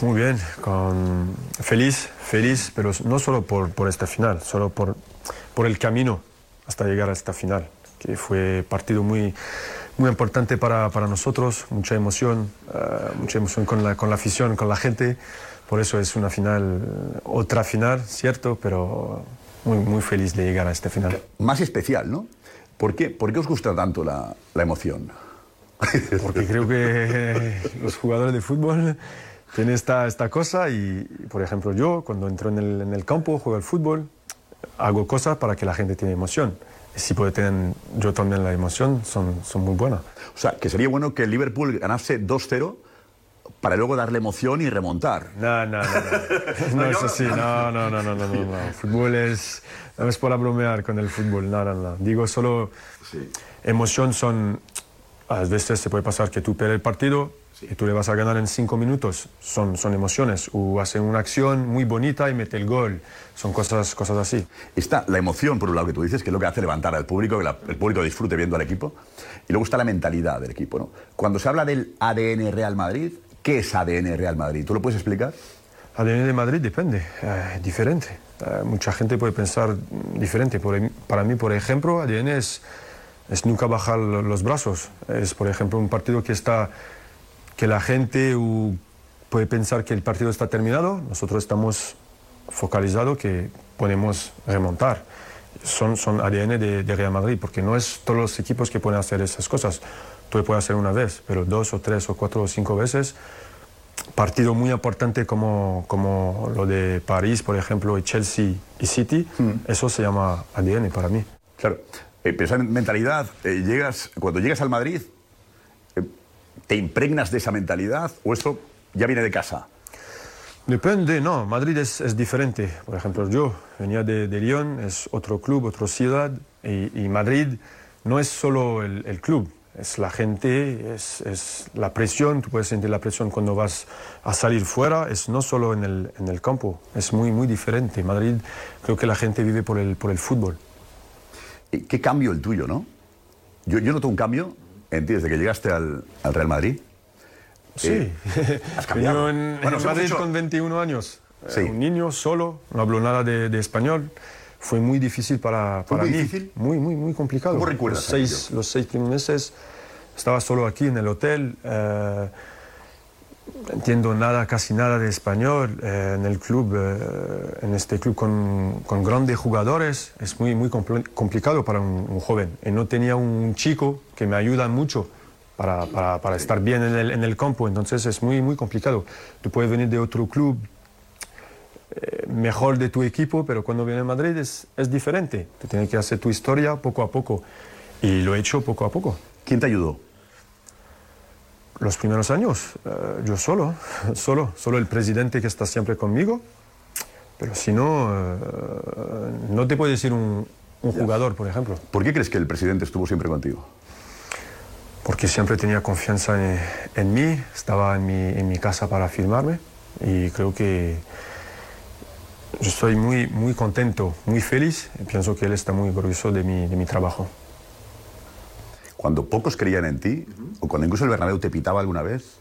[SPEAKER 10] Muy bien, con... feliz, feliz, pero no solo por, por esta final, solo por, por el camino hasta llegar a esta final, que fue partido muy, muy importante para, para nosotros, mucha emoción, eh, mucha emoción con la, con la afición, con la gente, por eso es una final, eh, otra final, cierto, pero muy, muy feliz de llegar a este final.
[SPEAKER 8] Más especial, ¿no? ¿Por qué, por qué os gusta tanto la, la emoción?
[SPEAKER 10] Porque creo que los jugadores de fútbol tienen esta, esta cosa y, por ejemplo, yo cuando entro en el, en el campo, juego al fútbol, hago cosas para que la gente tiene emoción. Y si puede tener yo también la emoción, son, son muy buenas.
[SPEAKER 8] O sea, que sería bueno que el Liverpool ganase 2-0 para luego darle emoción y remontar.
[SPEAKER 10] No, no, no. No, es así, no, no, no, no, no, no, no. Fútbol es, no es para bromear con el fútbol, no, no, no. Digo solo, emoción son, ah, A veces se puede pasar que tú pierdes el partido y tú le vas a ganar en cinco minutos. Son, son emociones. O hace una acción muy bonita y mete el gol. Son cosas, cosas así.
[SPEAKER 8] Está la emoción, por un lado, que tú dices, que es lo que hace levantar al público, que la- el público disfrute viendo al equipo. Y luego está la mentalidad del equipo. ¿no? Cuando se habla del ADN Real Madrid, ¿qué es ADN Real Madrid? ¿Tú lo puedes explicar?
[SPEAKER 10] ADN de Madrid depende, eh, diferente. Eh, mucha gente puede pensar mm, diferente. Por em- para mí, por ejemplo, ADN es, es nunca bajar lo- los brazos. Es, por ejemplo, un partido que está que la gente uh, puede pensar que el partido está terminado. Nosotros estamos focalizados que podemos remontar. Son, son ADN de, de Real Madrid, porque no es todos los equipos que pueden hacer esas cosas. Tú lo puedes hacer una vez, pero dos o tres o cuatro o cinco veces partido muy importante como, como lo de París, por ejemplo, y Chelsea y City, eso se llama ADN para mí.
[SPEAKER 8] Claro. Eh, pensar en mentalidad, eh, llegas, cuando llegas al Madrid, eh, ¿te impregnas de esa mentalidad o eso ya viene de casa?
[SPEAKER 10] Depende, no, Madrid es, es diferente. Por ejemplo, yo venía de, de Lyon, es otro club, otra ciudad, y, y Madrid no es solo el, el club, es la gente, es, es la presión, tú puedes sentir la presión cuando vas a salir fuera, es no solo en el, en el campo, es muy, muy diferente. Madrid creo que la gente vive por el, por el fútbol.
[SPEAKER 8] Eh, ¿Qué cambio el tuyo, no? Yo, yo noto un cambio en ti desde que llegaste al, al Real Madrid.
[SPEAKER 10] Sí.
[SPEAKER 8] has cambiado.
[SPEAKER 10] Yo en,
[SPEAKER 8] Bueno,
[SPEAKER 10] en
[SPEAKER 8] se lo
[SPEAKER 10] Madrid
[SPEAKER 8] escucho.
[SPEAKER 10] con 21 años. eh,
[SPEAKER 8] Sí.
[SPEAKER 10] un niño solo, no hablo nada de, de español. Fue muy difícil para,
[SPEAKER 8] ¿Fue
[SPEAKER 10] para
[SPEAKER 8] muy
[SPEAKER 10] mí.
[SPEAKER 8] difícil?
[SPEAKER 10] Muy, muy, muy complicado.
[SPEAKER 8] ¿Cómo recuerdas
[SPEAKER 10] los, seis, los seis primeros meses estaba solo aquí en el hotel. eh, no entiendo nada, casi nada de español. eh, en el club, eh, en este club con, con grandes jugadores, es muy, muy compl- complicado para un, un joven. Y no tenía un chico que me ayuda mucho para, para- para estar bien en el, en el campo, entonces es muy, muy complicado. Tú puedes venir de otro club eh, mejor de tu equipo, pero cuando viene a Madrid es, es diferente. Tú tienes que hacer tu historia poco a poco. Y lo he hecho poco a poco.
[SPEAKER 8] ¿Quién te ayudó?
[SPEAKER 10] Los primeros años, eh, yo solo, solo, solo el presidente que está siempre conmigo. Pero si no, eh, no te puede decir un, un jugador, por ejemplo.
[SPEAKER 8] ¿Por qué crees que el presidente estuvo siempre contigo?
[SPEAKER 10] porque siempre tenía confianza en, en mí, estaba en mi, en mi casa para firmarme y creo que yo estoy muy, muy contento, muy feliz y pienso que él está muy orgulloso de mi, de mi trabajo.
[SPEAKER 8] Cuando pocos creían en ti, o cuando incluso el Bernabéu te pitaba alguna vez,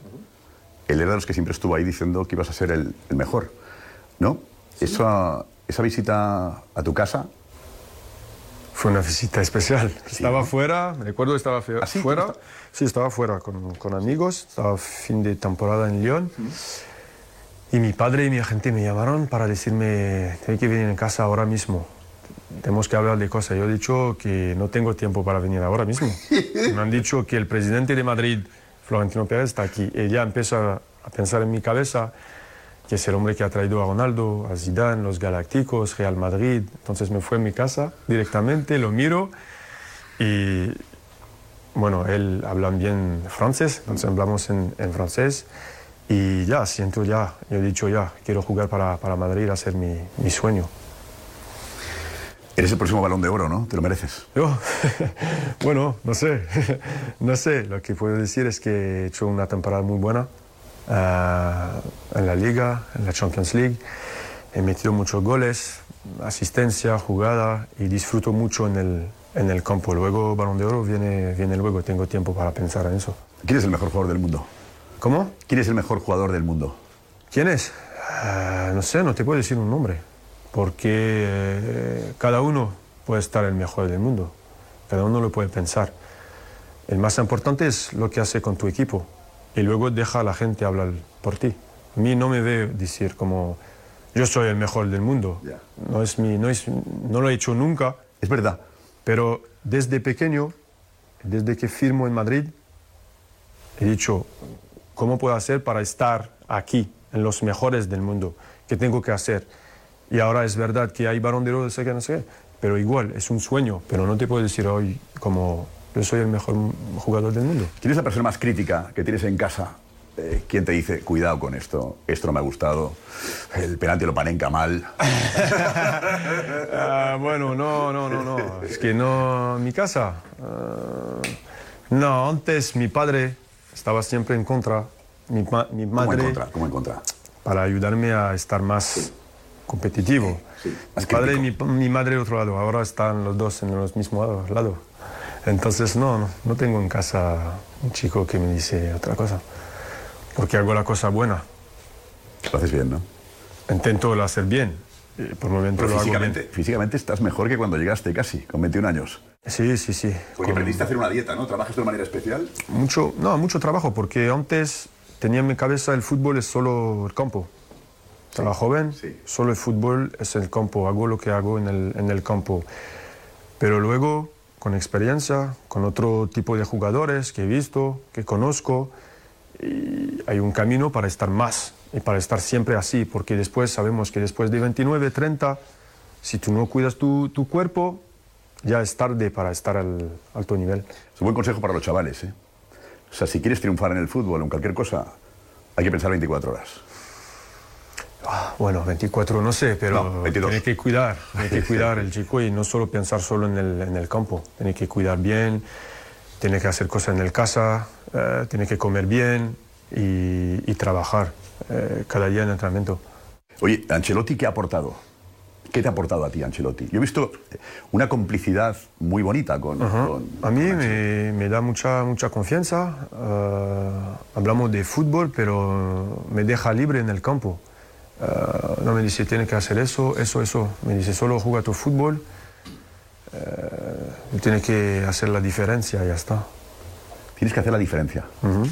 [SPEAKER 8] él era de los que siempre estuvo ahí diciendo que ibas a ser el, el mejor. ¿No? Esa, esa visita a tu casa
[SPEAKER 10] Fue una visita especial. Estaba fuera, me recuerdo que estaba fe- fuera. Ah, Sí, estaba fuera con, con amigos, estaba fin de temporada en Lyon. Y mi padre y mi agente me llamaron para decirme, tienes que venir en casa ahora mismo. Tenemos que hablar de cosas. Yo he dicho que no tengo tiempo para venir ahora mismo. me han dicho que el presidente de Madrid, Florentino Pérez, está aquí. Y ya empieza a pensar en mi cabeza que es el hombre que ha traído a Ronaldo, a Zidane, los Galácticos, Real Madrid. Entonces me fue a mi casa directamente, lo miro y, bueno, él hablan bien francés, entonces hablamos en, en francés y ya, siento ya, yo he dicho ya, quiero jugar para, para Madrid, hacer mi, mi sueño.
[SPEAKER 8] eres el próximo balón de oro, ¿no? Te lo mereces.
[SPEAKER 10] Yo, bueno, no sé, no sé, lo que puedo decir es que he hecho una temporada muy buena ah, en la liga, en la Champions League, he metido muchos goles, asistencia, jugada y disfruto mucho en el, en el campo. Luego, balón de oro viene, viene luego, tengo tiempo para pensar en eso.
[SPEAKER 8] ¿Quién es el mejor jugador del mundo?
[SPEAKER 10] ¿Cómo?
[SPEAKER 8] ¿Quién es el mejor jugador del mundo?
[SPEAKER 10] ¿Quién es? Ah, no sé, no te puedo decir un nombre, porque eh, cada uno puede estar el mejor del mundo, cada uno lo puede pensar. El más importante es lo que hace con tu equipo y luego deja a la gente hablar por ti. A mí no me veo decir como yo soy el mejor del mundo. No, es mi, no, es, no lo he hecho nunca.
[SPEAKER 8] Es verdad.
[SPEAKER 10] Pero desde pequeño, desde que firmo en Madrid, he dicho, ¿cómo puedo hacer para estar aquí, en los mejores del mundo? ¿Qué tengo que hacer? Y ahora es verdad que hay Barón de Oro, no sé qué, no sé qué, pero igual, es un sueño, pero no te puedo decir hoy como yo soy el mejor jugador del mundo.
[SPEAKER 8] ¿Quién es la persona más crítica que tienes en casa? Eh, ¿Quién te dice, cuidado con esto, esto no me ha gustado, el penalti lo panenca mal?
[SPEAKER 10] Ah, bueno, no, no, no, no. Es que no, mi casa. ah, No, antes mi padre estaba siempre en contra. Mi, ma- mi
[SPEAKER 8] ¿Cómo
[SPEAKER 10] madre.
[SPEAKER 8] en contra? ¿Cómo en contra?
[SPEAKER 10] para ayudarme a estar más competitivo. mi padre y mi, pa- mi madre otro lado, ahora están los dos en los mismos lado- lado. Entonces no, no, no tengo en casa un chico que me dice otra cosa, porque hago la cosa buena.
[SPEAKER 8] Lo haces bien, ¿no?
[SPEAKER 10] Intento lo hacer bien, eh, por momento
[SPEAKER 8] Pero
[SPEAKER 10] lo hago
[SPEAKER 8] físicamente,
[SPEAKER 10] bien.
[SPEAKER 8] físicamente estás mejor que cuando llegaste casi, con 21 años.
[SPEAKER 10] Sí, sí, sí. Con-
[SPEAKER 8] Porque aprendiste a hacer una dieta, ¿no? ¿Trabajas de una manera especial?
[SPEAKER 10] Mucho, no, mucho trabajo, porque antes tenía en mi cabeza el fútbol es solo el campo. Estaba joven, solo el fútbol es el campo, hago lo que hago en el, en el campo. Pero luego, con experiencia, con otro tipo de jugadores que he visto, que conozco, y hay un camino para estar más y para estar siempre así, porque después sabemos que después de 29, 30, si tú no cuidas tu, tu cuerpo, ya es tarde para estar al alto nivel.
[SPEAKER 8] Es un buen consejo para los chavales, ¿eh? O sea, si quieres triunfar en el fútbol o en cualquier cosa, hay que pensar 24 horas.
[SPEAKER 10] Bueno, 24 no sé, pero tiene que cuidar, tiene que cuidar el chico y no solo pensar solo en el, en el campo, tiene que cuidar bien, tiene que hacer cosas en el casa, eh, tiene que comer bien y, y trabajar eh, cada día en entrenamiento.
[SPEAKER 8] Oye, Ancelotti, ¿qué ha aportado? ¿Qué te ha aportado a ti, Ancelotti? Yo he visto una complicidad muy bonita con...
[SPEAKER 10] Ajá.
[SPEAKER 8] con-
[SPEAKER 10] A mí me, me da mucha, mucha confianza. eh, hablamos de fútbol, pero me deja libre en el campo. Eh, no me dice, tiene que hacer eso, eso, eso. Me dice, solo juega tu fútbol. eh, tienes que hacer la diferencia, ya está.
[SPEAKER 8] Tienes que hacer la diferencia.
[SPEAKER 10] Ujú.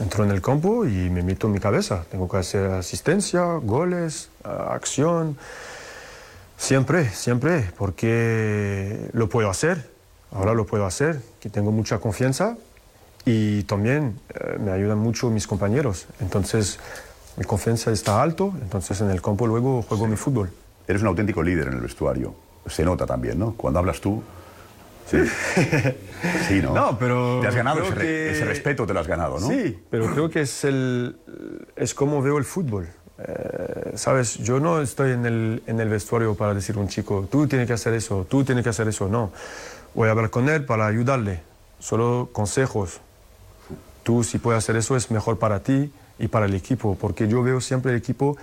[SPEAKER 10] Entro en el campo y me meto en mi cabeza. Tengo que hacer asistencia, goles, eh, acción. Siempre, siempre, porque lo puedo hacer. Ahora lo puedo hacer, que tengo mucha confianza y también eh, me ayudan mucho mis compañeros. Entonces, mi confianza está alto, entonces en el campo luego juego mi fútbol.
[SPEAKER 8] Eres un auténtico líder en el vestuario. Se nota también, ¿no? Cuando hablas tú... Sí. Sí, ¿no?
[SPEAKER 10] No, pero
[SPEAKER 8] Te has ganado
[SPEAKER 10] creo
[SPEAKER 8] ese, re-
[SPEAKER 10] que-
[SPEAKER 8] ese respeto, te lo has ganado, ¿no?
[SPEAKER 10] Sí, pero creo que es, el, es como veo el fútbol. Eh, Sabes, yo no estoy en el, en el vestuario para decir a un chico, tú tienes que hacer eso, tú tienes que hacer eso. No, voy a hablar con él para ayudarle. Solo consejos. Tú si puedes hacer eso es mejor para ti y para el equipo, porque yo veo siempre el equipo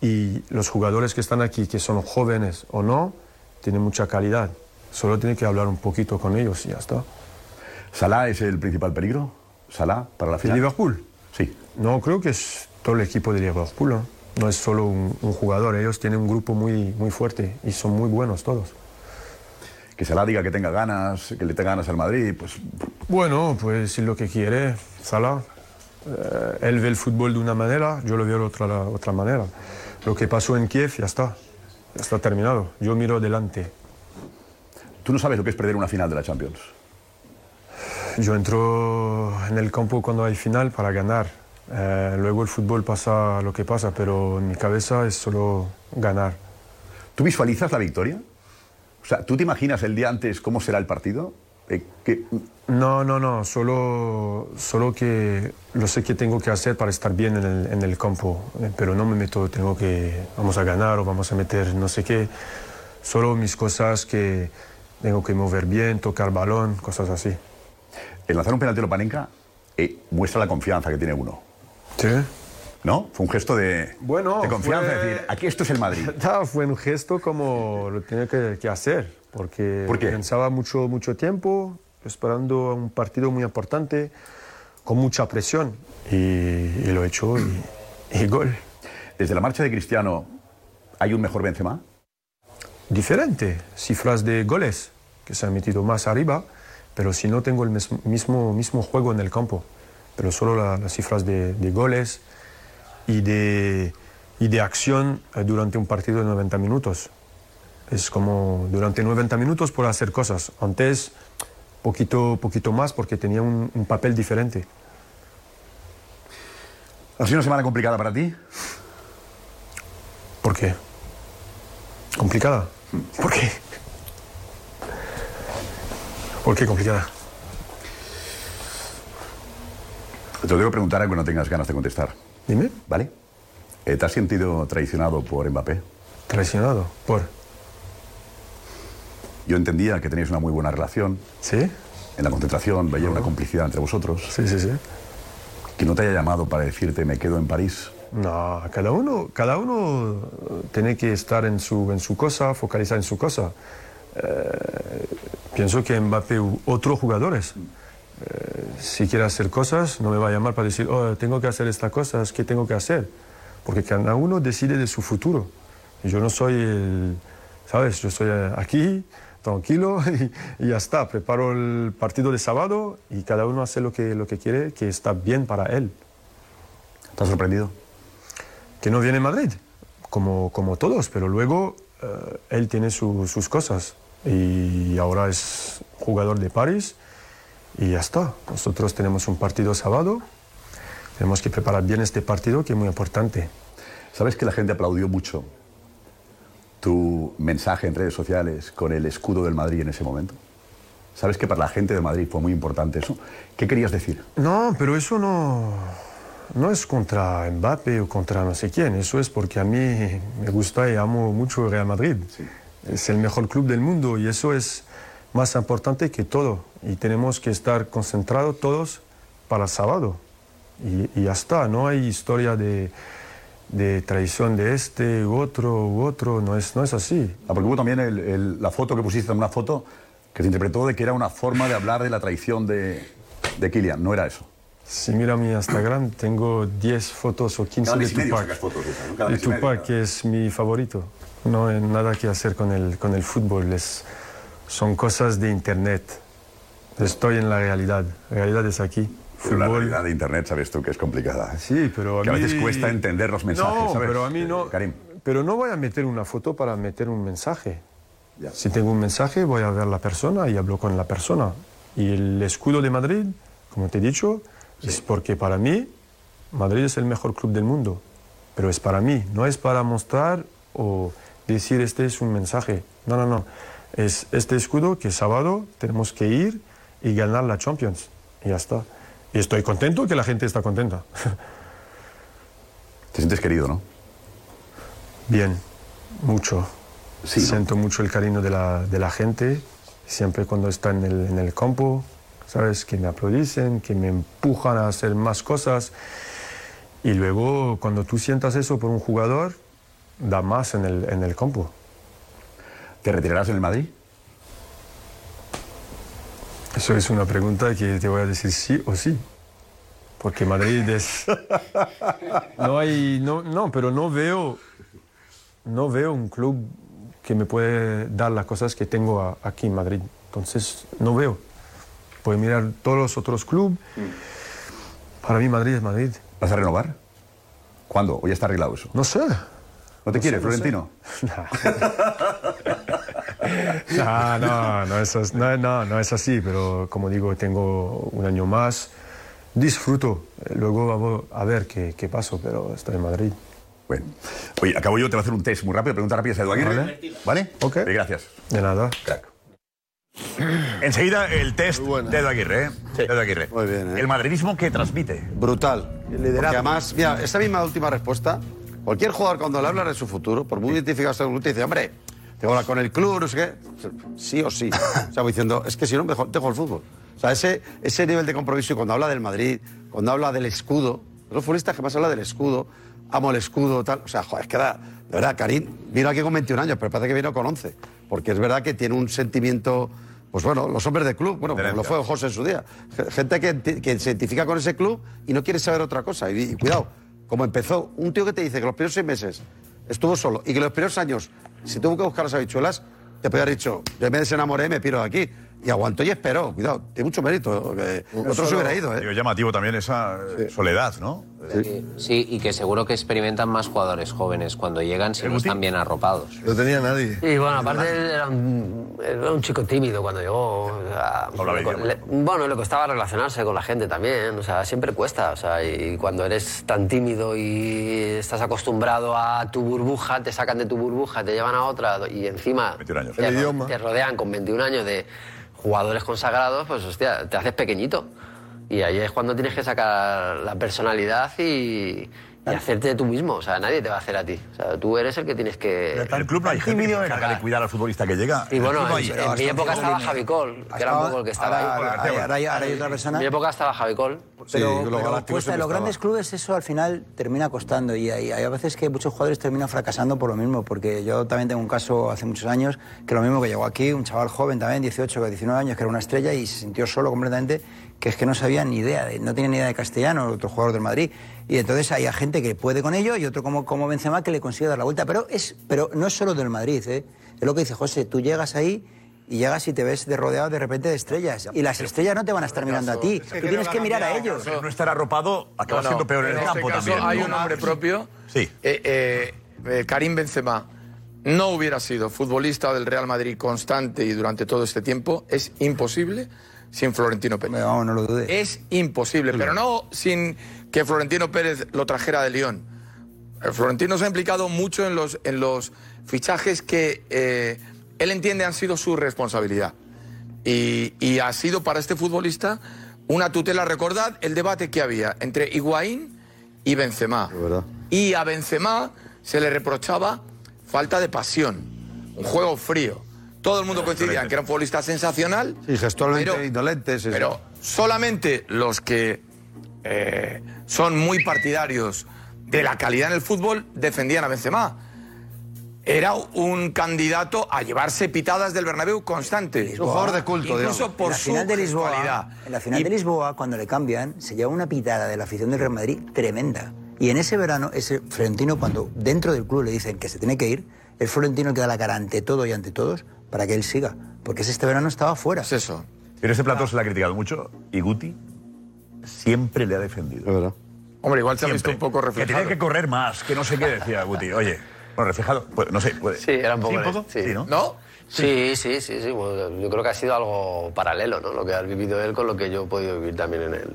[SPEAKER 10] y los jugadores que están aquí, que son jóvenes o no, tienen mucha calidad. Solo tiene que hablar un poquito con ellos y ya está.
[SPEAKER 8] ¿Salah es el principal peligro? ¿Salah para la final?
[SPEAKER 10] Liverpool?
[SPEAKER 8] Sí.
[SPEAKER 10] No, creo que es todo el equipo de Liverpool. No, No es solo un, un jugador, ellos tienen un grupo muy, muy fuerte y son muy buenos todos.
[SPEAKER 8] Que Salah diga que tenga ganas, que le tenga ganas al Madrid, pues
[SPEAKER 10] Bueno, pues si lo que quiere, Salah. eh, él ve el fútbol de una manera, yo lo veo de otra, otra manera. Lo que pasó en Kiev ya está, ya está terminado. Yo miro adelante.
[SPEAKER 8] tú no sabes lo que es perder una final de la Champions.
[SPEAKER 10] Yo entro en el campo cuando hay final para ganar. Eh, luego el fútbol pasa lo que pasa, pero en mi cabeza es solo ganar.
[SPEAKER 8] ¿Tú visualizas la victoria? O sea, ¿tú te imaginas el día antes cómo será el partido? Eh, que-
[SPEAKER 10] No, no, no, solo, solo que lo sé que tengo que hacer para estar bien en el, en el campo, eh, pero no me meto, tengo que, vamos a ganar o vamos a meter no sé qué, solo mis cosas que tengo que mover bien, tocar balón, cosas así.
[SPEAKER 8] el lanzar un penalti a Lopanenka eh, muestra la confianza que tiene uno.
[SPEAKER 10] ¿Sí?
[SPEAKER 8] ¿No? Fue un gesto de,
[SPEAKER 10] Bueno,
[SPEAKER 8] de confianza,
[SPEAKER 10] fue-
[SPEAKER 8] es decir, aquí esto es el Madrid.
[SPEAKER 10] No, fue un gesto como lo tenía que, que hacer, porque
[SPEAKER 8] ¿Por qué?
[SPEAKER 10] pensaba mucho, mucho tiempo, esperando a un partido muy importante, con mucha presión, y, y lo he hecho y, y gol.
[SPEAKER 8] Desde la marcha de Cristiano, ¿hay un mejor Benzema?
[SPEAKER 10] diferente, cifras de goles que se han metido más arriba, pero si no tengo el mes- mismo, mismo juego en el campo, pero solo la- las cifras de, de goles y de, y de acción eh, durante un partido de 90 minutos. Es como durante 90 minutos por hacer cosas. Antes, poquito, poquito más porque tenía un- un papel diferente.
[SPEAKER 8] ¿Ha sido una semana complicada para ti?
[SPEAKER 10] ¿Por qué? ¿Complicada? ¿Por qué? ¿Por qué complicada?
[SPEAKER 8] Te lo debo preguntar aunque no tengas ganas de contestar.
[SPEAKER 10] Dime.
[SPEAKER 8] ¿Vale? Eh, ¿Te has sentido traicionado por Mbappé?
[SPEAKER 10] Traicionado. ¿Por?
[SPEAKER 8] Yo entendía que tenéis una muy buena relación. ¿Sí? En la concentración veía una complicidad entre vosotros. Sí, sí, sí. Que no te haya llamado para decirte me quedo en París.
[SPEAKER 10] No, cada uno, cada uno eh, tiene que estar en su, en su cosa, focalizar en su cosa. Eh, pienso que Mbappé u otros jugadores, eh, si quiere hacer cosas, no me va a llamar para decir, oh, tengo que hacer estas cosas, ¿qué tengo que hacer? Porque cada uno decide de su futuro. Y Yo no soy el, ¿sabes? Yo soy eh, aquí, tranquilo, y, y ya está. Preparo el partido de sábado y cada uno hace lo que, lo que quiere, que está bien para él.
[SPEAKER 8] ¿Estás sorprendido?
[SPEAKER 10] Que no viene a Madrid, como, como todos, pero luego eh, él tiene su- sus cosas. Y ahora es jugador de París y ya está. Nosotros tenemos un partido sábado, tenemos que preparar bien este partido que es muy importante.
[SPEAKER 8] ¿Sabes que la gente aplaudió mucho tu mensaje en redes sociales con el escudo del Madrid en ese momento? ¿Sabes que para la gente de Madrid fue muy importante eso? ¿Qué querías decir?
[SPEAKER 10] No, pero eso no, no es contra Mbappé o contra no sé quién. Eso es porque a mí me gusta y amo mucho el Real Madrid. Es el mejor club del mundo y eso es más importante que todo. Y tenemos que estar concentrados todos para el sábado. Y, y ya está, no hay historia de, de traición de este u otro u otro, no es, no es así.
[SPEAKER 8] Ah, porque hubo también el- el- la foto que pusiste, una foto que se interpretó de que era una forma de hablar de la traición de, de Kylian. No era eso.
[SPEAKER 10] Si mira mi Instagram, tengo 10 fotos o 15
[SPEAKER 8] Cada
[SPEAKER 10] de
[SPEAKER 8] mes y medio
[SPEAKER 10] Tupac.
[SPEAKER 8] sacas fotos, Luca, ¿no? Cada
[SPEAKER 10] y
[SPEAKER 8] mes y medio,
[SPEAKER 10] Tupac es mi favorito. No hay nada que hacer con el, con el fútbol. es- son cosas de internet. Estoy en la realidad. La realidad es aquí.
[SPEAKER 8] Pero la realidad de Internet sabes tú que es complicada. ¿eh?
[SPEAKER 10] Sí, pero a
[SPEAKER 8] que a veces
[SPEAKER 10] mí-
[SPEAKER 8] cuesta entender los mensajes,
[SPEAKER 10] No,
[SPEAKER 8] ¿sabes?
[SPEAKER 10] pero a mí no. Pero no voy a meter una foto para meter un mensaje. Si tengo un mensaje, voy a ver la persona y hablo con la persona. Y el escudo de Madrid, como te he dicho, es porque para mí Madrid es el mejor club del mundo. Pero es para mí, no es para mostrar o decir este es un mensaje. No, no, no. Es este escudo que sábado tenemos que ir y ganar la Champions. Y ya está. Y estoy contento que la gente está contenta.
[SPEAKER 8] Te sientes querido, ¿no?
[SPEAKER 10] Bien, mucho. Siento mucho el cariño de la, de la gente, siempre cuando está en el, en el campo, ¿sabes? Que me aplaudicen, que me empujan a hacer más cosas. Y luego, cuando tú sientas eso por un jugador, da más en el, en el campo.
[SPEAKER 8] ¿Te retirarás en el Madrid?
[SPEAKER 10] Eso es una pregunta que te voy a decir sí o sí. Porque Madrid es... No hay... No, no, pero no veo... No veo un club que me puede dar las cosas que tengo a- aquí en Madrid. Entonces, no veo. Puedo mirar todos los otros clubes. Para mí Madrid es Madrid.
[SPEAKER 8] ¿Vas a renovar? ¿Cuándo? ¿O ya está arreglado eso?
[SPEAKER 10] No sé.
[SPEAKER 8] ¿No te
[SPEAKER 10] No
[SPEAKER 8] quiere,
[SPEAKER 10] sé, no sé.
[SPEAKER 8] Florentino?
[SPEAKER 10] No, Ah, no, no es, as- no, no, no es así, pero como digo, tengo un año más, disfruto, luego vamos a ver qué, qué paso, pero estoy en Madrid.
[SPEAKER 8] Bueno, oye, acabo yo, te voy a hacer un test muy rápido, pregunta rápida a Edu Aguirre.
[SPEAKER 10] Vale.
[SPEAKER 8] ¿Vale? Ok. gracias.
[SPEAKER 10] De nada.
[SPEAKER 8] Enseguida el test de Edu Aguirre, ¿eh? De Edu Aguirre. Muy
[SPEAKER 19] ¿eh?
[SPEAKER 8] bien, El madridismo que transmite.
[SPEAKER 19] Brutal. Porque además, mira, esa misma última respuesta, cualquier jugador cuando le habla de su futuro, por muy identificado que sea con el club, te dice, hombre, tengo que hablar con el club, no sé qué, sí o sí. O sea, voy diciendo, es que si no, dejo, dejo el fútbol. O sea, ese, ese nivel de compromiso, y cuando habla del Madrid, cuando habla del escudo, los futbolistas que más habla del escudo, amo el escudo, tal, o sea, joder, es que da, de verdad, Karim vino aquí con 21 años, pero parece que vino con 11, porque es verdad que tiene un sentimiento... Pues bueno, los hombres del club, bueno, como lo fue José en su día. G- Gente que, enti- que se identifica con ese club y no quiere saber otra cosa. Y, y cuidado, como empezó, un tío que te dice que los primeros seis meses estuvo solo y que los primeros años se tuvo que buscar las habichuelas, te podría haber dicho, yo me desenamoré, me piro de aquí. Y aguantó y esperó, cuidado, tiene mucho mérito. eh, otro se hubiera ido, ¿eh?
[SPEAKER 8] Digo, llamativo también esa eh, soledad, ¿no?
[SPEAKER 22] Sí. y que seguro que experimentan más jugadores jóvenes cuando llegan si no están bien arropados.
[SPEAKER 12] No tenía nadie. Y bueno, aparte él era un, era un chico tímido cuando llegó. o sea,
[SPEAKER 8] Hablaba
[SPEAKER 12] le co-
[SPEAKER 8] idioma.
[SPEAKER 12] le- bueno, le costaba relacionarse con la gente también. O sea, siempre cuesta. O sea, y cuando eres tan tímido y estás acostumbrado a tu burbuja, te sacan de tu burbuja, te llevan a otra y encima Te,
[SPEAKER 4] El
[SPEAKER 12] ro-
[SPEAKER 4] idioma.
[SPEAKER 12] te rodean con 21 años de jugadores consagrados, pues hostia, te haces pequeñito. Y ahí es cuando tienes que sacar la personalidad y, Y hacerte tú mismo, o sea, nadie te va a hacer a ti. O sea, tú eres el que tienes que...
[SPEAKER 8] el club no hay gente que se encarga de cuidar al futbolista que llega.
[SPEAKER 12] Y
[SPEAKER 8] En el
[SPEAKER 12] bueno,
[SPEAKER 8] club no hay-
[SPEAKER 12] en, en mi época estaba Javi Col, que era un poco el que estaba
[SPEAKER 8] Ahora-
[SPEAKER 12] ahí.
[SPEAKER 8] ahora- ahora hay- ahora hay otra
[SPEAKER 20] persona.
[SPEAKER 12] En mi época estaba Javi Col.
[SPEAKER 20] Pero, pero
[SPEAKER 8] pues,
[SPEAKER 20] cuesta, en los grandes clubes eso al final termina costando y hay, hay a veces que muchos jugadores terminan fracasando por lo mismo, porque yo también tengo un caso hace muchos años que lo mismo que llegó aquí, un chaval joven también, 18 o 19 años, que era una estrella y se sintió solo completamente, que es que no sabía ni idea, de- no tenía ni idea de castellano, otro jugador del Madrid. Y entonces hay gente que puede con ello y otro como, como Benzema que le consigue dar la vuelta, pero, es, pero no es solo del Madrid, ¿eh? es lo que dice José, tú llegas ahí... Y llegas y te ves de rodeado de repente de estrellas. Y las estrellas no te van a estar mirando a ti. Tú tienes que mirar a ellos.
[SPEAKER 8] Pero no estar arropado acaba
[SPEAKER 9] No, no,
[SPEAKER 8] siendo peor en, el
[SPEAKER 9] este
[SPEAKER 8] campo
[SPEAKER 9] caso
[SPEAKER 8] también.
[SPEAKER 9] Hay
[SPEAKER 8] ¿no?
[SPEAKER 9] un hombre propio.
[SPEAKER 8] Sí.
[SPEAKER 9] Eh, eh, eh, Karim Benzema no hubiera sido futbolista del Real Madrid constante y durante todo este tiempo. Es imposible sin Florentino Pérez.
[SPEAKER 20] No, no lo dudes.
[SPEAKER 9] Es imposible, pero no sin que Florentino Pérez lo trajera de León. Eh, Florentino se ha implicado mucho en los, en los fichajes que eh, él entiende han sido su responsabilidad. Y, y ha sido para este futbolista una tutela. Recordad el debate que había entre Higuaín y Benzema. Y a Benzema se le reprochaba falta de pasión, un juego frío. Todo el mundo coincidía en que era un futbolista sensacional.
[SPEAKER 6] Sí, gestualmente
[SPEAKER 9] Pero-
[SPEAKER 6] indolentes. sí, sí.
[SPEAKER 9] Pero solamente los que eh, son muy partidarios de la calidad en el fútbol defendían a Benzema. Era un candidato a llevarse pitadas del Bernabéu constante.
[SPEAKER 20] Lisboa.
[SPEAKER 9] Incluso por
[SPEAKER 20] en la
[SPEAKER 9] su
[SPEAKER 20] final de Lisboa,
[SPEAKER 9] calidad.
[SPEAKER 20] En la final de Lisboa, cuando le cambian, se lleva una pitada de la afición del Real Madrid tremenda. Y en ese verano, ese Florentino, cuando dentro del club le dicen que se tiene que ir, es Florentino el que da la cara ante todo y ante todos para que él siga. Porque ese este verano estaba fuera. Es
[SPEAKER 9] eso.
[SPEAKER 8] Pero este plato se le ha criticado mucho y Guti siempre le ha defendido.
[SPEAKER 9] Hombre, igual se ha
[SPEAKER 8] Siempre.
[SPEAKER 9] visto un poco
[SPEAKER 8] Que
[SPEAKER 9] reflejado.
[SPEAKER 8] tenía que correr más, que no sé qué decía Guti. Oye, bueno, reflejado, pues, no sé, puede.
[SPEAKER 12] Sí, era un poco. de-
[SPEAKER 8] Sí, ¿no?
[SPEAKER 12] Sí, sí, sí, sí. bueno, yo creo que ha sido algo paralelo, ¿no? Lo que ha vivido él con lo que yo he podido vivir también en el,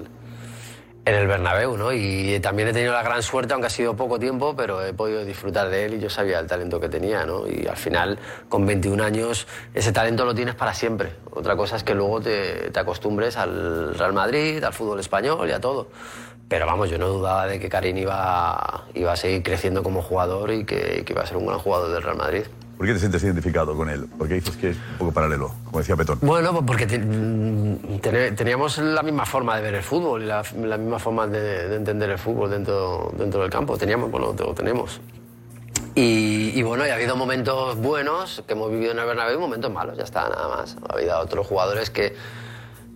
[SPEAKER 12] en el Bernabéu, ¿no? Y también he tenido la gran suerte, aunque ha sido poco tiempo, pero he podido disfrutar de él y yo sabía el talento que tenía, ¿no? Y al final, con 21 años, ese talento lo tienes para siempre. Otra cosa es que luego te, te acostumbres al Real Madrid, al fútbol español y a todo. Pero vamos, yo no dudaba de que Karim iba, iba a seguir creciendo como jugador y que, que iba a ser un gran jugador del Real Madrid.
[SPEAKER 8] ¿Por qué te sientes identificado con él? Porque dices que es un poco paralelo, como decía Petón.
[SPEAKER 12] Bueno, pues porque te- mm, tene- teníamos la misma forma de ver el fútbol y la, la misma forma de, de entender el fútbol dentro, dentro del campo. Teníamos, bueno, te- lo tenemos. Y, y bueno, y ha habido momentos buenos que hemos vivido en el Bernabéu y momentos malos, ya está, nada más. Ha habido otros jugadores que,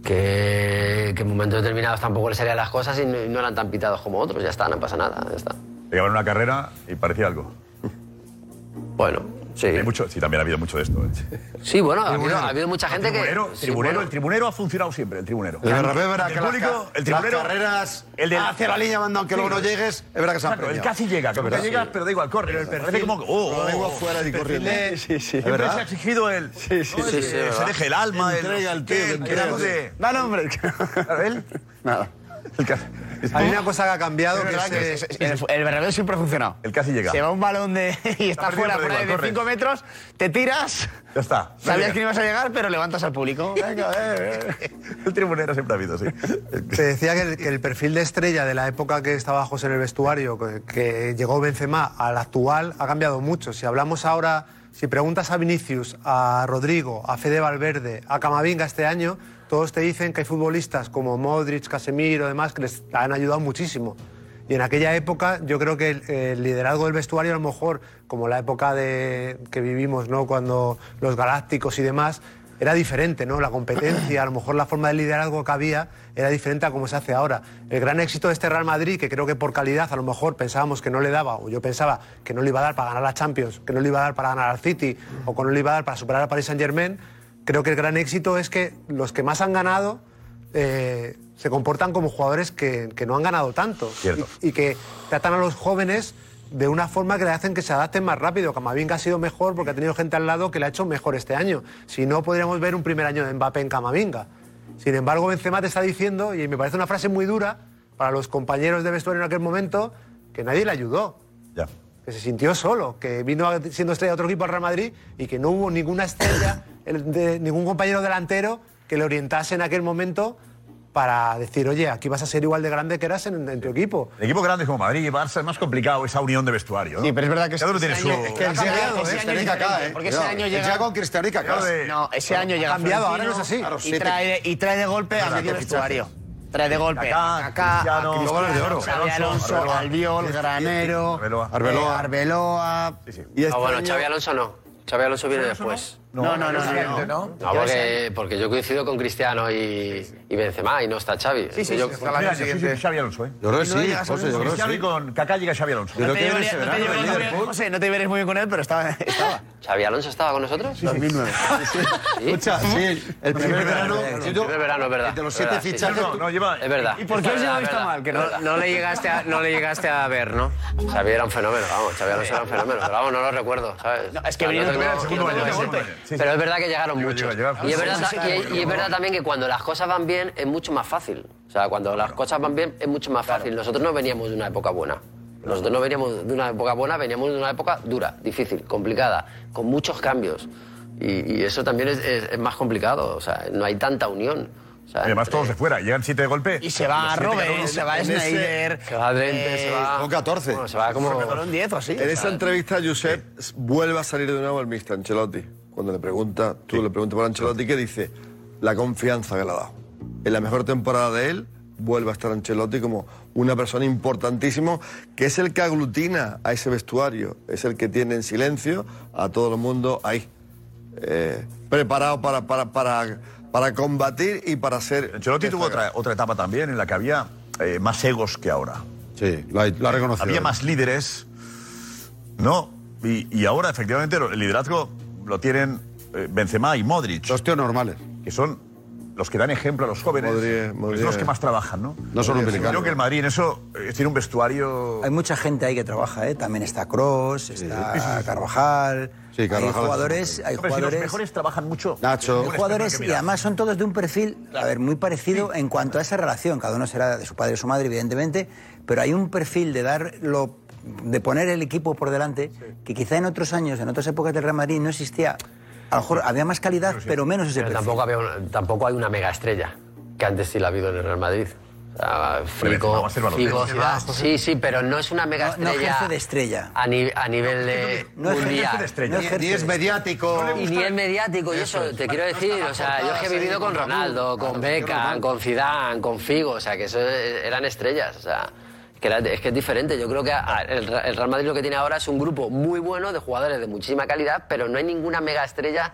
[SPEAKER 12] que, que en momentos determinados tampoco les salían las cosas y no, y no eran tan pitados como otros, ya está, no pasa nada, ya está.
[SPEAKER 8] Llegaban una carrera y parecía algo.
[SPEAKER 12] Bueno, sí.
[SPEAKER 8] Hay mucho, sí, también ha habido mucho de esto. ¿eh?
[SPEAKER 12] Sí, bueno, ha habido,
[SPEAKER 8] Tribunero.
[SPEAKER 12] ha habido mucha
[SPEAKER 8] El
[SPEAKER 12] gente
[SPEAKER 8] tribunero,
[SPEAKER 12] que... sí,
[SPEAKER 8] tribunero,
[SPEAKER 12] bueno.
[SPEAKER 8] El tribunero ha funcionado siempre, el tribunero.
[SPEAKER 6] El Bernabéu era
[SPEAKER 8] El
[SPEAKER 6] que las
[SPEAKER 8] público,
[SPEAKER 6] ca-
[SPEAKER 8] el tribunero.
[SPEAKER 6] las carreras
[SPEAKER 8] el del-
[SPEAKER 6] hacia la línea manda, aunque luego no llegues, es verdad que se han
[SPEAKER 8] Exacto, El
[SPEAKER 6] premiado.
[SPEAKER 8] casi llega,
[SPEAKER 6] Es
[SPEAKER 8] como que
[SPEAKER 6] verdad.
[SPEAKER 8] llegas, pero da igual, corre.
[SPEAKER 6] Pero el
[SPEAKER 8] Parece
[SPEAKER 6] perfil-
[SPEAKER 8] como que, oh,
[SPEAKER 6] lo lengua fuera y
[SPEAKER 8] el perfil
[SPEAKER 6] corriendo.
[SPEAKER 8] de-
[SPEAKER 6] Sí, sí. Es
[SPEAKER 8] Siempre
[SPEAKER 6] verdad.
[SPEAKER 8] se ha exigido el. Sí,
[SPEAKER 6] sí, sí, es
[SPEAKER 8] Se
[SPEAKER 6] verdad.
[SPEAKER 8] deja el alma.
[SPEAKER 6] Entrega al tío, que entrega.
[SPEAKER 8] No, no, hombre. ¿Él?
[SPEAKER 6] Nada.
[SPEAKER 8] Hay
[SPEAKER 6] una cosa que ha cambiado
[SPEAKER 8] Es
[SPEAKER 6] que
[SPEAKER 8] verdad
[SPEAKER 6] es,
[SPEAKER 8] que
[SPEAKER 6] eh,
[SPEAKER 8] es- es-
[SPEAKER 6] el-
[SPEAKER 8] es-
[SPEAKER 6] el Bernabéu siempre ha funcionado.
[SPEAKER 8] El casi llega.
[SPEAKER 6] Se va un balón de y
[SPEAKER 8] Está
[SPEAKER 6] está
[SPEAKER 8] perdido,
[SPEAKER 6] fuera
[SPEAKER 8] pero
[SPEAKER 6] fuera
[SPEAKER 8] igual,
[SPEAKER 6] de
[SPEAKER 8] corre.
[SPEAKER 6] 5 metros, te tiras.
[SPEAKER 8] Ya está.
[SPEAKER 6] Sabías
[SPEAKER 8] Venga.
[SPEAKER 6] que no ibas a llegar, pero levantas al público. Venga, eh, eh.
[SPEAKER 8] El tribunero siempre ha habido, sí.
[SPEAKER 7] Se decía que el, que el perfil de estrella de la época que estaba José en el vestuario, que, que llegó Benzema al actual, ha cambiado mucho. Si hablamos ahora, si preguntas a Vinicius, a Rodrigo, a Fede Valverde, a Camavinga este año, todos te dicen que hay futbolistas como Modric, Casemiro, demás, que les han ayudado muchísimo. Y en aquella época, yo creo que el, el liderazgo del vestuario, a lo mejor, como la época de, que vivimos, ¿no? cuando los galácticos y demás, era diferente, ¿no? La competencia, a lo mejor la forma de liderazgo que había era diferente a como se hace ahora. El gran éxito de este Real Madrid, que creo que por calidad a lo mejor pensábamos que no le daba, o yo pensaba que no le iba a dar para ganar la Champions, que no le iba a dar para ganar al City, o que no le iba a dar para superar al Paris Saint-Germain, creo que el gran éxito es que los que más han ganado eh, se comportan como jugadores que, que no han ganado tanto.
[SPEAKER 8] Cierto.
[SPEAKER 7] Y, y que tratan a los jóvenes de una forma que le hacen que se adapten más rápido. Camavinga ha sido mejor porque ha tenido gente al lado que le ha hecho mejor este año. Si no, podríamos ver un primer año de Mbappé en Camavinga. Sin embargo, Benzema te está diciendo, y me parece una frase muy dura para los compañeros de vestuario en aquel momento, que nadie le ayudó.
[SPEAKER 8] Ya.
[SPEAKER 7] Que se sintió solo, que vino a- siendo estrella de otro equipo al Real Madrid y que no hubo ninguna estrella, el- de- ningún compañero delantero que le orientase en aquel momento
[SPEAKER 5] para decir, oye, aquí vas a ser igual de grande que eras en, en tu equipo.
[SPEAKER 8] El equipo grande es como Madrid y Barça es más complicado esa unión de vestuario. ¿no?
[SPEAKER 6] Sí, pero es verdad que
[SPEAKER 8] Cada uno
[SPEAKER 6] ese
[SPEAKER 8] tiene su.
[SPEAKER 6] año- es que
[SPEAKER 19] Ha cambiado, eh, Cristiano y Kaká, eh.
[SPEAKER 6] Porque ese
[SPEAKER 19] Cuidado,
[SPEAKER 6] año
[SPEAKER 19] el
[SPEAKER 6] llega...
[SPEAKER 19] Jack con Cristiano y Kaká.
[SPEAKER 6] No, de- No, ese año
[SPEAKER 19] Ha
[SPEAKER 6] llega
[SPEAKER 19] cambiado, ahora no es
[SPEAKER 6] Florentino
[SPEAKER 19] así. Claro,
[SPEAKER 6] Y
[SPEAKER 19] sí,
[SPEAKER 6] trae, y trae de golpe a
[SPEAKER 19] Verdad,
[SPEAKER 6] medio
[SPEAKER 19] qué
[SPEAKER 6] vestuario. Trae de golpe
[SPEAKER 8] Kaká,
[SPEAKER 6] a Kaká,
[SPEAKER 8] Cristiano,
[SPEAKER 6] a
[SPEAKER 8] Luego el de oro.
[SPEAKER 6] Xabi
[SPEAKER 8] Alonso,
[SPEAKER 6] Alonso,
[SPEAKER 8] Arbeloa.
[SPEAKER 6] Albiol, Granero,
[SPEAKER 8] Arbeloa.
[SPEAKER 6] eh,
[SPEAKER 8] Arbeloa.
[SPEAKER 6] Arbeloa.
[SPEAKER 8] Y
[SPEAKER 12] Ah, bueno,
[SPEAKER 6] año-
[SPEAKER 12] Xavi Alonso no. Xavi Alonso viene después.
[SPEAKER 6] No, no, no, no.
[SPEAKER 12] No, porque, porque yo coincido con Cristiano y, y Benzema y no está Xavi.
[SPEAKER 6] Sí, sí,
[SPEAKER 12] yo,
[SPEAKER 6] sí,
[SPEAKER 8] Está la año siguiente. Xavi Alonso, ¿eh?
[SPEAKER 19] Yo creo que
[SPEAKER 8] No
[SPEAKER 19] sí,
[SPEAKER 8] llegas a
[SPEAKER 19] José,
[SPEAKER 8] Cristiano
[SPEAKER 19] yo creo que sí.
[SPEAKER 8] y con Kaká llega Xavi Alonso.
[SPEAKER 19] Yo creo
[SPEAKER 6] No
[SPEAKER 19] que
[SPEAKER 6] te
[SPEAKER 19] viene ese
[SPEAKER 6] llevarías- no te
[SPEAKER 19] verano,
[SPEAKER 6] llevarías-
[SPEAKER 19] el Liverpool.
[SPEAKER 6] no sé, no te veréis muy bien con él, pero estaba. estaba.
[SPEAKER 12] ¿Xavi Alonso estaba con nosotros?
[SPEAKER 19] 2009. Escucha, sí, el primer verano.
[SPEAKER 12] El primer verano, es verdad.
[SPEAKER 19] De los
[SPEAKER 12] es
[SPEAKER 19] siete
[SPEAKER 12] verdad, sí.
[SPEAKER 19] fichajes.
[SPEAKER 8] No, no, lleva-
[SPEAKER 12] Es verdad.
[SPEAKER 8] ¿Y por qué
[SPEAKER 12] Es
[SPEAKER 8] os
[SPEAKER 12] verdad,
[SPEAKER 8] lleváis
[SPEAKER 12] es
[SPEAKER 8] tan
[SPEAKER 12] verdad.
[SPEAKER 8] mal? Que
[SPEAKER 12] no, no le llegaste a, no le llegaste a ver, ¿no? Xavi era un fenómeno, vamos. Xavi Alonso era un fenómeno. Pero vamos, no lo recuerdo, ¿sabes?
[SPEAKER 6] es que
[SPEAKER 12] No
[SPEAKER 6] vinieron
[SPEAKER 12] tengo-
[SPEAKER 6] todos,
[SPEAKER 12] no tengo
[SPEAKER 6] vinieron todos.
[SPEAKER 12] ese- Pero es verdad que llegaron
[SPEAKER 8] Llega,
[SPEAKER 12] muchos.
[SPEAKER 8] llega, llega.
[SPEAKER 12] Y es verdad
[SPEAKER 8] Sí, sí,
[SPEAKER 12] y-
[SPEAKER 8] sí.
[SPEAKER 12] y es verdad también que cuando las cosas van bien es mucho más fácil. O sea, cuando las cosas van bien es mucho más fácil. Nosotros no veníamos de una época buena. Nosotros no veníamos de una época buena, veníamos de una época dura, difícil, complicada, con muchos cambios. Y, y eso también es, es- es más complicado. O sea, no hay tanta unión. O sea,
[SPEAKER 8] Además,
[SPEAKER 12] entre-
[SPEAKER 8] todos de fuera. Llegan siete de golpe.
[SPEAKER 6] Y se va
[SPEAKER 8] Los
[SPEAKER 6] a
[SPEAKER 8] siete
[SPEAKER 6] Robert,
[SPEAKER 8] ganaron
[SPEAKER 6] se va a
[SPEAKER 8] en ese-
[SPEAKER 6] Snyder.
[SPEAKER 12] Se va a Drente, se va.
[SPEAKER 19] Con 14.
[SPEAKER 12] Bueno, se va como.
[SPEAKER 6] Fueron 10 o así.
[SPEAKER 4] En esa entrevista, Josep vuelve a salir de nuevo el mister Ancelotti. Cuando le pregunta, tú le preguntas por Ancelotti, que dice la confianza que le ha dado. En la mejor temporada de él, vuelve a estar Ancelotti como una persona importantísima, que es el que aglutina a ese vestuario, es el que tiene en silencio a todo el mundo ahí, eh, preparado para, para, para, para combatir y para ser...
[SPEAKER 8] Ancelotti tuvo otra, otra etapa también en la que había eh, más egos que ahora.
[SPEAKER 19] Sí, lo ha, lo ha reconocido.
[SPEAKER 8] Había más líderes, ¿no? Y, y ahora, efectivamente, lo- el liderazgo lo tienen eh, Benzema y Modric. Los
[SPEAKER 19] tíos normales.
[SPEAKER 8] Que son los que dan ejemplo a los jóvenes.
[SPEAKER 19] Modric,
[SPEAKER 8] porque
[SPEAKER 19] Modric.
[SPEAKER 8] Son los que más trabajan, ¿no?
[SPEAKER 19] No son
[SPEAKER 8] Yo
[SPEAKER 19] umbilical.
[SPEAKER 8] Creo que el Madrid en eso eh, tiene un vestuario...
[SPEAKER 1] Hay mucha gente ahí que trabaja, ¿eh? También está Cross, está Carvajal.
[SPEAKER 19] Sí, Carvajal.
[SPEAKER 1] Hay jugadores, hay
[SPEAKER 8] Hombre, si los
[SPEAKER 1] jugadores.
[SPEAKER 8] mejores trabajan mucho...
[SPEAKER 1] Hay
[SPEAKER 19] Nacho.
[SPEAKER 1] jugadores y además son todos de un perfil, a ver, muy parecido en cuanto a esa relación. Cada uno será de su padre o su madre, evidentemente, pero hay un perfil de darlo, de poner el equipo por delante, que quizá en otros años, en otras épocas del Real Madrid no existía. A lo mejor había más calidad, pero menos ese
[SPEAKER 12] Pero
[SPEAKER 1] perfil.
[SPEAKER 12] tampoco, había una- tampoco hay una mega estrella, que antes sí la ha habido en el Real Madrid. O sea,
[SPEAKER 8] Benzema
[SPEAKER 12] Figo,
[SPEAKER 8] va a ser Balotelli.
[SPEAKER 12] Figo,
[SPEAKER 8] Benzema,
[SPEAKER 12] Zidane. Sí, sí, pero no es una mega
[SPEAKER 1] No
[SPEAKER 12] estrella
[SPEAKER 1] ejerce de estrella.
[SPEAKER 12] a, ni- a nivel de
[SPEAKER 1] No ejerce
[SPEAKER 12] mundial.
[SPEAKER 19] de
[SPEAKER 1] estrella. No
[SPEAKER 19] Ni-
[SPEAKER 1] ejerce.
[SPEAKER 19] Ni es mediático.
[SPEAKER 12] Y ni el mediático, y eso, te quiero decir, o sea, yo es que he vivido con Ronaldo, con Beckham, con Zidane, con Figo, o sea, que eso eh, eran estrellas, o sea, que era- es que es diferente. Yo creo que a- a- el, Ra- el Real Madrid lo que tiene ahora es un grupo muy bueno de jugadores de muchísima calidad, pero no hay ninguna mega estrella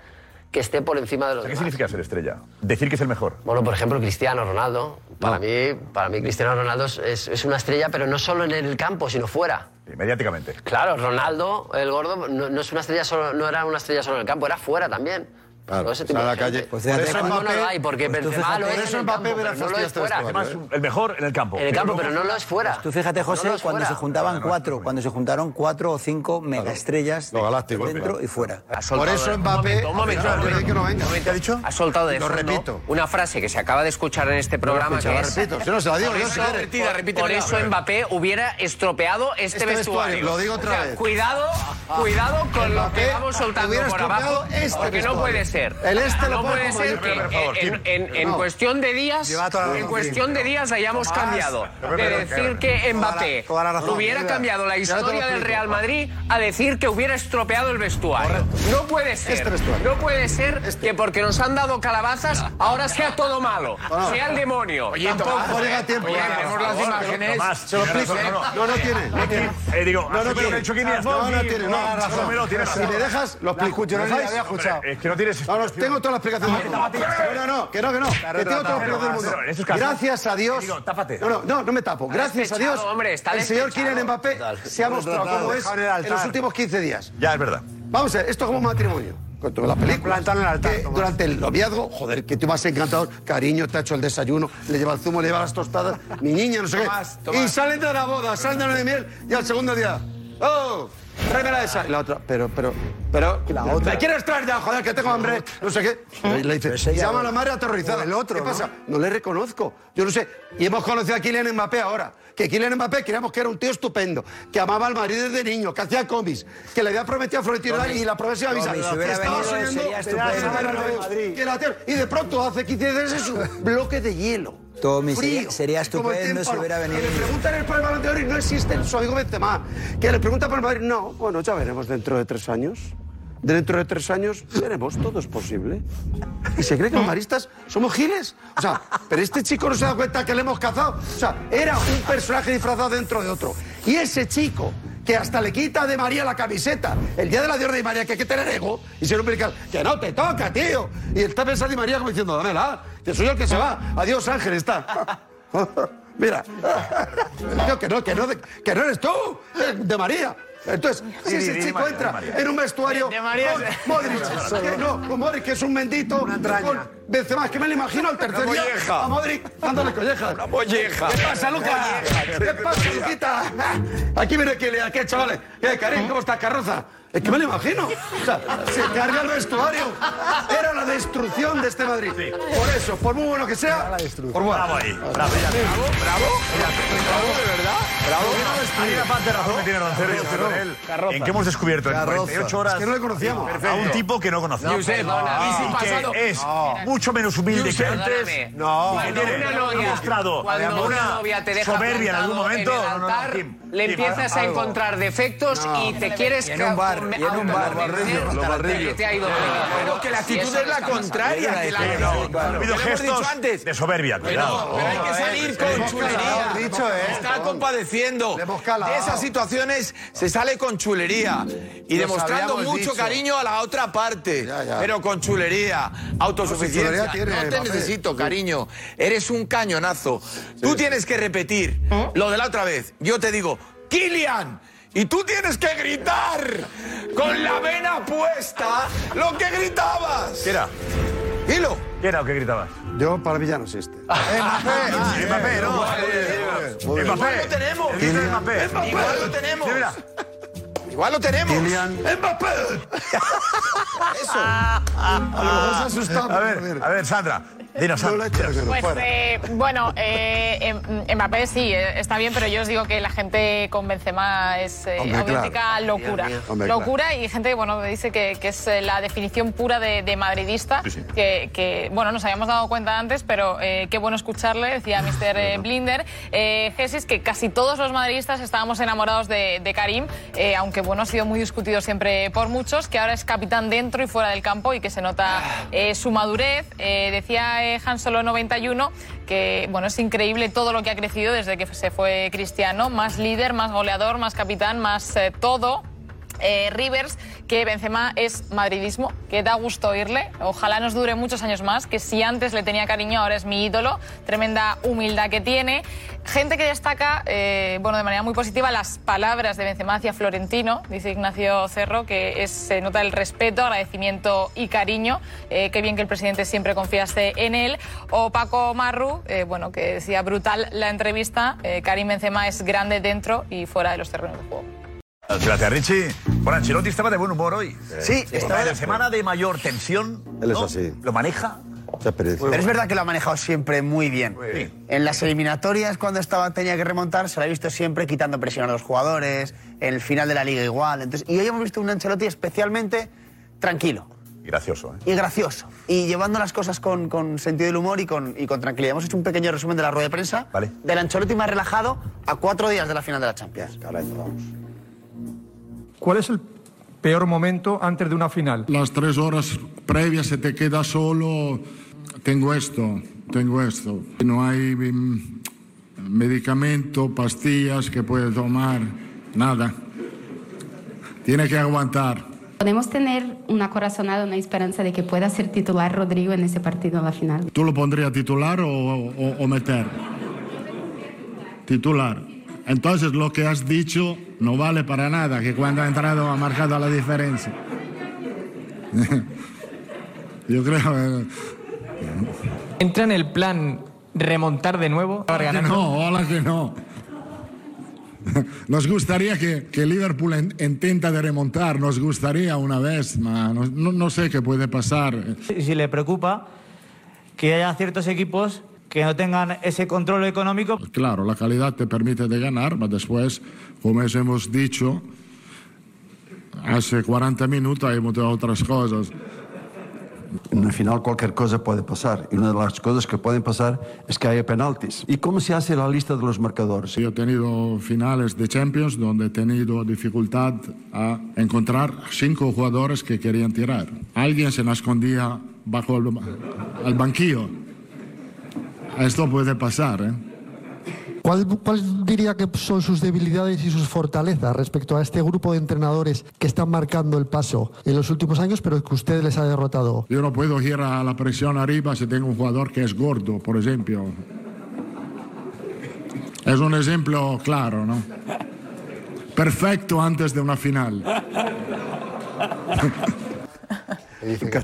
[SPEAKER 12] que esté por encima de los
[SPEAKER 8] ¿Qué
[SPEAKER 12] demás.
[SPEAKER 8] significa ser estrella? Decir que es el mejor.
[SPEAKER 12] Bueno, por ejemplo, Cristiano Ronaldo. Para, mí, para mí, Cristiano Ronaldo es- es, es una estrella, pero no solo en el campo, sino fuera.
[SPEAKER 8] Sí, Mediáticamente.
[SPEAKER 12] Claro, Ronaldo, el gordo, no, no es una estrella solo, no era una estrella solo en el campo, era fuera también.
[SPEAKER 19] Claro,
[SPEAKER 12] Todo ese
[SPEAKER 19] o sea,
[SPEAKER 12] tipo
[SPEAKER 19] a la
[SPEAKER 12] de gente.
[SPEAKER 19] calle. Pues
[SPEAKER 12] por
[SPEAKER 19] fíjate,
[SPEAKER 12] eso
[SPEAKER 19] Mbappé-
[SPEAKER 12] Mbappé, no lo hay, porque
[SPEAKER 19] pues tú
[SPEAKER 12] Benzema
[SPEAKER 19] fíjate,
[SPEAKER 12] lo
[SPEAKER 19] por
[SPEAKER 12] es
[SPEAKER 19] eso
[SPEAKER 12] en el
[SPEAKER 19] Mbappé
[SPEAKER 12] campo, pero
[SPEAKER 19] verá
[SPEAKER 12] no
[SPEAKER 19] esas
[SPEAKER 12] lo es
[SPEAKER 19] fiestas
[SPEAKER 12] fuera.
[SPEAKER 19] de
[SPEAKER 8] Además, un- el mejor en el campo.
[SPEAKER 12] En el campo, pero no lo es fuera.
[SPEAKER 1] Tú fíjate, José,
[SPEAKER 12] Ah, No lo es
[SPEAKER 1] cuando se
[SPEAKER 12] fuera.
[SPEAKER 1] juntaban cuatro, cuando se juntaron cuatro o cinco megaestrellas
[SPEAKER 19] Los galácticos.
[SPEAKER 1] dentro y fuera.
[SPEAKER 19] Por eso Mbappé.
[SPEAKER 22] Un momento,
[SPEAKER 19] Ah,
[SPEAKER 22] un
[SPEAKER 19] puede que no venga.
[SPEAKER 22] momento.
[SPEAKER 19] ¿Qué ha dicho?
[SPEAKER 22] Ha soltado de
[SPEAKER 19] Lo
[SPEAKER 22] fondo
[SPEAKER 19] repito.
[SPEAKER 22] una frase que se acaba de escuchar en este programa
[SPEAKER 19] escucha,
[SPEAKER 22] que
[SPEAKER 19] la
[SPEAKER 22] es
[SPEAKER 19] repito. Si no, se la digo
[SPEAKER 22] por
[SPEAKER 19] yo,
[SPEAKER 22] eso-
[SPEAKER 19] si quieres.
[SPEAKER 22] por- por
[SPEAKER 19] repítemela.
[SPEAKER 22] eso Mbappé hubiera estropeado este,
[SPEAKER 19] Este vestuario,
[SPEAKER 22] vestuario.
[SPEAKER 19] lo digo otra
[SPEAKER 22] O sea,
[SPEAKER 19] vez.
[SPEAKER 22] Cuidado, cuidado con lo
[SPEAKER 19] Mbappé
[SPEAKER 22] que vamos soltando
[SPEAKER 19] hubiera
[SPEAKER 22] por
[SPEAKER 19] estropeado
[SPEAKER 22] abajo,
[SPEAKER 19] este
[SPEAKER 22] porque no
[SPEAKER 19] vestuario.
[SPEAKER 22] puede ser.
[SPEAKER 19] El este lo
[SPEAKER 22] no puede
[SPEAKER 19] puede
[SPEAKER 22] ser que
[SPEAKER 19] acompañar, pero, por favor,
[SPEAKER 22] en,
[SPEAKER 19] Kim.
[SPEAKER 22] en- en
[SPEAKER 19] No.
[SPEAKER 22] cuestión de días,
[SPEAKER 19] Lleva toda la
[SPEAKER 22] en
[SPEAKER 19] razón,
[SPEAKER 22] cuestión
[SPEAKER 19] Kim.
[SPEAKER 22] de días hayamos
[SPEAKER 19] Tomás,
[SPEAKER 22] cambiado
[SPEAKER 19] pero,
[SPEAKER 22] de
[SPEAKER 19] pero,
[SPEAKER 22] decir
[SPEAKER 19] pero,
[SPEAKER 22] que
[SPEAKER 19] toda la-
[SPEAKER 22] Mbappé
[SPEAKER 19] toda la razón,
[SPEAKER 22] hubiera
[SPEAKER 19] mira.
[SPEAKER 22] cambiado la
[SPEAKER 19] Ya te lo
[SPEAKER 22] historia del
[SPEAKER 19] explico.
[SPEAKER 22] Real Madrid a decir que hubiera estropeado el vestuario. No puede ser.
[SPEAKER 19] Este vestuario.
[SPEAKER 22] No puede ser que porque nos han dado calabazas ahora sea todo malo,
[SPEAKER 19] No, no.
[SPEAKER 22] sea el demonio.
[SPEAKER 19] Tampoco llega tiempo.
[SPEAKER 22] Oye,
[SPEAKER 19] Ahora,
[SPEAKER 22] tenemos
[SPEAKER 19] por
[SPEAKER 22] las
[SPEAKER 19] favor,
[SPEAKER 22] imágenes.
[SPEAKER 8] Tomás,
[SPEAKER 19] Se lo
[SPEAKER 8] tiene
[SPEAKER 19] explico.
[SPEAKER 8] razón, no, no.
[SPEAKER 19] No, no tiene. No tiene.
[SPEAKER 8] Eh, digo,
[SPEAKER 19] No, no
[SPEAKER 8] así que
[SPEAKER 19] tiene.
[SPEAKER 8] lo he hecho, ¿quién es?
[SPEAKER 19] No, no tiene. No,
[SPEAKER 8] No,
[SPEAKER 19] no,
[SPEAKER 8] no, no, tienes
[SPEAKER 19] Si
[SPEAKER 8] razón.
[SPEAKER 19] le dejas, lo explico. Yo no le había escuchado.
[SPEAKER 8] Es que no tienes...
[SPEAKER 19] No, no, tengo toda la explicación del mundo. No, no, que no, que no. Que tengo toda la explicación del mundo.
[SPEAKER 8] En esos casos-
[SPEAKER 19] Gracias a Dios.
[SPEAKER 8] Digo, tápate.
[SPEAKER 19] No, no, no, no me tapo. Gracias a
[SPEAKER 22] despechado,
[SPEAKER 19] Dios.
[SPEAKER 22] hombre, está
[SPEAKER 19] El señor
[SPEAKER 22] despechado.
[SPEAKER 19] Kylian Mbappé se ha mostrado como es en los últimos 15 días.
[SPEAKER 8] eh, Ya, es verdad.
[SPEAKER 19] Vamos a ver, esto es como un matrimonio. Con todas las películas.
[SPEAKER 5] Plantaron el altar,
[SPEAKER 19] Que
[SPEAKER 5] Tomás.
[SPEAKER 19] durante el noviazgo, joder, que tú me has encantado. Cariño, te ha hecho el desayuno, le lleva el zumo, le lleva las tostadas, mi niña, no sé
[SPEAKER 5] Tomás,
[SPEAKER 19] qué.
[SPEAKER 5] Tomás.
[SPEAKER 19] Y salen de la boda, salen de la luna de miel y al segundo día. ¡Oh! Tráemela esa. Y la otra, pero, pero, pero. La otra. ¿Me quieres traer ya, joder, que tengo hambre? No sé qué. Y le dice,
[SPEAKER 1] ella-
[SPEAKER 19] llama a la madre aterrorizada.
[SPEAKER 5] o el otro,
[SPEAKER 19] ¿Qué
[SPEAKER 5] ¿no?
[SPEAKER 19] pasa? No le reconozco. Yo no sé. Y hemos conocido a Kylian Mbappé ahora. Que Kylian Mbappé creíamos que era un tío estupendo, que amaba al Madrid desde niño, que hacía cómics, que le había prometido a Florentino Dani y la promesa iba a avisar.
[SPEAKER 1] Gomis, si hubiera
[SPEAKER 19] Estaba
[SPEAKER 1] venido,
[SPEAKER 19] soñando
[SPEAKER 1] sería
[SPEAKER 19] que
[SPEAKER 1] estupendo.
[SPEAKER 19] era el Bernabéu, que era la tierra. Y de pronto hace 15 días es un bloque de hielo.
[SPEAKER 20] Tommy,
[SPEAKER 19] frío.
[SPEAKER 20] sería, sería
[SPEAKER 19] Es como el
[SPEAKER 20] estupendo si
[SPEAKER 19] tímpano.
[SPEAKER 20] hubiera venido.
[SPEAKER 19] Que le preguntan el problema de Oro y no existe el su amigo Benzema. Que le preguntan por el Madrid, no. Bueno, ya veremos dentro de tres años. Dentro de tres años veremos, todo es posible. ¿Y se cree que los maristas somos giles? O sea, pero este chico no se da cuenta que le hemos cazado. O sea, era un personaje disfrazado dentro de otro. Y ese chico, que hasta le quita de María la camiseta, el día de la Dior de María, que hay que tener ego, y ser un pelical, que no te toca, tío. Y está pensando Di María como diciendo, dámela, que soy yo el que se va. Adiós, Ángel, está. Mira, Yo, que no, que no, que no eres tú, eh, de María. Entonces, si Di- Di ese chico María, Di entra María. en un vestuario De María con es- Modric, que no, con Modric, que es un bendito, con Benzema, es que me lo imagino al tercer Una día molleja. a Modric dándole collejas. Una molleja. ¿Qué pasa, Lucas? ¿Qué pasa, Luquita? Aquí viene que le aquí, chavales. ¿Qué, Karim, cómo estás, carroza? Es que me lo imagino. O sea, se carga el vestuario. Era la destrucción de este Madrid. Por eso, por muy bueno que sea, por bueno.
[SPEAKER 8] Bravo ahí. Bravo, bravo, bravo. Bravo, de verdad. Bravo. Hay una parte de razón que tiene Roncero. yo estoy con él. ¿En qué hemos descubierto en
[SPEAKER 19] Carroza.
[SPEAKER 8] 48 horas
[SPEAKER 19] Es que no le conocíamos.
[SPEAKER 8] a
[SPEAKER 19] Perfecto.
[SPEAKER 8] un tipo que no conocíamos?
[SPEAKER 19] Josep, perdona. Y sin
[SPEAKER 8] y
[SPEAKER 19] pasado-
[SPEAKER 8] que es mucho menos humilde que
[SPEAKER 22] Josep,
[SPEAKER 8] antes.
[SPEAKER 22] perdóname.
[SPEAKER 8] y que
[SPEAKER 22] Cuando
[SPEAKER 8] tiene
[SPEAKER 22] una novia-
[SPEAKER 8] ha mostrado
[SPEAKER 22] cuando una novia te
[SPEAKER 8] una
[SPEAKER 22] deja
[SPEAKER 8] soberbia en algún
[SPEAKER 22] plantado
[SPEAKER 8] momento.
[SPEAKER 22] en el
[SPEAKER 8] No, no, no,
[SPEAKER 22] altar,
[SPEAKER 8] Kim,
[SPEAKER 22] le
[SPEAKER 8] Kim,
[SPEAKER 22] empiezas a
[SPEAKER 8] algo.
[SPEAKER 22] encontrar defectos y te quieres
[SPEAKER 20] Y en un bar, y en un bar.
[SPEAKER 22] autoconvencer
[SPEAKER 20] Los barrillos.
[SPEAKER 22] que te ha ido
[SPEAKER 20] No,
[SPEAKER 22] bien.
[SPEAKER 20] pero que la
[SPEAKER 22] Y
[SPEAKER 20] actitud
[SPEAKER 22] eso
[SPEAKER 20] es la
[SPEAKER 22] no está
[SPEAKER 20] contraria,
[SPEAKER 22] pasando.
[SPEAKER 20] que la-
[SPEAKER 8] Sí, no, ha habido gestos de soberbia, cuidado. Oh.
[SPEAKER 9] Pero hay
[SPEAKER 19] eh,
[SPEAKER 9] que
[SPEAKER 19] pues,
[SPEAKER 9] salir con chulería.
[SPEAKER 19] dicho, ¿eh?
[SPEAKER 9] Está compadeciendo.
[SPEAKER 19] calado.
[SPEAKER 9] De esas situaciones se sale con chulería y
[SPEAKER 19] Nos
[SPEAKER 9] demostrando
[SPEAKER 19] habíamos
[SPEAKER 9] mucho
[SPEAKER 19] dicho.
[SPEAKER 9] cariño a la otra parte.
[SPEAKER 19] ya.
[SPEAKER 9] Pero con chulería, autosuficiencia.
[SPEAKER 19] No, si chulería tiene,
[SPEAKER 9] no te
[SPEAKER 19] Mbappé.
[SPEAKER 9] necesito, cariño. Eres un cañonazo. Tú tienes que repetir lo de la otra vez. Yo te digo, Kilian. Y tú tienes que gritar con la vena puesta lo que gritabas.
[SPEAKER 8] ¿Qué era?
[SPEAKER 9] Dilo.
[SPEAKER 8] ¿Qué era o qué gritabas?
[SPEAKER 19] Yo para este. mí ya no existe.
[SPEAKER 9] Ah, eh,
[SPEAKER 8] Mbappé, Mbappé, no.
[SPEAKER 5] Eh,
[SPEAKER 19] bien.
[SPEAKER 8] Mbappé.
[SPEAKER 19] Igual lo
[SPEAKER 9] tenemos.
[SPEAKER 8] El grito de Mbappé.
[SPEAKER 9] Igual lo tenemos.
[SPEAKER 8] Sí, mira.
[SPEAKER 9] Igual lo tenemos.
[SPEAKER 19] ¡Mbappé!
[SPEAKER 9] Eso.
[SPEAKER 8] A
[SPEAKER 19] lo mejor se asustaba,
[SPEAKER 8] A ver, a ver, Sandra. Dinos, Sandra.
[SPEAKER 1] Pues eh, bueno, eh, em- Mbappé sí, eh, está bien, pero yo os digo que la gente con Benzema es eh,
[SPEAKER 33] Hombre, claro.
[SPEAKER 1] auténtica locura.
[SPEAKER 33] Dios mío. Hombre,
[SPEAKER 1] locura y gente que bueno, dice que, que es eh, la definición pura de, de madridista, Que, que, bueno, nos habíamos dado cuenta antes, pero eh, qué bueno escucharle, decía Mr. eh, Blinder. Eh, Jesús, que casi todos los madridistas estábamos enamorados de, de Karim, eh, aunque bueno, ha sido muy discutido siempre por muchos, que ahora es capitán dentro y fuera del campo y que se nota eh, su madurez. Eh, decía eh, Han Solo 91 que bueno, es increíble todo lo que ha crecido desde que se fue Cristiano, más líder, más goleador, más capitán, más eh, todo. Eh, Rivers, que Benzema es madridismo, que da gusto oírle, ojalá nos dure muchos años más, que si antes le tenía cariño, ahora es mi ídolo, tremenda humildad que tiene. Gente que destaca, eh, bueno, de manera muy positiva, las palabras de Benzema hacia Florentino, dice Ignacio Cerro, que es, se nota el respeto, agradecimiento y cariño, eh, qué bien que el presidente siempre confiase en él, o Paco Marru, eh, bueno, que decía brutal la entrevista, eh, Karim Benzema es grande dentro y fuera de los terrenos de juego.
[SPEAKER 8] Gracias, Richie. Bueno, Ancelotti estaba de buen humor hoy.
[SPEAKER 6] Sí,
[SPEAKER 8] estaba
[SPEAKER 6] estaba-
[SPEAKER 8] la semana de mayor tensión.
[SPEAKER 19] Él es
[SPEAKER 8] ¿no?
[SPEAKER 19] así.
[SPEAKER 8] Lo maneja.
[SPEAKER 6] Pero es verdad que lo ha manejado siempre muy bien. En las eliminatorias, cuando estaba tenía que remontar, se lo ha visto siempre quitando presión a los jugadores, en el final de la liga igual. Entonces, y hoy hemos visto un Ancelotti especialmente tranquilo
[SPEAKER 8] Y gracioso, ¿eh?
[SPEAKER 6] y gracioso. Y llevando las cosas con, con sentido del humor y con, y con tranquilidad. Hemos hecho un pequeño resumen de la rueda de prensa
[SPEAKER 8] Vale.
[SPEAKER 6] del Ancelotti más relajado a cuatro días de la final de la Champions.
[SPEAKER 34] ¿Cuál es el peor momento antes de una final?
[SPEAKER 32] Las tres horas previas se te queda solo, tengo esto, tengo esto. No hay mm, medicamento, pastillas que puedes tomar, nada. Tienes que aguantar.
[SPEAKER 35] Podemos tener una corazonada, una esperanza de que pueda ser titular Rodrigo en ese partido a la final.
[SPEAKER 32] ¿Tú lo pondrías titular o, o- o meter? Titular. Entonces lo que has dicho no vale para nada, que cuando ha entrado ha marcado la diferencia. Yo creo... eh,
[SPEAKER 24] ¿Entra en el plan remontar de nuevo?
[SPEAKER 32] que no, hola que no. Nos gustaría que, que Liverpool en- intenta de remontar, nos gustaría una vez, ma, no- no, no sé qué puede pasar.
[SPEAKER 36] Y si le preocupa que haya ciertos equipos que no tengan ese control económico.
[SPEAKER 32] Claro, la calidad te permite de ganar, pero después, como os hemos dicho, hace 40 minutos hemos hecho otras cosas.
[SPEAKER 7] En el final cualquier cosa puede pasar y una de las cosas que pueden pasar es que haya penaltis. ¿Y cómo se hace la lista de los marcadores?
[SPEAKER 32] Yo he tenido finales de Champions donde he tenido dificultad a encontrar cinco jugadores que querían tirar. Alguien se la escondía bajo el, el banquillo. Esto puede pasar, ¿eh?
[SPEAKER 11] ¿Cuál, ¿Cuál diría que son sus debilidades y sus fortalezas respecto a este grupo de entrenadores que están marcando el paso en los últimos años, pero que usted les ha derrotado?
[SPEAKER 32] Yo no puedo ir a la presión arriba si tengo un jugador que es gordo, por ejemplo. Es un ejemplo claro, ¿no? Perfecto antes de una final.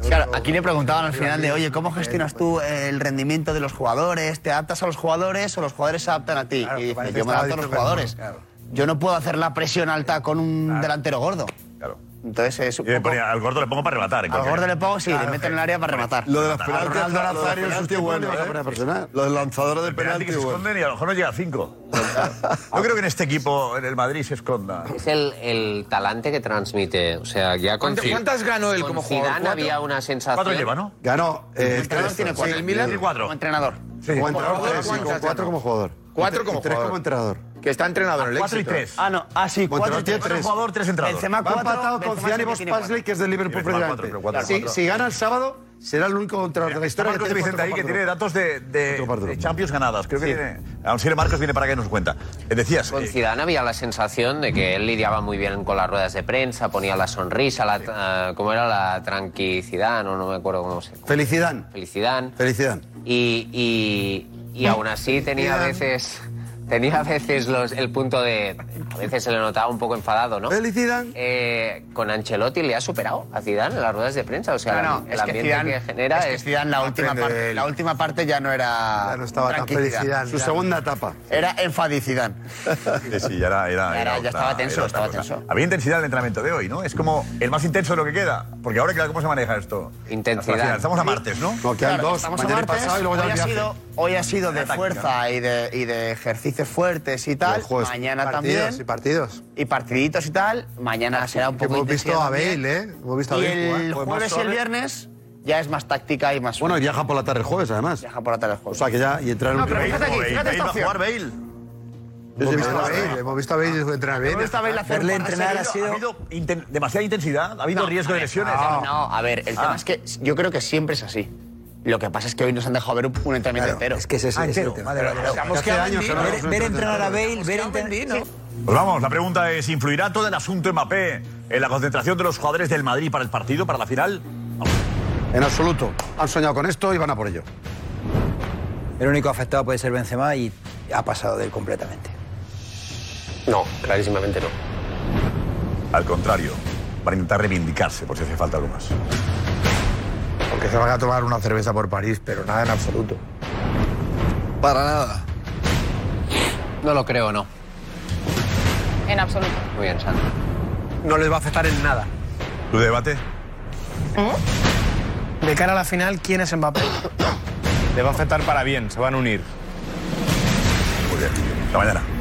[SPEAKER 6] Claro, aquí le preguntaban al final de, oye, ¿cómo gestionas tú el rendimiento de los jugadores? ¿Te adaptas a los jugadores o los jugadores se adaptan a ti? y dice, parece que
[SPEAKER 19] estaba
[SPEAKER 6] yo me adapto a los
[SPEAKER 19] diciendo que
[SPEAKER 6] jugadores.
[SPEAKER 19] no, claro.
[SPEAKER 6] Yo no puedo hacer la presión alta con un delantero gordo. Claro. Entonces es un
[SPEAKER 8] Yo le
[SPEAKER 6] poco-
[SPEAKER 8] ponía, al gordo le pongo para rematar. en
[SPEAKER 6] Al
[SPEAKER 8] cualquier-
[SPEAKER 6] gordo le pongo, sí, le meto en el área para rematar.
[SPEAKER 8] Lo de las
[SPEAKER 19] penaltis,
[SPEAKER 8] Ronaldo
[SPEAKER 19] lo de las
[SPEAKER 8] Nazario es
[SPEAKER 19] penaltis,
[SPEAKER 8] tío bueno,
[SPEAKER 19] bueno,
[SPEAKER 8] ¿eh?
[SPEAKER 19] buena persona.
[SPEAKER 8] Los lanzadores de penalti que se esconden y a lo mejor no llega a cinco. Yo creo que en este equipo, en el Madrid, se esconda.
[SPEAKER 22] Es el, el talante que transmite. O sea, ya con
[SPEAKER 8] ¿Cuántas-
[SPEAKER 22] Zid-
[SPEAKER 8] cuántas ganó él
[SPEAKER 22] con
[SPEAKER 8] como jugador?
[SPEAKER 22] Zidane
[SPEAKER 8] ¿Cuatro?
[SPEAKER 22] había una sensación.
[SPEAKER 8] Cuatro lleva, ¿no?
[SPEAKER 19] Ganó.
[SPEAKER 8] El entrenador tiene cuatro. ¿El Milan? Cuatro.
[SPEAKER 6] Como entrenador.
[SPEAKER 19] Como entrenador, tres, sí, como cuatro como jugador.
[SPEAKER 6] Cuatro
[SPEAKER 19] Y
[SPEAKER 6] como
[SPEAKER 19] tres
[SPEAKER 6] jugador.
[SPEAKER 19] como entrenador.
[SPEAKER 6] Que está entrenado
[SPEAKER 19] en el
[SPEAKER 6] Cuatro
[SPEAKER 19] éxito.
[SPEAKER 6] y tres. Ah, no. Ah, sí,
[SPEAKER 19] Como
[SPEAKER 6] cuatro
[SPEAKER 19] entrenador
[SPEAKER 6] y tres.
[SPEAKER 19] tiene tres. Jugador, tres entrenador.
[SPEAKER 6] Benzema
[SPEAKER 19] Va
[SPEAKER 6] cuatro.
[SPEAKER 19] empatado con
[SPEAKER 6] Benzema
[SPEAKER 19] Zidane y
[SPEAKER 6] creo que
[SPEAKER 19] Vos
[SPEAKER 6] tiene cuatro.
[SPEAKER 19] Paisley, que es del Liverpool
[SPEAKER 8] Benzema
[SPEAKER 19] presidente.
[SPEAKER 8] cuatro, pero cuatro,
[SPEAKER 19] Si-
[SPEAKER 8] cuatro.
[SPEAKER 19] Si gana el sábado, será el único entrenador de la
[SPEAKER 6] Este
[SPEAKER 8] Está
[SPEAKER 19] historia
[SPEAKER 8] Marcos de Vicente ahí que tiene datos de, de- de Champions ganadas. Creo que
[SPEAKER 19] Sí.
[SPEAKER 8] tiene. Aún si Marcos viene para que nos cuenta. Eh, Decías.
[SPEAKER 22] Con Zidane había la sensación de que él lidiaba muy bien con las ruedas de prensa, ponía la sonrisa, la, ah, ¿cómo era? La tranquicidad, o no me acuerdo cómo se
[SPEAKER 19] Felicidad.
[SPEAKER 22] Felicidad.
[SPEAKER 19] Felicidad.
[SPEAKER 22] Y, y- y aún así tenía a veces, tenía a veces los, el punto de... A veces se le notaba un poco enfadado, ¿no? Eh,
[SPEAKER 19] Felicidad.
[SPEAKER 22] con Ancelotti le ha superado a Zidane en las ruedas de prensa. O sea,
[SPEAKER 6] No, no,
[SPEAKER 22] el
[SPEAKER 6] es que
[SPEAKER 22] ambiente
[SPEAKER 6] Zidane-
[SPEAKER 22] que genera
[SPEAKER 6] es que Zidane la última parte- la última parte ya no era
[SPEAKER 19] No estaba tan
[SPEAKER 6] tranquicidad.
[SPEAKER 19] felicidad. Su segunda etapa.
[SPEAKER 6] Era enfadicidad.
[SPEAKER 8] Sí, sí, ya era. era-
[SPEAKER 6] Ya era-
[SPEAKER 8] era
[SPEAKER 6] ya estaba tenso,
[SPEAKER 8] era otra
[SPEAKER 6] estaba
[SPEAKER 8] cosa.
[SPEAKER 6] tenso.
[SPEAKER 8] Había intensidad en el entrenamiento de hoy, ¿no? Es como el más intenso de lo que queda. Porque ahora, claro, ¿cómo se maneja esto? Hasta la final. Estamos a martes, ¿no?
[SPEAKER 6] Claro, estamos a martes, hoy, ha sido, hoy ha sido de fuerza y de, y de ejercicios fuertes y tal.
[SPEAKER 19] jueves,
[SPEAKER 6] Mañana
[SPEAKER 19] partidos
[SPEAKER 6] también.
[SPEAKER 19] y partidos.
[SPEAKER 6] Y partiditos y tal. Mañana será un
[SPEAKER 19] Que
[SPEAKER 6] poco
[SPEAKER 19] hemos
[SPEAKER 6] intensidad
[SPEAKER 19] visto a
[SPEAKER 6] también.
[SPEAKER 19] Bale, ¿eh? Hemos visto a
[SPEAKER 6] Y
[SPEAKER 19] Bale jugar.
[SPEAKER 6] el
[SPEAKER 19] Pues más
[SPEAKER 6] jueves y el
[SPEAKER 19] sobre-
[SPEAKER 6] viernes ya es más táctica y más...
[SPEAKER 19] Bueno, y viaja por la tarde el jueves, además. Viaja
[SPEAKER 6] por la tarde el jueves.
[SPEAKER 19] O sea, que ya... Y entrar en
[SPEAKER 6] No,
[SPEAKER 19] un
[SPEAKER 6] pero
[SPEAKER 19] primer-
[SPEAKER 6] fíjate aquí, fíjate esta opción.
[SPEAKER 19] Hemos visto a
[SPEAKER 8] Bale,
[SPEAKER 19] Bale, hemos visto a Bale
[SPEAKER 8] Ah.
[SPEAKER 19] entrenar bien.
[SPEAKER 8] Verle entrenar ha sido. ¿Ha habido inten- demasiada intensidad? ¿Ha habido
[SPEAKER 6] No,
[SPEAKER 8] riesgo
[SPEAKER 6] a
[SPEAKER 8] de
[SPEAKER 6] ver,
[SPEAKER 8] lesiones?
[SPEAKER 19] ¿eh?
[SPEAKER 6] No, no, a ver, el tema
[SPEAKER 19] Ah.
[SPEAKER 6] es que yo creo que siempre es así. Lo que pasa es que hoy nos han dejado ver un, un entrenamiento entero. Es
[SPEAKER 1] que ese es el tema. Vale, vale, vale. Hace años que no Ver- ver entrenar a Bale,
[SPEAKER 6] ver entrenar...
[SPEAKER 8] Pues vamos, la pregunta es, ¿influirá todo el asunto Mbappé en la concentración de los jugadores del Madrid para el partido, para la final?
[SPEAKER 19] En absoluto. Han soñado con esto y van a por ello.
[SPEAKER 1] El único afectado puede ser Benzema y ha pasado de él completamente.
[SPEAKER 8] No, clarísimamente no. Al contrario, para intentar reivindicarse por si hace falta algo más.
[SPEAKER 5] Porque se van a tomar una cerveza por París, pero nada en absoluto.
[SPEAKER 22] Para nada. No lo creo, no.
[SPEAKER 20] En absoluto.
[SPEAKER 22] Muy bien, Sandra.
[SPEAKER 5] No les va a afectar en nada.
[SPEAKER 8] ¿Tu debate?
[SPEAKER 13] De cara a la final, ¿quién es Mbappé?
[SPEAKER 14] Le va a afectar para bien, se van a unir.
[SPEAKER 8] Muy bien. Hasta mañana.